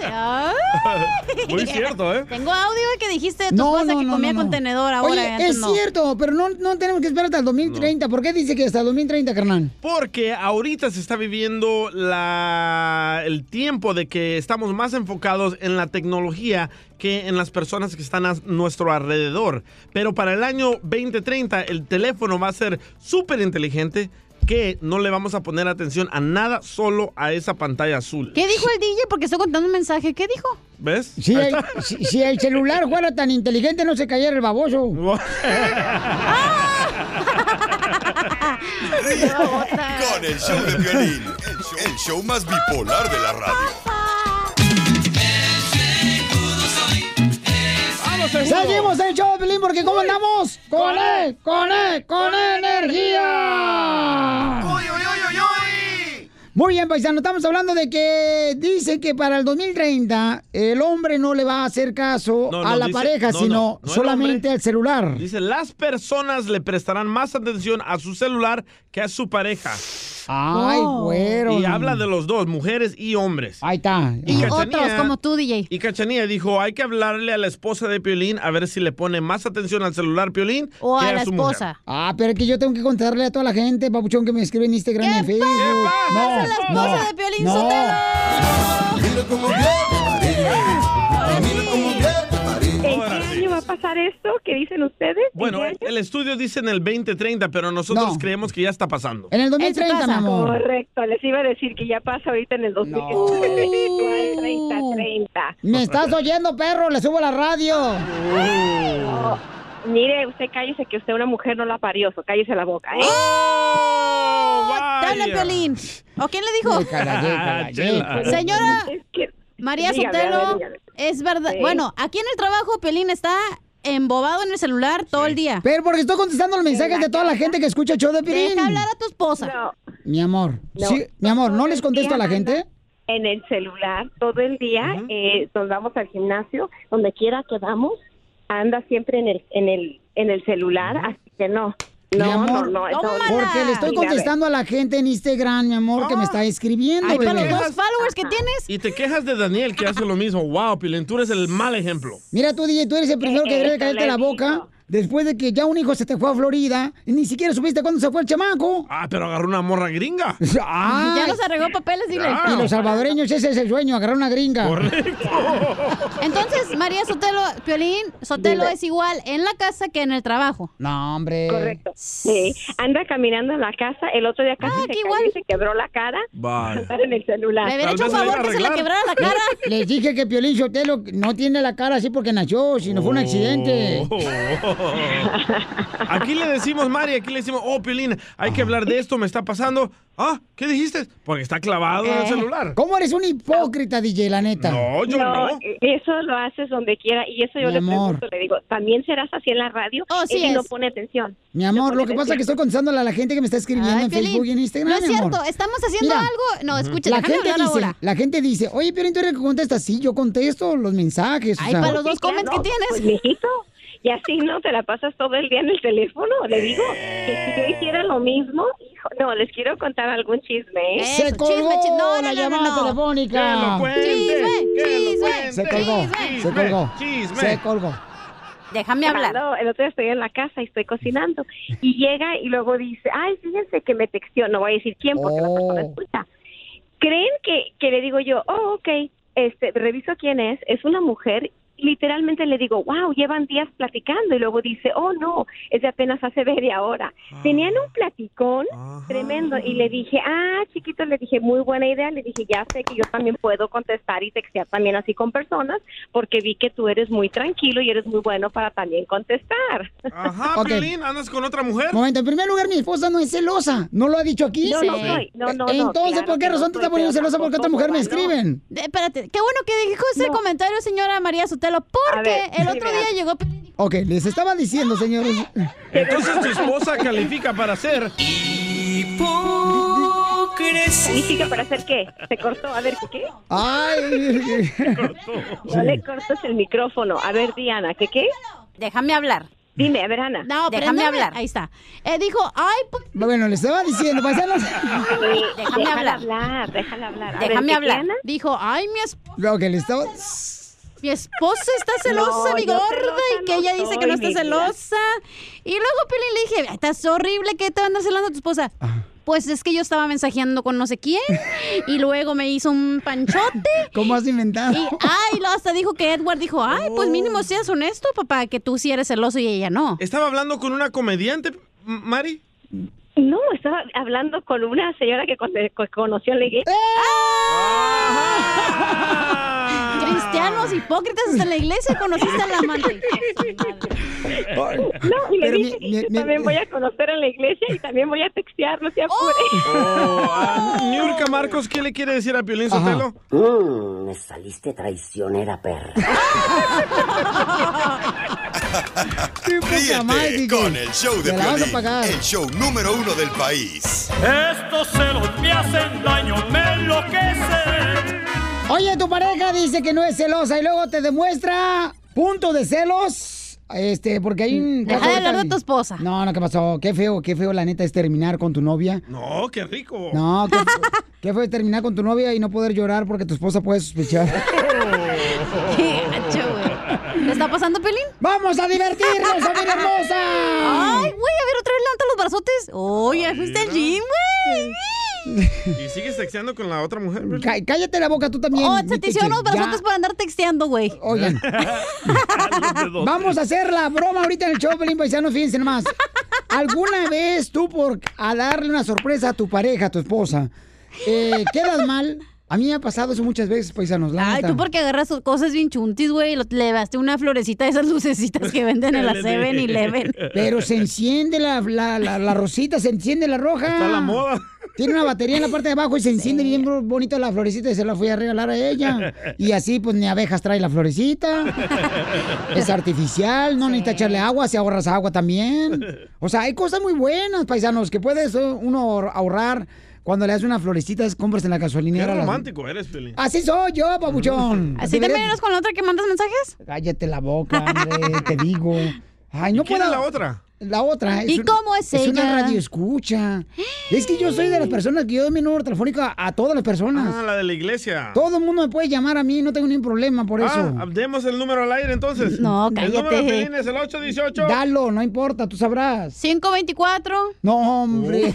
Speaker 4: pasa? <laughs>
Speaker 5: Muy cierto, ¿eh?
Speaker 4: Tengo audio que dijiste de tu esposa que comía contenedor ahora.
Speaker 2: Oye,
Speaker 4: antes
Speaker 2: es
Speaker 4: no.
Speaker 2: cierto, pero no, no tenemos que esperar hasta el 2030. ¿Por qué dice que hasta el 2030, carnal?
Speaker 5: Porque ahorita se está viviendo la- el tiempo de que estamos más enfocados en la tecnología que en las personas que están a nuestro alrededor. Pero para el año 2030 el teléfono va a ser súper inteligente que no le vamos a poner atención a nada, solo a esa pantalla azul.
Speaker 4: ¿Qué dijo el DJ? Porque estoy contando Pues, un mensaje. ¿Qué dijo?
Speaker 5: ¿Ves?
Speaker 2: Si
Speaker 5: Ahí
Speaker 2: el,
Speaker 5: está.
Speaker 2: si- si el celular fuera tan inteligente, no se cayera el
Speaker 5: <laughs>
Speaker 2: baboso.
Speaker 8: Con el show de Piolín. El show, el show más bipolar de la radio.
Speaker 2: Seguimos en el show de Pelín porque ¿cómo andamos? ¡Con
Speaker 5: E.
Speaker 2: él! ¡Con él! ¡Con E energía! Muy bien, paisano, estamos hablando de que dice que para el 2030 el hombre no le va a hacer caso
Speaker 5: No,
Speaker 2: a
Speaker 5: no,
Speaker 2: la
Speaker 5: dice-
Speaker 2: pareja,
Speaker 5: no,
Speaker 2: sino
Speaker 5: no, no el
Speaker 2: solamente
Speaker 5: hombre.
Speaker 2: al celular.
Speaker 5: Dice, las personas le prestarán más atención a su celular que a su pareja.
Speaker 2: Ay, Wow. güero.
Speaker 5: Y habla de los dos, mujeres y hombres.
Speaker 2: Ahí está.
Speaker 4: Y otros, como tú, DJ.
Speaker 5: Y Cachanía dijo, hay que hablarle a la esposa de Piolín a ver si le pone más atención al celular Piolín
Speaker 2: O
Speaker 5: que
Speaker 2: a la
Speaker 5: su mujer".
Speaker 2: esposa. Ah, pero es que yo tengo que contarle a toda la gente, papuchón, que me escribe en Instagram y en Facebook. No,
Speaker 4: era la esposa de Piolín Sotelo.
Speaker 24: ¿En qué año va a pasar esto que dicen ustedes? ¿En
Speaker 5: Bueno, eh.
Speaker 24: qué
Speaker 5: el, el estudio dice en el 2030, pero nosotros creemos que ya está pasando.
Speaker 2: En el
Speaker 24: Correcto, les iba a decir que ya pasa ahorita en el 2030. ¿Cuál 30, 30.
Speaker 2: Me estás oyendo, perro, le subo la radio.
Speaker 24: No, Oh, mire, usted cállese que usted una mujer no la parió, so cállese la boca, ¿eh?
Speaker 4: Dale, Piolín. ¿O quién le dijo?
Speaker 24: Déjala, déjala, déjala.
Speaker 4: Pues, Señora María
Speaker 24: Dígame, a ver,
Speaker 4: Sotelo,
Speaker 24: dígame.
Speaker 4: es verdad.
Speaker 24: Sí.
Speaker 4: Bueno, aquí en el trabajo, Piolín está embobado en el celular todo el día.
Speaker 2: Pero porque estoy contestando los mensajes de toda la gente que escucha el show de Piolín.
Speaker 4: Deja hablar a tu esposa.
Speaker 2: Mi amor,
Speaker 24: No.
Speaker 2: sí, mi amor, ¿no les contesto a la
Speaker 24: Anda
Speaker 2: gente?
Speaker 24: En el celular todo el día, eh, nos vamos al gimnasio, donde quiera que vamos, anda siempre en el, en el, en el celular, así que no. No,
Speaker 2: mi amor,
Speaker 24: no, no, eso no.
Speaker 2: porque le estoy
Speaker 24: Mira, a ver,
Speaker 2: contestando a la gente en Instagram, mi amor, que me está escribiendo.
Speaker 5: Ay, pero
Speaker 2: bebé.
Speaker 5: los dos
Speaker 4: followers que tienes.
Speaker 5: Y te quejas de Daniel que hace lo mismo. Wow, Pilín, tú eres el mal ejemplo.
Speaker 2: Mira tú, DJ, tú eres el primero que debe
Speaker 5: Eso
Speaker 2: caerte
Speaker 5: le
Speaker 2: la boca después de que ya un hijo se te fue a Florida y ni siquiera supiste cuándo se fue el chamaco.
Speaker 5: Ah, pero agarró una
Speaker 2: <laughs>
Speaker 5: morra gringa.
Speaker 2: Ah,
Speaker 4: ya nos arregló papeles, dile.
Speaker 2: Y los salvadoreños, ese es el sueño, agarrar una gringa.
Speaker 4: Entonces, María Sotelo, Piolín, Sotelo
Speaker 24: Dime.
Speaker 4: es igual en la casa que en el trabajo.
Speaker 2: No, hombre.
Speaker 24: Correcto. Sí, anda caminando en la casa, el otro día casi se cayó y se quebró la cara. por
Speaker 5: Vale.
Speaker 24: Estar en el celular.
Speaker 4: Le hubiera hecho un favor que se le quebrara la cara.
Speaker 2: <laughs> Les dije que Piolín Sotelo no tiene la cara así porque nació, sino fue un accidente.
Speaker 5: Oh. Aquí le decimos, Mari, aquí le decimos, oh, Pilín, hay que hablar de esto, me está pasando. Ah, ¿qué dijiste? Porque está clavado en el
Speaker 2: Eh,
Speaker 5: celular.
Speaker 2: ¿Cómo eres un hipócrita, DJ, la neta?
Speaker 5: No, yo no.
Speaker 24: eh, Eso lo haces donde quiera y eso yo
Speaker 2: Mi
Speaker 24: le
Speaker 2: amor.
Speaker 24: pregunto, le digo, ¿también serás así en la radio?
Speaker 4: Oh, sí
Speaker 24: Él no
Speaker 4: es.
Speaker 24: pone atención.
Speaker 2: Mi amor, lo que pasa es que estoy contestándole a la gente que me está escribiendo
Speaker 4: Ay,
Speaker 2: en
Speaker 4: Piolín,
Speaker 2: Facebook y en Instagram.
Speaker 4: no es
Speaker 2: mi amor.
Speaker 4: cierto, estamos haciendo algo- no, escucha,
Speaker 2: la
Speaker 4: déjame
Speaker 2: gente
Speaker 4: hablar
Speaker 2: dice,
Speaker 4: ahora.
Speaker 2: La gente dice, oye, pero tú eres el que contesta. Sí, yo contesto los mensajes. o
Speaker 24: Ay,
Speaker 2: sea.
Speaker 24: para los dos comments que tienes. Pues, mijito, y así no te la pasas todo el día en el teléfono. Le digo que si
Speaker 2: Eh.
Speaker 24: yo hiciera lo mismo, hijo, no, les quiero contar algún chisme. ¿eh?
Speaker 2: Se Eso, colgó chisme, chisme. No, no, la no, no, llamada no. telefónica. Que lo cuente,
Speaker 24: Chisme,
Speaker 2: Se colgó, se colgó, se colgó.
Speaker 4: Déjame
Speaker 24: hablar. el otro día estoy en la casa y estoy cocinando. Y llega y luego dice, ay, fíjense que me texteó. No voy a decir quién porque la persona escucha. ¿Creen que, que le digo yo, oh, ok, este, reviso quién es? Es una mujer. Literalmente le digo, wow, llevan días platicando. Y luego dice, oh, no, es de apenas hace media hora. Tenían un platicón tremendo. Y le dije, ah, chiquito, le dije, muy buena idea. Le dije, ya sé que yo también puedo contestar y textear también así con personas, porque vi que tú eres muy tranquilo y eres muy bueno para también contestar.
Speaker 5: Ajá,
Speaker 2: Ok.
Speaker 5: Piolín, ¿andas con otra mujer?
Speaker 2: Momento, en primer lugar, mi esposa no es celosa. ¿No lo ha dicho aquí?
Speaker 24: No, no Sí. soy. No, no, no,
Speaker 2: Entonces,
Speaker 24: claro
Speaker 2: ¿por qué
Speaker 24: que no
Speaker 2: razón te
Speaker 24: soy,
Speaker 2: está poniendo
Speaker 24: pero
Speaker 2: celosa porque otra mujer me escriben?
Speaker 4: De- Eh, espérate, qué bueno que dijo ese comentario, señora María Sotelo, porque el otro día llegó Piolín.
Speaker 2: Ok, les estaba diciendo, señores.
Speaker 5: Entonces tu esposa califica para ser.
Speaker 24: ¿Significa para hacer qué? ¿Se cortó? A ver, ¿qué?
Speaker 2: Ay.
Speaker 24: No le cortas el micrófono. A ver, Diana, ¿qué qué?
Speaker 4: Déjame hablar.
Speaker 24: Dime, a ver, Ana.
Speaker 4: No,
Speaker 24: Déjame
Speaker 4: préndeme.
Speaker 24: hablar.
Speaker 4: Ahí está. Eh, dijo, ay, pues,
Speaker 2: Bueno, les estaba diciendo, paisanos.
Speaker 4: déjame
Speaker 24: déjala
Speaker 4: hablar.
Speaker 24: hablar, déjala hablar. A ver,
Speaker 4: Déjame
Speaker 24: ¿qué
Speaker 4: hablar.
Speaker 24: tiene?
Speaker 4: Dijo, ay, mi, esp-
Speaker 2: Ok, les estaba...
Speaker 4: mi esposa está celosa,
Speaker 24: <laughs> No,
Speaker 4: mi
Speaker 24: yo
Speaker 4: gorda,
Speaker 24: celosa
Speaker 4: y que ella
Speaker 24: no
Speaker 4: dice que no
Speaker 24: soy,
Speaker 4: está
Speaker 24: mi vida.
Speaker 4: celosa. Y luego Piolín le dije, "Ay, estás horrible, ¿qué te andas celando a tu esposa?
Speaker 24: Ah.
Speaker 4: Pues es que yo estaba mensajeando con no sé
Speaker 24: <laughs>
Speaker 4: quién, y luego me hizo un panchote,
Speaker 2: ¿Cómo has inventado?
Speaker 4: Y ay, lo hasta dijo que Edward dijo, ay, pues
Speaker 24: Oh.
Speaker 4: mínimo seas honesto, papá, que tú sí eres celoso y ella no.
Speaker 5: ¿Estaba hablando con una comediante, M- Mari?
Speaker 24: No, estaba hablando con una señora que con- que conoció pues, le
Speaker 4: ¡Eh!
Speaker 24: dije, ¡Ah!
Speaker 4: Ah. Cristianos hipócritas hasta en la iglesia conociste al
Speaker 24: <laughs>
Speaker 4: amante.
Speaker 24: No, y le
Speaker 4: Pero
Speaker 24: dije,
Speaker 4: mi- mi-
Speaker 24: yo
Speaker 4: mi-
Speaker 24: también voy a conocer en la iglesia y también voy a textear, no se apure.
Speaker 4: Oh.
Speaker 5: Niurka Marcos, ¿qué le quiere decir a Piolín Sotelo?
Speaker 3: Mmm, me saliste traicionera, perra.
Speaker 8: Ríete con el show de
Speaker 3: Te la vas a
Speaker 8: Piolín,
Speaker 3: pagar.
Speaker 8: el show número uno del país.
Speaker 3: Estos celos me hacen daño, me enloquecen.
Speaker 2: Oye, tu pareja dice que no es celosa y luego te demuestra punto de celos. Este, porque hay un.
Speaker 4: Deja de hablar de tu
Speaker 2: esposa. No, no, ¿qué pasó? Qué feo, qué feo, la neta, es terminar con tu novia.
Speaker 5: No, qué rico.
Speaker 2: No,
Speaker 4: <laughs>
Speaker 2: qué, qué feo es terminar con tu novia y no poder llorar porque tu esposa puede sospechar.
Speaker 4: Qué gacho, güey. ¿Le está pasando, Pelín?
Speaker 2: ¡Vamos a divertirnos, familia hermosa!
Speaker 4: Oh, Ay, güey, a ver, otra vez levanta los brazotes. Oye, fuiste al gym, güey.
Speaker 5: ¿Y sigues texteando con la otra mujer? Piolín?
Speaker 2: Cá- cállate la boca tú también.
Speaker 4: Oh, se te hicieron los brazotes por andar texteando, güey. <laughs>
Speaker 2: Oigan.
Speaker 5: <laughs>
Speaker 2: Vamos a hacer la broma ahorita en el show, Pelín Paisano, fíjense nomás. ¿Alguna vez tú por a darle una sorpresa a tu pareja, a tu esposa, eh, quedas mal? A mí me ha pasado eso muchas veces, paisanos. la
Speaker 4: Ay,
Speaker 2: neta.
Speaker 4: tú porque agarras sus cosas bien chuntis, güey. lo- Le baste una florecita de esas lucecitas que venden en la 7 y Leven.
Speaker 2: Pero se enciende la, la, la- la rosita, se enciende la roja.
Speaker 4: Está la moda.
Speaker 2: Tiene una batería en la parte de abajo y se enciende bien bro- bonito la florecita y se la fui a regalar a ella. Y así, pues, ni abejas trae la florecita. Es artificial, no necesita echarle agua, si ahorras agua también. O sea, hay cosas muy buenas, paisanos, que puedes eh, uno ahorrar cuando le das una florecita, es- compras en la
Speaker 5: Qué
Speaker 2: gasolinera. las-
Speaker 5: romántico eres, Piolín.
Speaker 2: Así soy yo, papuchón.
Speaker 4: <laughs> ¿Así
Speaker 2: Deberías-
Speaker 4: también eres con la otra que mandas mensajes?
Speaker 2: Cállate la boca, hombre,
Speaker 4: <laughs>
Speaker 2: te digo. Ay, no
Speaker 4: quién
Speaker 2: puedo.
Speaker 4: es la otra?
Speaker 2: La otra.
Speaker 4: ¿Y
Speaker 2: un-
Speaker 4: cómo es
Speaker 2: Es una
Speaker 4: ella?
Speaker 2: radio escucha. Es que yo soy de las personas que yo doy mi número telefónico a, a todas las personas.
Speaker 5: Ah, la de la iglesia.
Speaker 2: Todo el mundo me puede llamar a mí, no tengo ningún problema por eso.
Speaker 5: Ah, demos el número al aire entonces.
Speaker 2: No,
Speaker 5: El número de
Speaker 2: cállate.
Speaker 5: Piolín es el 818.
Speaker 2: Dalo, no importa, tú sabrás.
Speaker 4: 524.
Speaker 2: No,
Speaker 4: <laughs>
Speaker 2: hombre.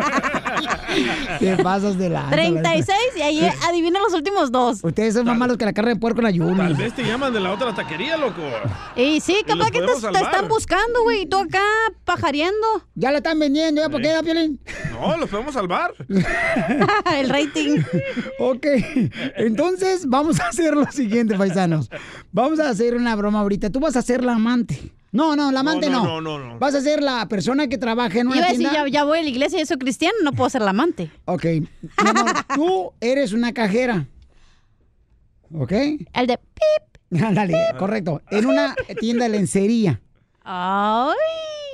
Speaker 5: Uh.
Speaker 2: Te pasas de la.
Speaker 4: 36 y ahí adivina los últimos dos.
Speaker 2: Ustedes son más malos que la carne de puerco en la
Speaker 5: Tal
Speaker 2: Yumi.
Speaker 5: vez te Este llaman de la otra taquería, loco.
Speaker 4: Y sí,
Speaker 5: Y los
Speaker 4: capaz que te,
Speaker 5: podemos
Speaker 4: te
Speaker 5: salvar.
Speaker 4: están buscando, güey. Y tú acá pajareando.
Speaker 2: Ya la están vendiendo, ¿ya? ¿Por qué da violín?
Speaker 5: No, los podemos salvar.
Speaker 4: <laughs> El rating.
Speaker 2: Ok, entonces vamos a hacer lo siguiente, paisanos. Vamos a hacer una broma ahorita. Tú vas a ser la amante. No, no, la amante no.
Speaker 4: no,
Speaker 5: no,
Speaker 2: Vas a ser la persona que trabaja en
Speaker 4: Iba
Speaker 2: una
Speaker 4: a decir,
Speaker 2: tienda.
Speaker 4: ya, ya voy a la iglesia y soy cristiano, no puedo ser la amante.
Speaker 2: Ok. Mi amor, <laughs> tú eres una cajera. ¿Ok?
Speaker 4: El de
Speaker 2: pip. Ándale, correcto. En una tienda de lencería.
Speaker 4: Ay,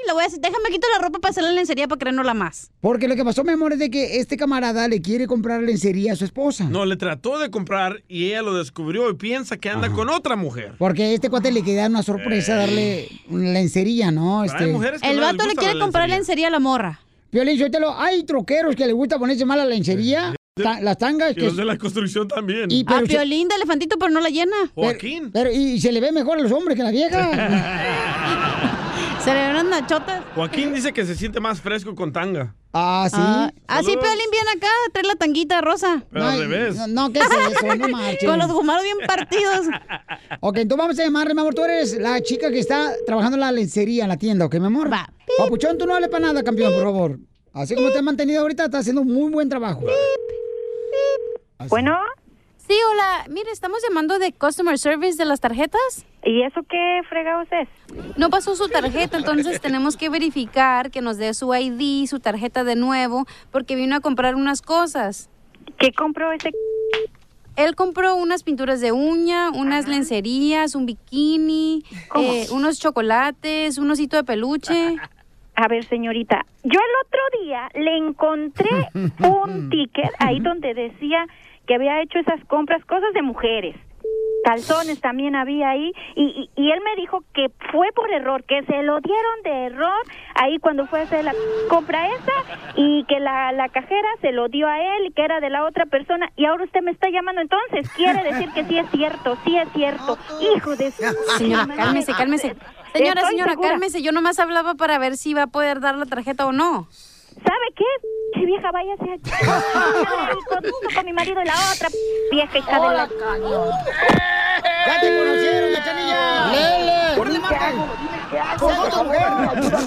Speaker 4: la voy a decir, déjame quitar la ropa para hacer la lencería para creérnosla más.
Speaker 2: Porque lo que pasó, mi amor, es de que este camarada le quiere comprar lencería a su esposa.
Speaker 5: No, le trató de comprar y ella lo descubrió y piensa que anda con otra mujer.
Speaker 2: Porque a este cuate le queda una sorpresa darle una lencería, ¿no? Este...
Speaker 4: el vato le quiere comprar lencería. a la morra.
Speaker 2: Violín, suéltalo. Hay troqueros que le gusta ponerse mal la lencería. ta- las tangas
Speaker 5: Y
Speaker 2: que...
Speaker 5: los de la construcción también.
Speaker 2: Y,
Speaker 4: a Ah, Piolín de elefantito, pero no la llena.
Speaker 2: pero- Pero, y se le ve mejor a los hombres que a la
Speaker 4: <laughs>
Speaker 2: vieja.
Speaker 4: Se le ven las nachotas.
Speaker 5: Joaquín dice que se siente más fresco con tanga.
Speaker 2: Ah,
Speaker 4: Ah, ah, sí,
Speaker 5: Saludos.
Speaker 4: Piolín viene acá, trae la tanguita rosa.
Speaker 5: Pero al revés.
Speaker 2: No, no, ¿qué es
Speaker 4: <laughs>
Speaker 2: eso? No marchen.
Speaker 4: Con los gumaros bien partidos.
Speaker 2: Ok, entonces vamos a llamarle, mi amor. Tú eres la chica que está trabajando en la lencería, en la tienda, ¿ok, mi amor? Va. Papuchón, tú no hables para nada, campeón, por favor. Así como te has mantenido ahorita, estás haciendo un muy buen trabajo.
Speaker 4: Bueno. Sí, hola. Mire, estamos llamando de Customer Service de las tarjetas.
Speaker 25: ¿Y eso qué fregados es?
Speaker 4: No pasó su tarjeta, entonces tenemos que verificar que nos dé su ID, su tarjeta de nuevo, porque vino a comprar unas cosas.
Speaker 25: ¿Qué compró ese?
Speaker 4: Él compró unas pinturas de uña, unas lencerías, un bikini, eh, unos chocolates, un osito de
Speaker 25: <laughs>
Speaker 4: peluche.
Speaker 25: A ver, señorita, yo el otro día le encontré un ticket ahí donde decía que había hecho esas compras, cosas de mujeres. Calzones también había ahí y, y- y él me dijo que fue por error, que se lo dieron de error ahí cuando fue a hacer la compra esa y que la, la cajera se lo dio a él y que era de la otra persona y ahora usted me está llamando entonces, quiere decir que sí es cierto, sí es
Speaker 4: <laughs>
Speaker 25: cierto, hijo de... su-
Speaker 4: Señora, cálmese, cálmese. Señora,
Speaker 25: Estoy
Speaker 4: señora,
Speaker 25: segura.
Speaker 4: cálmese. Yo nomás hablaba para ver si va a poder dar la tarjeta o no.
Speaker 25: ¿Sabe qué? Che vieja, váyase aquí. Con, con mi marido y la otra vieja hija de la...
Speaker 2: ¡Ya te conocieron, la chanilla! ¡Lele! ¡Corre, mata!
Speaker 25: Con otra mujer.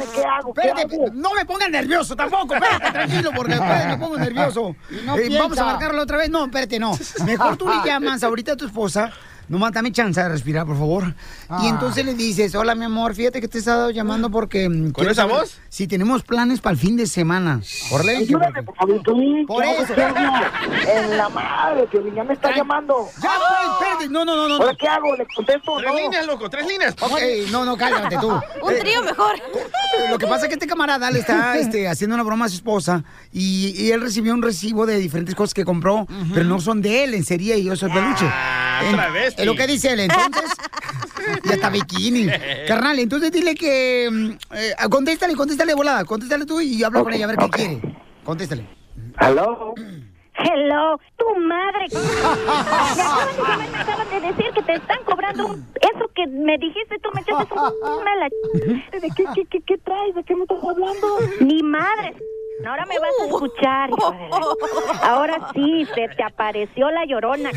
Speaker 2: Espérate, no me pongan nervioso tampoco, espérate, tranquilo, porque después me pongo
Speaker 3: <laughs>
Speaker 2: nervioso.
Speaker 3: No
Speaker 2: Eh, vamos
Speaker 3: piensa.
Speaker 2: a marcarlo otra vez. No, espérate, no. Mejor
Speaker 3: <laughs>
Speaker 2: tú le llamas ahorita a tu esposa. Nomás dame chance de respirar, por favor.
Speaker 3: Ah.
Speaker 2: Y entonces le dices, hola, mi amor, fíjate que te he estado llamando porque... mm, quiero
Speaker 3: esa
Speaker 2: saber
Speaker 3: voz?
Speaker 2: Si tenemos planes para el fin de semana. Órale, dije,
Speaker 3: Ayúdame,
Speaker 2: porque-
Speaker 3: Por
Speaker 2: <laughs>
Speaker 3: eso. En la madre, que ya me está llamando. ¡Ah!
Speaker 2: Ya, pues, espérate. No, no, no, no.
Speaker 3: ¿Ahora qué hago? ¿Le contesto o
Speaker 5: Tres
Speaker 3: no?
Speaker 5: líneas, loco, tres líneas.
Speaker 2: Ok, no, no, cállate tú.
Speaker 4: Un
Speaker 3: Eh,
Speaker 4: trío mejor.
Speaker 2: Lo que pasa es que este camarada le está este, haciendo una broma a su esposa y, y él recibió un recibo de diferentes cosas que compró, pero no son de él, lencería y oso de peluche. En-
Speaker 3: travesti.
Speaker 2: es lo que dice él, entonces. y hasta bikini.
Speaker 22: Eh.
Speaker 2: Carnal, entonces dile que. mm, eh, contéstale, contéstale de volada, contéstale tú y habla con ella a ver qué quiere. Contéstale.
Speaker 3: ¿Aló?
Speaker 25: Hello, tu madre. Me acaban de llamar, me acaban de decir que te están cobrando un- eso que me dijiste, tú me echaste un chisme a la... ¿De qué, qué, qué, qué traes? ¿De qué me estás hablando? Ni madre. Ahora me vas a escuchar. hijo de la- Ahora sí, se te apareció la llorona.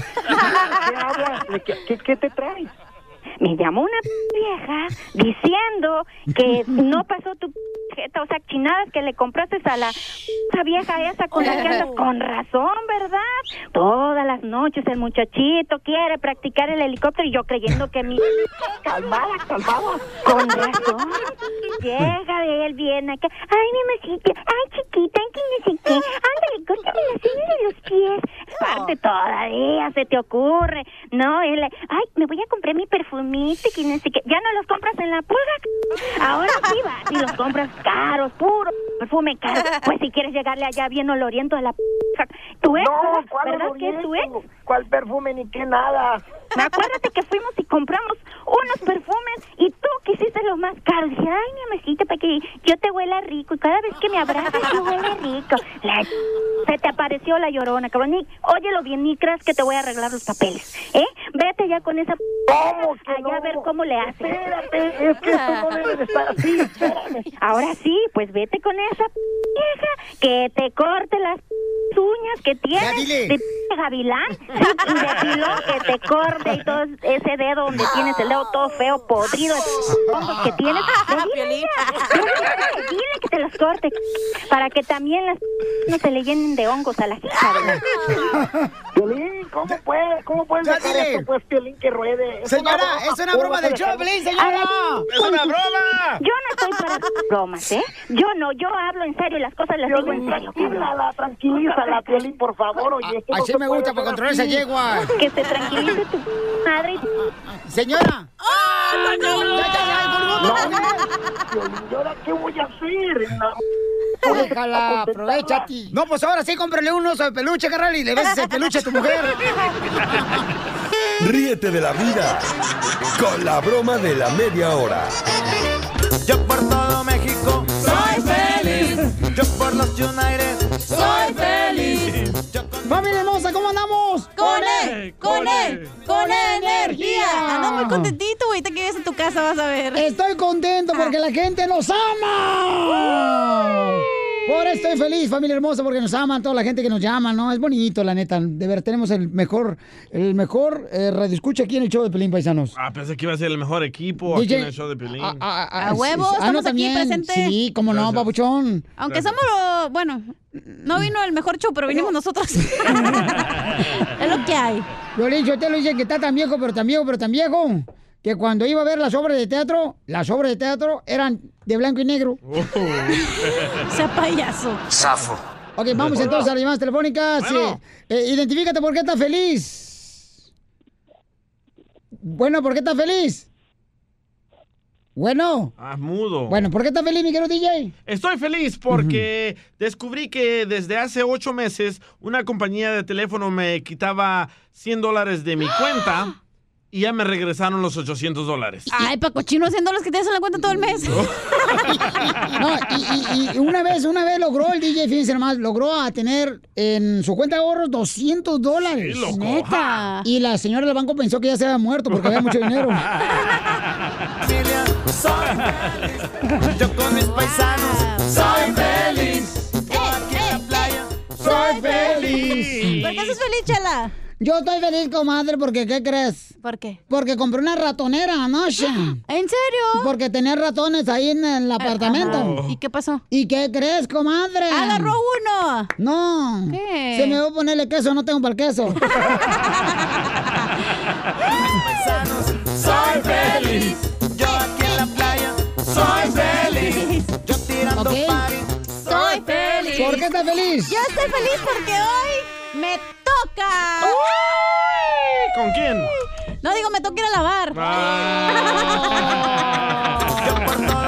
Speaker 25: ¿Qué, te
Speaker 3: <laughs>
Speaker 25: traes? Me llamó una p- vieja diciendo que no pasó tu p- tarjeta, o sea, chinadas que le compraste a la p- vieja esa con la que andas con razón, ¿verdad? Todas las noches el muchachito quiere practicar el helicóptero y yo creyendo que mi... Calmada, calmada. Con razón. Llega de él, viene acá. Ay, mi masita, ay, chiquita, ay, que no sé qué. Ándale, córtame las uñas de los pies. Parte todavía, se te ocurre. No, él, ay, me voy a comprar mi perfumito, y que no sé qué. Ya no los compras en la pulga, c- Ahora sí vas y los compras caros, puro perfume caro. Pues si quieres llegarle allá bien oloriento a la p- tu ex,
Speaker 24: No,
Speaker 25: ¿verdad?
Speaker 24: ¿cuál
Speaker 25: ¿verdad que es tu ex?
Speaker 24: oloriento? ¿Cuál perfume ni qué nada?
Speaker 25: Acuérdate que fuimos y compramos unos perfumes y tú quisiste los más caros. Dije, ay, mi amorcito, para que yo te huela rico. Y cada vez que me abrazas, yo huele rico. La ch- Se te apareció la llorona, cabrón. Ni- óyelo bien, ni creas que te voy a arreglar los papeles. ¿Eh? Vete ya con esa... p- Allá a ver cómo le haces. Espérate,
Speaker 24: es que esto no debe de estar así.
Speaker 25: <laughs> Ahora sí, pues vete con esa p- vieja que te corte las p- uñas que tienes de p- gavilán y de pilón que te corte y todo ese dedo donde tienes el dedo todo feo, podrido, esos hongos que tienes. Ve, Dile, a ella, dile que te los corte para que también las p- no se le llenen de hongos a la hija. ¿verdad?
Speaker 24: Piolín, ¿cómo puede, cómo puedes
Speaker 25: Ya
Speaker 24: dejar
Speaker 25: dile.
Speaker 24: esto, pues, Piolín, que ruede?
Speaker 25: Señora, es una broma del show, Piolín, señora. ¡Es una
Speaker 24: broma!
Speaker 25: Yo no estoy para bromas, ¿eh? Yo no, yo hablo en serio, las cosas las digo en serio.
Speaker 24: Tranquilízala, tranquilízala, Piolín, por favor, oye. esto no
Speaker 2: Así
Speaker 24: se
Speaker 2: me
Speaker 24: puede
Speaker 2: gusta, para
Speaker 24: hacer
Speaker 2: controlar esa
Speaker 24: así.
Speaker 2: yegua.
Speaker 25: Que se tranquilice tu madre.
Speaker 2: Señora.
Speaker 24: Piolín, ¿y ahora qué voy a hacer? No.
Speaker 2: <laughs> Déjala, aprovechate. No, pues ahora sí, cómprale unos de peluche, carnal, y le ves el peluche a tu mujer.
Speaker 8: Ríete de la vida con la broma de la media hora.
Speaker 3: Yo por todo México soy feliz. Yo por los United soy feliz.
Speaker 2: ¡Familia hermosa, ¿cómo andamos?
Speaker 4: ¡Con él! ¡Con él! ¡Con energía! Ando muy contentito, güey. Te quedas en tu casa, vas a ver. Ah.
Speaker 2: Estoy contento porque la gente nos ama. Por eso estoy feliz, familia hermosa, porque nos aman toda la gente que nos llama, ¿no? Es bonito, la neta. De ver, tenemos el mejor, el mejor eh, radio escucha aquí en el show de Pelín Paisanos.
Speaker 5: Ah, pensé que iba a ser el mejor equipo
Speaker 2: DJ,
Speaker 5: aquí en el show de Piolín.
Speaker 2: Ah,
Speaker 4: A huevo,
Speaker 2: sí, sí.
Speaker 4: estamos
Speaker 2: no,
Speaker 4: aquí
Speaker 2: también.
Speaker 4: presentes.
Speaker 2: Sí, como no,
Speaker 4: Gracias.
Speaker 2: papuchón.
Speaker 4: Aunque somos, lo- bueno, no vino el mejor show, pero vinimos
Speaker 2: <laughs>
Speaker 4: nosotros.
Speaker 2: Es lo que hay. Violín, yo te lo dije que está tan viejo, pero tan viejo, pero tan viejo. Que cuando iba a ver las obras de teatro, las obras de teatro eran de blanco y negro.
Speaker 4: sea payaso.
Speaker 2: Zafo. Ok, vamos entonces a las llamadas telefónicas.
Speaker 4: Bueno.
Speaker 2: Eh, eh, identifícate por qué estás feliz. Bueno, ¿por qué estás feliz? Bueno.
Speaker 5: Ah, mudo.
Speaker 2: Bueno, ¿por qué estás feliz, mi querido DJ?
Speaker 5: Estoy feliz porque descubrí que desde hace ocho meses una compañía de teléfono me quitaba 100 dólares de mi cuenta y ya me regresaron los 800 dólares.
Speaker 4: Ay, Paco Chino, 100 dólares que tienes en la cuenta todo el mes.
Speaker 2: No, y, y- y una vez, una vez logró el DJ, fíjense nomás, logró a tener en su cuenta de ahorros 200 dólares.
Speaker 4: Sí, loco. Neta.
Speaker 2: Y la señora del banco pensó que ya se había muerto porque había mucho dinero.
Speaker 3: Familia, soy feliz. Yo con mis paisanos soy feliz. Yo aquí en la playa soy feliz.
Speaker 4: ¿Por qué estás feliz, Chela?
Speaker 2: Yo estoy feliz, comadre, porque ¿qué crees?
Speaker 4: ¿Por qué?
Speaker 2: Porque compré una ratonera
Speaker 4: <gasps>
Speaker 2: anoche. ¿En
Speaker 4: serio? Eh,
Speaker 2: Porque tenía ratones ahí en el apartamento.
Speaker 4: ¿Y qué pasó?
Speaker 2: ¿Y qué crees, comadre?
Speaker 4: Agarró uno.
Speaker 2: No.
Speaker 4: ¿Qué?
Speaker 2: Se me va a ponerle queso, no tengo para el
Speaker 4: <laughs>
Speaker 2: queso.
Speaker 3: Soy feliz. Yo aquí en la playa soy feliz. Yo tirando
Speaker 2: Ok.
Speaker 3: party soy feliz.
Speaker 2: ¿Por qué estás feliz?
Speaker 4: Yo estoy feliz porque hoy me toca.
Speaker 5: ¿Con quién?
Speaker 4: No digo, me toca ir a lavar.
Speaker 2: Ah.
Speaker 4: <laughs>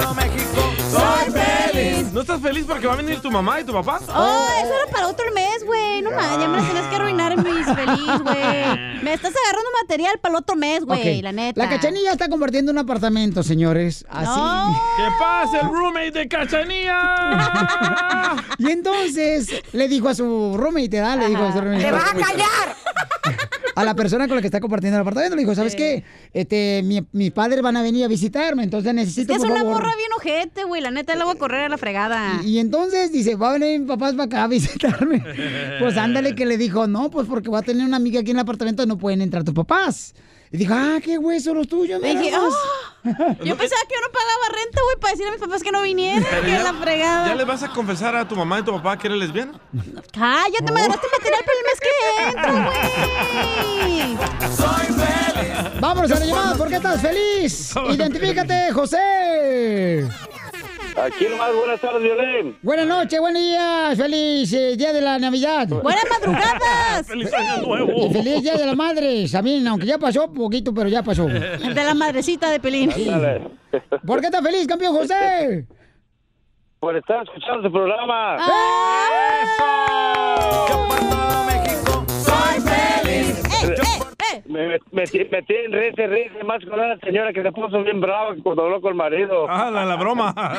Speaker 3: soy feliz.
Speaker 5: ¿No estás feliz porque va a venir tu mamá y tu papá?
Speaker 4: Oh, eso era para otro mes, güey. No mames, ya me las tienes que
Speaker 2: Ah.
Speaker 4: arruinar en mis feliz, güey. Me estás agarrando material para el otro mes, güey,
Speaker 2: Ok.
Speaker 4: la neta.
Speaker 2: La cachanilla está compartiendo un apartamento, señores. Oh, Así.
Speaker 5: ¡Que pase el roommate de Cachanía!
Speaker 2: <laughs> <laughs> Y entonces le dijo a su roommate, ¿verdad? Le dijo a su roommate.
Speaker 3: ¡Te
Speaker 2: va
Speaker 3: vas a
Speaker 2: callar! <laughs> a la persona con la que está compartiendo el apartamento. Le dijo, ¿sabes qué? Este, mi- mis padres van a venir a visitarme, entonces
Speaker 4: Es
Speaker 2: necesito,
Speaker 4: que es
Speaker 2: por
Speaker 4: una
Speaker 2: favor.
Speaker 4: morra bien ojete, güey. La neta, la voy a correr a la fregada.
Speaker 2: Y entonces dice, va a venir mis papás para acá a visitarme. Pues ándale que le dijo, no, pues porque va a tener una amiga aquí en el apartamento, no pueden entrar tus papás. Y dijo, ah, qué hueso los tuyos,
Speaker 4: Le
Speaker 2: mira
Speaker 4: dije, "Ah".
Speaker 2: nomás".
Speaker 4: <laughs> Yo pensaba que yo no pagaba renta, güey, para decirle a mis papás que no vinieran, que la fregada.
Speaker 5: ¿Ya le vas a confesar a tu mamá y tu papá que eres lesbiana?
Speaker 4: Cállate,
Speaker 2: Oh.
Speaker 4: me agarraste material para el mes que entra, güey.
Speaker 2: Vámonos a la llamada, ¿por qué estás
Speaker 5: <laughs>
Speaker 2: feliz? Identifícate, José.
Speaker 16: Aquí nomás, buenas tardes, Violín.
Speaker 2: Buenas noches, buenos días, feliz eh, día de la Navidad.
Speaker 16: Buenas
Speaker 2: <laughs>
Speaker 16: madrugadas. Feliz año nuevo.
Speaker 2: Y feliz día de la madre, también, aunque ya pasó poquito, pero ya
Speaker 4: <laughs>
Speaker 2: pasó.
Speaker 16: De
Speaker 2: la madrecita de Pelín.
Speaker 16: Ándale.
Speaker 2: ¿Por qué estás feliz, campeón José?
Speaker 16: Por estar escuchando su programa.
Speaker 3: Ah.
Speaker 4: Ah.
Speaker 3: Soy feliz.
Speaker 4: Eh,
Speaker 16: Me, me, metí- metí en rece, rece, más con una señora que se puso bien brava cuando habló con el marido. Ah, la, broma.
Speaker 2: Ah,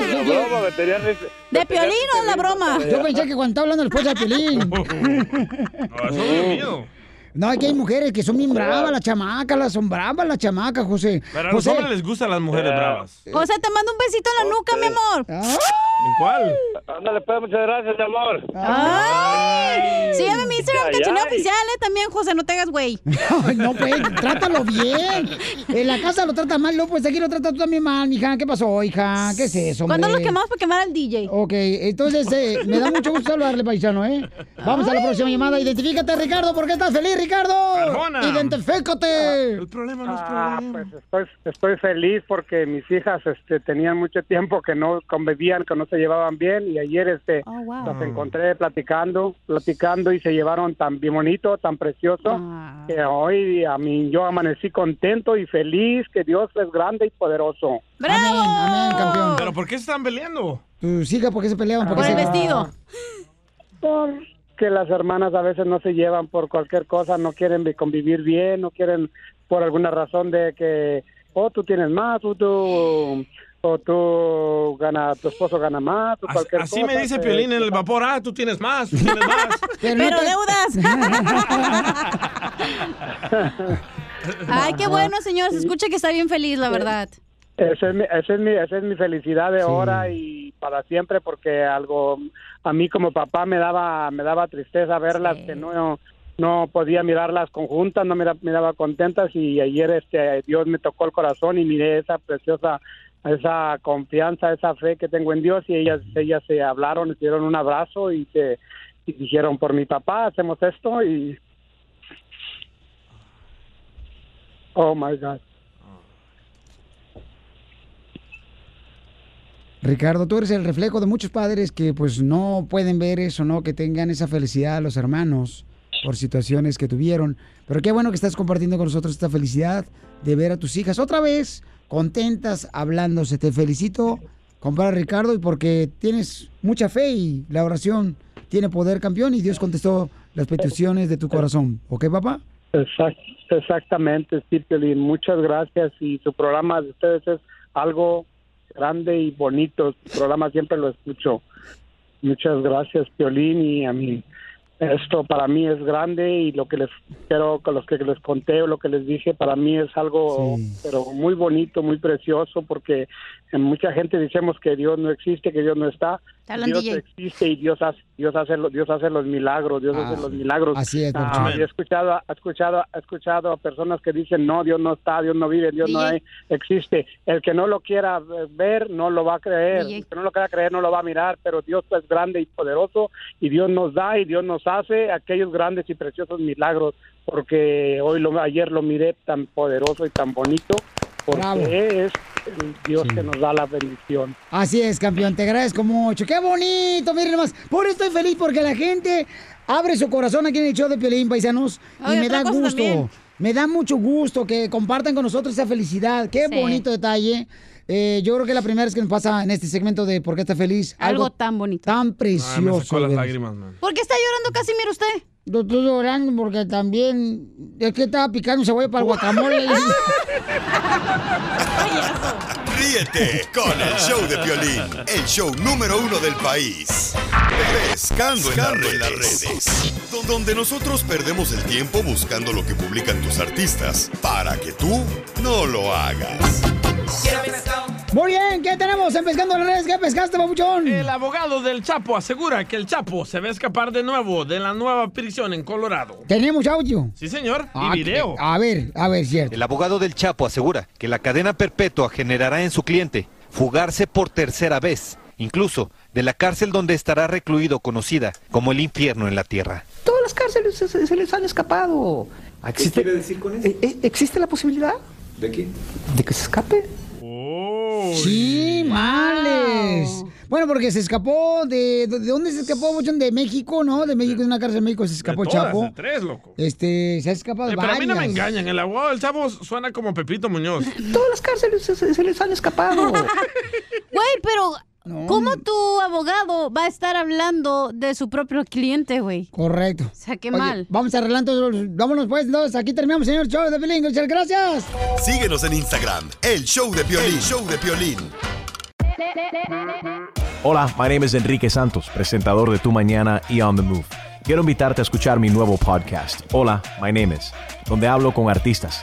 Speaker 16: la
Speaker 2: yo-
Speaker 16: broma, me tenía rece- me
Speaker 4: ¿De
Speaker 16: tenía
Speaker 4: piolín o de la broma?
Speaker 2: Yo pensé que cuando estaba hablando después de Pelín.
Speaker 5: <laughs>
Speaker 2: No, aquí hay mujeres que son bien bravas, las chamacas, las son bravas, las chamacas, José.
Speaker 5: Pero a los
Speaker 2: José,
Speaker 5: hombres les gustan las
Speaker 16: Eh.
Speaker 5: mujeres bravas.
Speaker 4: José, te mando un besito en la nuca, mi amor.
Speaker 5: ¿En cuál?
Speaker 16: Ándale, pues, muchas gracias, mi amor.
Speaker 4: Ay. Sígueme en mi Instagram,
Speaker 16: Ay,
Speaker 4: cachaneo
Speaker 16: ay.
Speaker 4: oficial, eh, también, José, no te hagas güey.
Speaker 19: <laughs>
Speaker 2: no, pues, trátalo bien. En la casa lo trata mal, no, pues aquí lo trata tú también mal, mija. ¿Qué pasó, hija? ¿Qué es eso, hombre?
Speaker 4: ¿Cuándo lo quemamos para quemar al DJ?
Speaker 2: Ok, entonces eh, me da mucho gusto saludarle, paisano, ¿eh? Vamos a la próxima llamada. Identifícate, Ricardo. ¿Por qué estás feliz, Ricardo?
Speaker 26: Arjona.
Speaker 2: Identifícate.
Speaker 5: El problema
Speaker 26: no es problema. pues estoy, estoy feliz porque mis hijas este, tenían mucho tiempo que no convivían, que no se llevaban bien y ayer este,
Speaker 4: wow.
Speaker 26: las encontré platicando, platicando y se llevaron tan bien bonito, tan precioso que hoy a mí yo amanecí contento y feliz que Dios es grande y poderoso.
Speaker 2: Amén, amén, campeón.
Speaker 5: ¿Pero por qué se están peleando?
Speaker 2: Tus hijas, ¿por qué se peleaban?
Speaker 26: Por
Speaker 2: qué
Speaker 26: el
Speaker 2: se-
Speaker 26: vestido. que las hermanas a veces no se llevan por cualquier cosa, no quieren vi- convivir bien, no quieren por alguna razón de que, oh, tú tienes más, tú, tú- o tú gana, tu esposo gana más, o cualquier
Speaker 5: Así
Speaker 26: cosa.
Speaker 5: me dice
Speaker 26: se-
Speaker 5: Piolín en el vapor. Ah, tú tienes más, tú
Speaker 19: <laughs>
Speaker 5: tienes más.
Speaker 4: Pero, deudas.
Speaker 5: ¿eh?
Speaker 26: <laughs>
Speaker 5: Ah,
Speaker 4: Ay, qué bueno, señor. Se escucha que está bien feliz, la verdad.
Speaker 26: Esa es mi, esa es mi, esa es mi felicidad de ahora y para siempre porque algo a mí como papá me daba me daba tristeza verlas que no no podía mirarlas conjuntas, no mira- miraba contentas y ayer este Dios me tocó el corazón y miré esa preciosa esa confianza, esa fe que tengo en Dios y ellas ellas se hablaron, se dieron un abrazo y se y dijeron por mi papá hacemos esto y oh my god
Speaker 2: Ricardo, tú eres el reflejo de muchos padres que pues no pueden ver eso, ¿no? Que tengan esa felicidad a los hermanos por situaciones que tuvieron. Pero qué bueno que estás compartiendo con nosotros esta felicidad de ver a tus hijas otra vez contentas hablándose. Te felicito, compadre Ricardo, y porque tienes mucha fe y la oración tiene poder, campeón, y Dios contestó las peticiones de tu corazón. ¿Ok, papá?
Speaker 26: Exact- exactamente, sí, Piolín. Muchas gracias y su programa de ustedes es algo grande y bonito. Su programa siempre lo escucho. Muchas gracias, Piolín, y a mí. Esto para mí es grande y lo que les quiero, con los que les conté o lo que les dije, para mí es algo pero muy bonito, muy precioso, porque en mucha gente decimos que Dios no existe, que Dios no está.
Speaker 4: Te hablan,
Speaker 26: Dios
Speaker 4: DJ.
Speaker 26: existe y Dios hace, Dios hace, los, Dios hace los milagros, Dios
Speaker 2: Ah,
Speaker 26: hace los
Speaker 2: sí.
Speaker 26: milagros.
Speaker 2: Así es,
Speaker 26: Ah,
Speaker 2: Don Cheto.
Speaker 26: y he escuchado, he escuchado, he escuchado a personas que dicen, no, Dios no está, Dios no vive, Dios no
Speaker 27: DJ.
Speaker 26: hay- existe. El que no lo quiera ver, no lo va a creer.
Speaker 27: DJ.
Speaker 26: El que no lo quiera creer, no lo va a mirar. Pero Dios es grande y poderoso y Dios nos da y Dios nos hace aquellos grandes y preciosos milagros. Porque hoy lo, ayer lo miré tan poderoso y tan bonito. Porque
Speaker 2: Bravo.
Speaker 26: es el Dios que nos da la bendición.
Speaker 2: Así es, campeón, te agradezco mucho. ¡Qué bonito! Miren más. Por eso estoy feliz porque la gente abre su corazón aquí en el show de Piolín, paisanos.
Speaker 4: Ay,
Speaker 2: y me
Speaker 4: otra
Speaker 2: da
Speaker 4: cosa
Speaker 2: gusto.
Speaker 4: también.
Speaker 2: Me da mucho gusto que compartan con nosotros esa felicidad. ¡Qué
Speaker 4: Sí.
Speaker 2: bonito detalle! Eh, yo creo que la primera vez que nos pasa en este segmento de ¿Por qué está feliz?
Speaker 4: Algo
Speaker 2: tan bonito. Tan precioso.
Speaker 5: Ay, me sacó las
Speaker 2: de-
Speaker 5: lágrimas, man.
Speaker 4: ¿Por qué está llorando Casimiro usted?
Speaker 2: Yo estoy llorando porque
Speaker 4: <laughs>
Speaker 2: también es que estaba picando cebolla para el guacamole.
Speaker 8: Ríete con el show de Piolín, el show número uno del país. Pescando en las redes. Donde nosotros perdemos el tiempo buscando lo que publican tus artistas para que tú no lo hagas.
Speaker 2: Muy bien, ¿qué tenemos en Pescando las Redes? ¿Qué pescaste, papuchón?
Speaker 5: El abogado del Chapo asegura que el Chapo se va a escapar de nuevo de la nueva prisión en Colorado.
Speaker 2: ¿Tenemos audio?
Speaker 5: Sí, señor,
Speaker 2: Ah,
Speaker 5: y video.
Speaker 2: que- A ver, a ver, cierto.
Speaker 27: El abogado del Chapo asegura que la cadena perpetua generará en su cliente fugarse por tercera vez, incluso de la cárcel donde estará recluido conocida como el infierno en la tierra.
Speaker 19: <laughs> Todas las cárceles se, se- se les han
Speaker 2: Uh,
Speaker 19: escapado. ¿Existe, ¿Qué quiere decir con
Speaker 2: e-
Speaker 19: eso? ¿Existe la posibilidad?
Speaker 27: ¿De qué?
Speaker 19: ¿De que se escape?
Speaker 2: Sí, males. Bueno, porque se escapó de... ¿De dónde se escapó, papuchón? De México, ¿no? De México, de una cárcel de México se escapó el
Speaker 5: Todas,
Speaker 2: Chapo.
Speaker 5: de tres, loco.
Speaker 2: Este, se ha escapado
Speaker 5: Eh, pero
Speaker 2: varias.
Speaker 5: a mí no me engañan, el abogado del Chapo suena como Pepito Muñoz.
Speaker 19: <laughs> Todas las cárceles se, se- se les han escapado.
Speaker 5: <laughs>
Speaker 4: Güey, pero ¿cómo tu abogado va a estar hablando de su propio cliente, güey?
Speaker 2: Correcto.
Speaker 4: O sea, qué
Speaker 2: Oye,
Speaker 4: mal.
Speaker 2: Vamos a arreglar entonces, vámonos pues, entonces, aquí terminamos, señor show de Pelín, muchas gracias.
Speaker 8: Síguenos en Instagram, el show de Piolín, el show de Piolín.
Speaker 20: Hola, my name is Enrique Santos, presentador de Tu Mañana y On the Move. Quiero invitarte a escuchar mi nuevo podcast, Hola, my name is, donde hablo con artistas,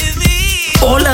Speaker 21: Hola